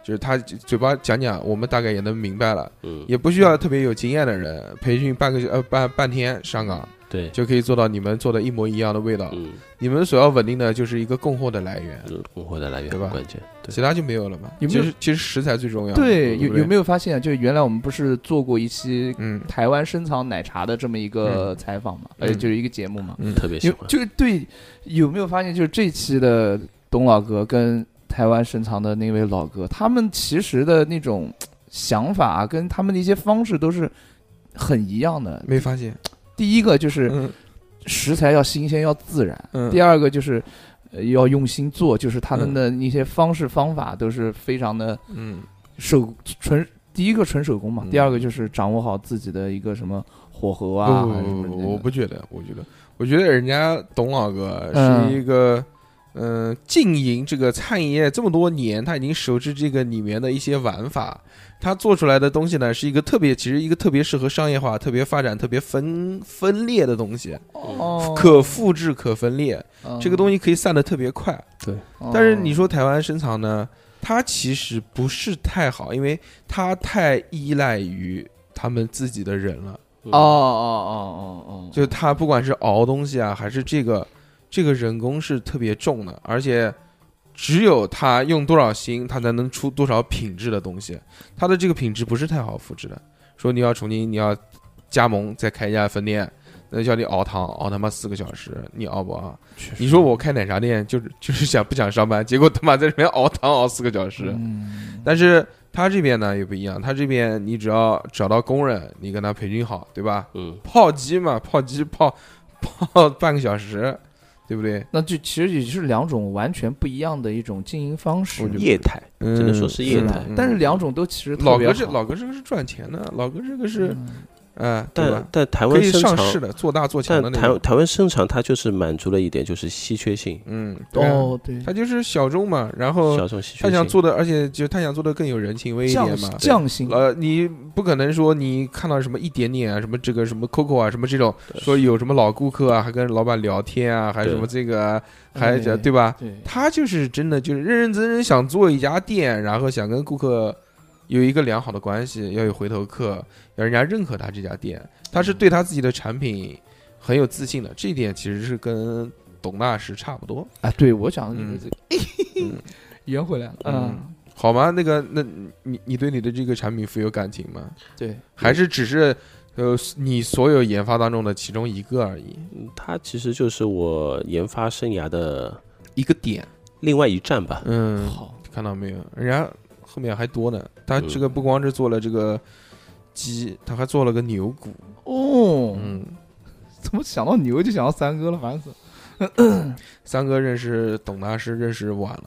Speaker 1: 就是他嘴巴讲讲，我们大概也能明白了，
Speaker 3: 嗯，
Speaker 1: 也不需要特别有经验的人培训半个呃半半天上岗
Speaker 3: 对，
Speaker 1: 就可以做到你们做的一模一样的味道。
Speaker 3: 嗯，
Speaker 1: 你们所要稳定的就是一个供货的来源，
Speaker 3: 供货的来源
Speaker 1: 对吧
Speaker 3: 很关键。
Speaker 1: 其
Speaker 3: 对，
Speaker 1: 他就没有了嘛。
Speaker 2: 有没有
Speaker 1: 其实其实食材最重要。
Speaker 2: 对，
Speaker 1: 啊对不
Speaker 2: 有
Speaker 1: 对
Speaker 2: 有没有发现，啊就原来我们不是做过一期呃
Speaker 1: 嗯
Speaker 2: 台湾深藏奶茶的这么一个采访嘛，
Speaker 1: 嗯
Speaker 2: 而且就是一个节目嘛，
Speaker 1: 嗯
Speaker 3: 特别喜
Speaker 2: 有
Speaker 3: 欢。
Speaker 2: 就是对，有没有发现，就是这期的董老哥跟台湾深藏的那位老哥，他们其实的那种想法、啊、跟他们的一些方式都是很一样的。
Speaker 1: 没发现？
Speaker 2: 第一个就是
Speaker 1: 嗯
Speaker 2: 食材要新鲜要自然，
Speaker 1: 嗯
Speaker 2: 第二个就是。呃要用心做，就是他
Speaker 1: 嗯
Speaker 2: 们的一些方式方法都是非常的
Speaker 1: 嗯
Speaker 2: 手纯第一个纯手工嘛，
Speaker 1: 嗯
Speaker 2: 第二个就是掌握好自己的一个什么火候啊，
Speaker 1: 不
Speaker 2: 还是什
Speaker 1: 不
Speaker 2: 么
Speaker 1: 不
Speaker 2: 之类
Speaker 1: 不，
Speaker 2: 的
Speaker 1: 我不觉得，我觉得，我觉得人家董老哥是一个，嗯、经营这个餐饮业这么多年，他已经熟知这个里面的一些玩法，他做出来的东西呢，是一个特别，其实一个特别适合商业化、特别发展、特别分分裂的东西，
Speaker 2: 哦
Speaker 1: 可复制、可分裂，这个东
Speaker 2: 西，
Speaker 1: 西可以散得特别快。
Speaker 2: 哦
Speaker 1: 但是你说台湾深藏呢，它其实不是太好，因为它太依赖于他们自己的人了。
Speaker 2: 哦
Speaker 3: 嗯
Speaker 2: 哦，哦哦哦，
Speaker 1: 就他不管是熬东西啊，还是这个这个人工是特别重的，而且只有他用多少心，他才能出多少品质的东西。他的这个品质不是太好复制的。说你要重新你要加盟再开一家分店，那叫你熬汤，熬他妈四个小时，你熬不熬？你说我开奶茶店就是就是想不想上班，结果他妈在这边熬汤熬四个小时。
Speaker 2: 嗯
Speaker 1: 但是他这边呢也不一样，他这边你只要找到工人，你跟他培训好，对吧？
Speaker 3: 嗯，
Speaker 1: 泡鸡嘛，泡鸡泡泡 半个小时，对不对？
Speaker 2: 那就其实也是两种完全不一样的一种经营方式
Speaker 1: 我觉，得
Speaker 3: 嗯业态
Speaker 1: 只
Speaker 3: 能说是业
Speaker 2: 吧
Speaker 3: 态
Speaker 2: 但是两种都其实特
Speaker 1: 嗯老
Speaker 2: 别
Speaker 1: 哥这
Speaker 2: 好
Speaker 1: 老哥这个是赚钱的，老哥这个是
Speaker 2: 嗯
Speaker 1: 嗯，对
Speaker 3: 但
Speaker 1: 吧？
Speaker 3: 但台
Speaker 1: 可
Speaker 3: 湾
Speaker 1: 以
Speaker 3: 生
Speaker 1: 上
Speaker 3: 长，
Speaker 1: 市的，做大做强
Speaker 3: 但
Speaker 1: 的那
Speaker 3: 台
Speaker 1: 种。
Speaker 3: 台湾生长它就是满足了一点，就是稀缺性，
Speaker 1: 嗯，对啊，
Speaker 2: 哦对，
Speaker 1: 他就是小众嘛，然后
Speaker 3: 小众稀缺
Speaker 1: 他嗯想
Speaker 3: 性。
Speaker 1: 做的，而且就他想做的更有人情味一
Speaker 2: 匠
Speaker 1: 点嘛。
Speaker 2: 匠心
Speaker 1: 呃，你不可能说你看到什么一点点啊，什么这个什么 COCO 啊，什么这种，
Speaker 3: 对
Speaker 1: 说有什么老顾客啊，还跟老板聊天啊，还什么这个啊，还
Speaker 2: 对
Speaker 1: 对吧？
Speaker 2: 对，
Speaker 1: 他就是真的就是认认真真想做一家店，然后想跟顾客有一个良好的关系，要有回头客，要人家认可他这家店，他是对他自己的产品很有自信的，这一点其实是跟董大师差不多，
Speaker 2: 啊，对我讲的就
Speaker 1: 嗯
Speaker 2: 是这个， 圆回来了，嗯，
Speaker 1: 好吗？那个，那你你对你的这个产品富有感情吗？
Speaker 2: 对，
Speaker 1: 还是只是呃你所有研发当中的其中一个而已，
Speaker 3: 嗯它其实就是我研发生涯的
Speaker 1: 一个点。
Speaker 3: 另外一站吧。
Speaker 1: 嗯，
Speaker 2: 好，
Speaker 1: 看到没有？人家后面还多呢。他这个不光是做了这个鸡，他还做了个牛骨。
Speaker 2: 哦，
Speaker 1: 嗯，
Speaker 2: 怎么想到牛就想到三哥了，烦死了，
Speaker 1: 三哥认识董大师认识晚了，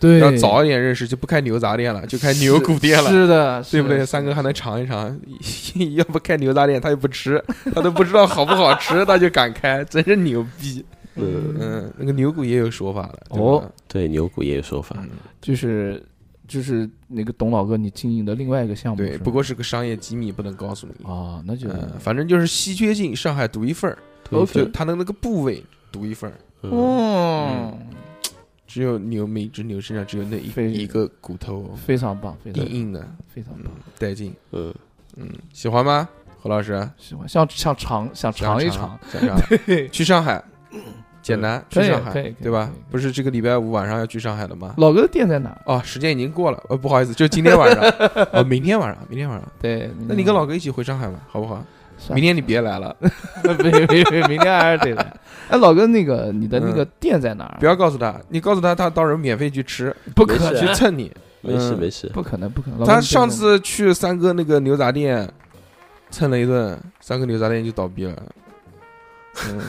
Speaker 2: 对
Speaker 1: 要早一点认识就不开牛杂店了，就开牛骨店了。
Speaker 2: 是的，
Speaker 1: 对不
Speaker 2: 是
Speaker 1: 对？
Speaker 2: 的
Speaker 1: 三哥还能尝一尝， 要不开牛杂店他又不吃，他都不知道好不好吃，他就敢开，真是牛逼。
Speaker 3: 嗯，
Speaker 1: 嗯，那个牛骨也有说法的，对吧
Speaker 2: 哦，
Speaker 3: 对，牛骨也有说法。
Speaker 1: 嗯
Speaker 2: 就是就是那个董老哥你经营的另外一个项目是
Speaker 1: 对，
Speaker 2: 吗，
Speaker 1: 不过是个商业机密，不能告诉你。
Speaker 2: 啊，那就
Speaker 1: 嗯，反正就是稀缺性，上海独一份儿，
Speaker 3: 对
Speaker 2: OK
Speaker 1: 就它的那个部位独一份儿，
Speaker 3: 嗯，
Speaker 2: 哦，
Speaker 1: 只有牛每只牛身上只有那一
Speaker 2: 非
Speaker 1: 一个骨头，
Speaker 2: 嗯非常棒，非常
Speaker 1: 硬
Speaker 2: 棒
Speaker 1: 硬的，
Speaker 2: 非常
Speaker 1: 嗯
Speaker 2: 棒，，
Speaker 1: 带劲，
Speaker 3: 嗯，
Speaker 1: 嗯，喜欢吗？何老师，
Speaker 2: 喜欢，想想尝想尝一尝
Speaker 1: 尝，，想 尝，去上海，简单，去
Speaker 2: 可以
Speaker 1: 上
Speaker 2: 可以可
Speaker 1: 海
Speaker 2: 以，
Speaker 1: 对吧
Speaker 2: 可以可？嗯
Speaker 1: 不是这个礼拜五晚上要去上海了吗？
Speaker 2: 老哥的店在哪？
Speaker 1: 哦，时间已经过了，呃，不好意思，就是今天晚上， 哦，明天晚上，明天晚上，
Speaker 2: 对，
Speaker 1: 那你跟老哥一起回上海吧，好不好？
Speaker 2: 算了
Speaker 1: 明天你别来了，
Speaker 2: 没没没，明天还是得来。哎，老哥，那个你的那个店在哪儿？
Speaker 1: 嗯
Speaker 2: 啊
Speaker 1: 不要告诉他，你告诉他，他到时候免费去吃，
Speaker 2: 不
Speaker 3: 没
Speaker 2: 可
Speaker 3: 事
Speaker 1: 去
Speaker 2: 能，
Speaker 1: 蹭你。
Speaker 3: 没事
Speaker 1: 嗯
Speaker 3: 没事。
Speaker 2: 不可能，不可能。老哥
Speaker 1: 他
Speaker 2: 你
Speaker 1: 上
Speaker 2: 在哪儿
Speaker 1: 次去三哥那个牛杂店蹭了一顿，三哥牛杂店就倒闭了。嗯，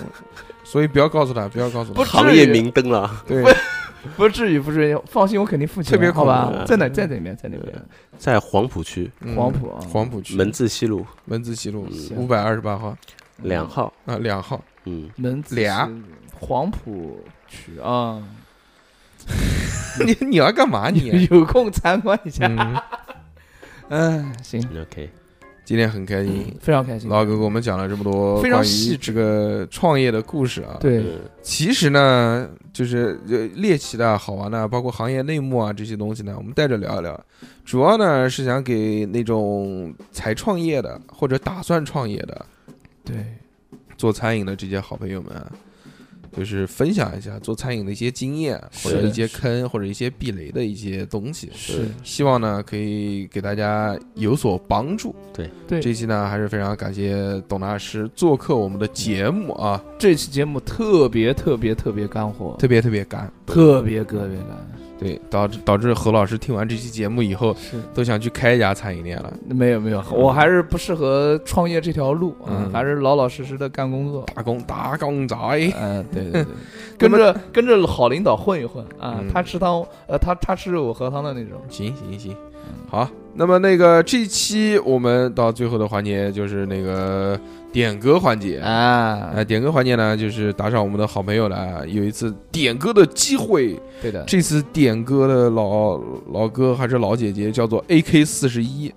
Speaker 1: 所以不要告诉他，不要告诉他
Speaker 2: 不，
Speaker 3: 行业明灯啊了，
Speaker 1: 对，
Speaker 2: 不至于，不至于，放心，我肯定付钱，
Speaker 1: 特别
Speaker 2: 好
Speaker 1: 恐
Speaker 2: 吧？
Speaker 3: 怖
Speaker 2: 在哪？在哪边？在哪边？
Speaker 3: 在黄浦区
Speaker 1: 嗯
Speaker 2: 黄埔啊，
Speaker 1: 黄浦区
Speaker 3: 门字西路
Speaker 1: 门子西路
Speaker 2: 行
Speaker 1: 五百二十八号
Speaker 3: 两号。
Speaker 1: 啊，两号。
Speaker 3: 嗯，
Speaker 2: 门子
Speaker 1: 俩
Speaker 2: 西路黄浦区啊，
Speaker 1: 你你要干嘛 你？啊
Speaker 2: 有空参观一下。
Speaker 1: 嗯，
Speaker 2: 嗯，行，
Speaker 3: OK，
Speaker 1: 今天很开心，
Speaker 2: 非常开心。
Speaker 1: 老哥给我们讲了这么多
Speaker 2: 嗯非常
Speaker 1: 关于
Speaker 2: 细
Speaker 1: 这个创业的故事啊。，
Speaker 2: 对，
Speaker 3: 嗯
Speaker 1: 其实呢，就是呃猎奇的好玩的，包括行业内幕啊这些东西呢，我们带着聊一聊。主要呢是想给那种才创业的或者打算创业的
Speaker 2: 对，
Speaker 1: 做餐饮的这些好朋友们啊，就是分享一下做餐饮的一些经验，或者
Speaker 2: 是
Speaker 1: 一些坑，或者一些避雷的一些东西。
Speaker 2: 是，
Speaker 1: 希望呢可以给大家有所帮助。
Speaker 2: 对。
Speaker 1: 这期呢还是非常感谢董大师做客我们的节目啊，
Speaker 2: 这期节目特别特别特别干货，
Speaker 1: 特别特别干，
Speaker 2: 特别特别干。
Speaker 1: 对，导致导致何老师听完这期节目以后，
Speaker 2: 是。
Speaker 1: 都想去开一家餐饮店了，
Speaker 2: 没有没有，我还是不适合创业这条路，啊
Speaker 1: 嗯哎
Speaker 2: 还是老老实实的干工作。
Speaker 1: 打工打工仔。
Speaker 2: 嗯，对对对，跟着跟着好领导混一混啊
Speaker 1: 嗯，
Speaker 2: 他吃汤，呃，他他吃我喝汤的那种。
Speaker 1: 行行行，好，那么那个这期我们到最后的环节就是那个点歌环节。
Speaker 2: 啊
Speaker 1: 呃，，点歌环节呢，就是打赏我们的好朋友了。有一次点歌的机会，
Speaker 2: 对的，
Speaker 1: 这次点歌的老老哥还是老姐姐，叫做 AK 四十一，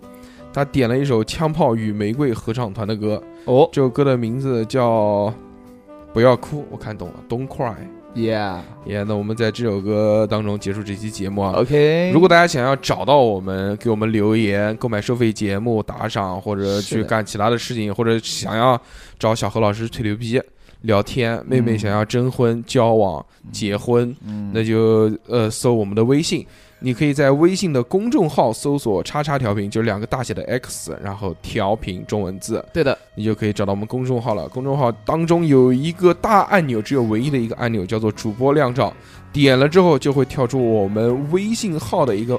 Speaker 1: 他点了一首枪炮与玫瑰合唱团的歌，
Speaker 2: 哦
Speaker 1: 这首歌的名字叫《不要哭》，我看懂了，Don't cry。
Speaker 2: ，Yeah，OK。
Speaker 1: 耶，那我们在这首歌当中结束这期节目啊。如
Speaker 2: 如
Speaker 1: 果大家想要找到我们，给我们留言、购买收费节目、打赏，或者
Speaker 2: 是
Speaker 1: 去
Speaker 2: 的
Speaker 1: 干其他的事情，或者想要找小何老师吹牛逼、聊天，妹妹
Speaker 2: 嗯
Speaker 1: 想要征婚、交往、结婚，那就呃搜我们的微信你可以在微信的公众号搜索“叉叉调频”，就是两个大写的 X，然后调频中文字，
Speaker 2: 对的，
Speaker 1: 你就可以找到我们公众号了。公众号当中有一个大按钮，只有唯一的一个按钮，叫做“主播靓照”，点了之后就会跳出我们微信号的一个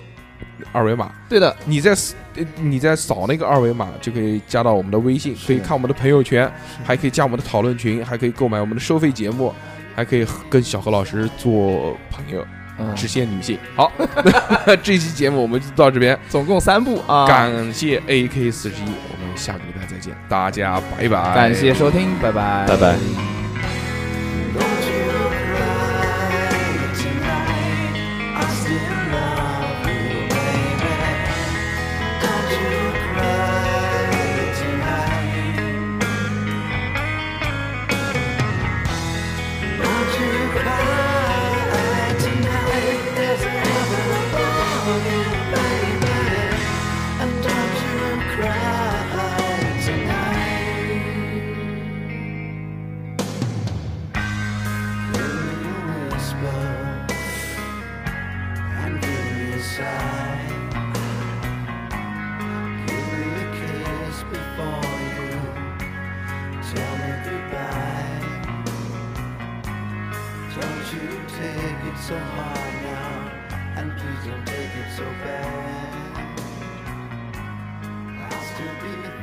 Speaker 1: 二维码，
Speaker 2: 对的，
Speaker 1: 你在呃你在扫那个二维码就可以加到我们的微信，
Speaker 2: 是
Speaker 1: 可以看我们的朋友圈，还可以加我们的讨论群，还可以购买我们的收费节目，还可以和跟小何老师做朋友，
Speaker 2: 嗯，
Speaker 1: 只限女性。好， 这期节目我们就到这边，
Speaker 2: 总共三部啊，
Speaker 1: 感谢 AK 四十一，我们下个礼拜再见，大家拜拜，
Speaker 2: 感谢收听，拜拜，
Speaker 3: 拜拜。
Speaker 4: So hard now, and please don't take it so bad. I'll still be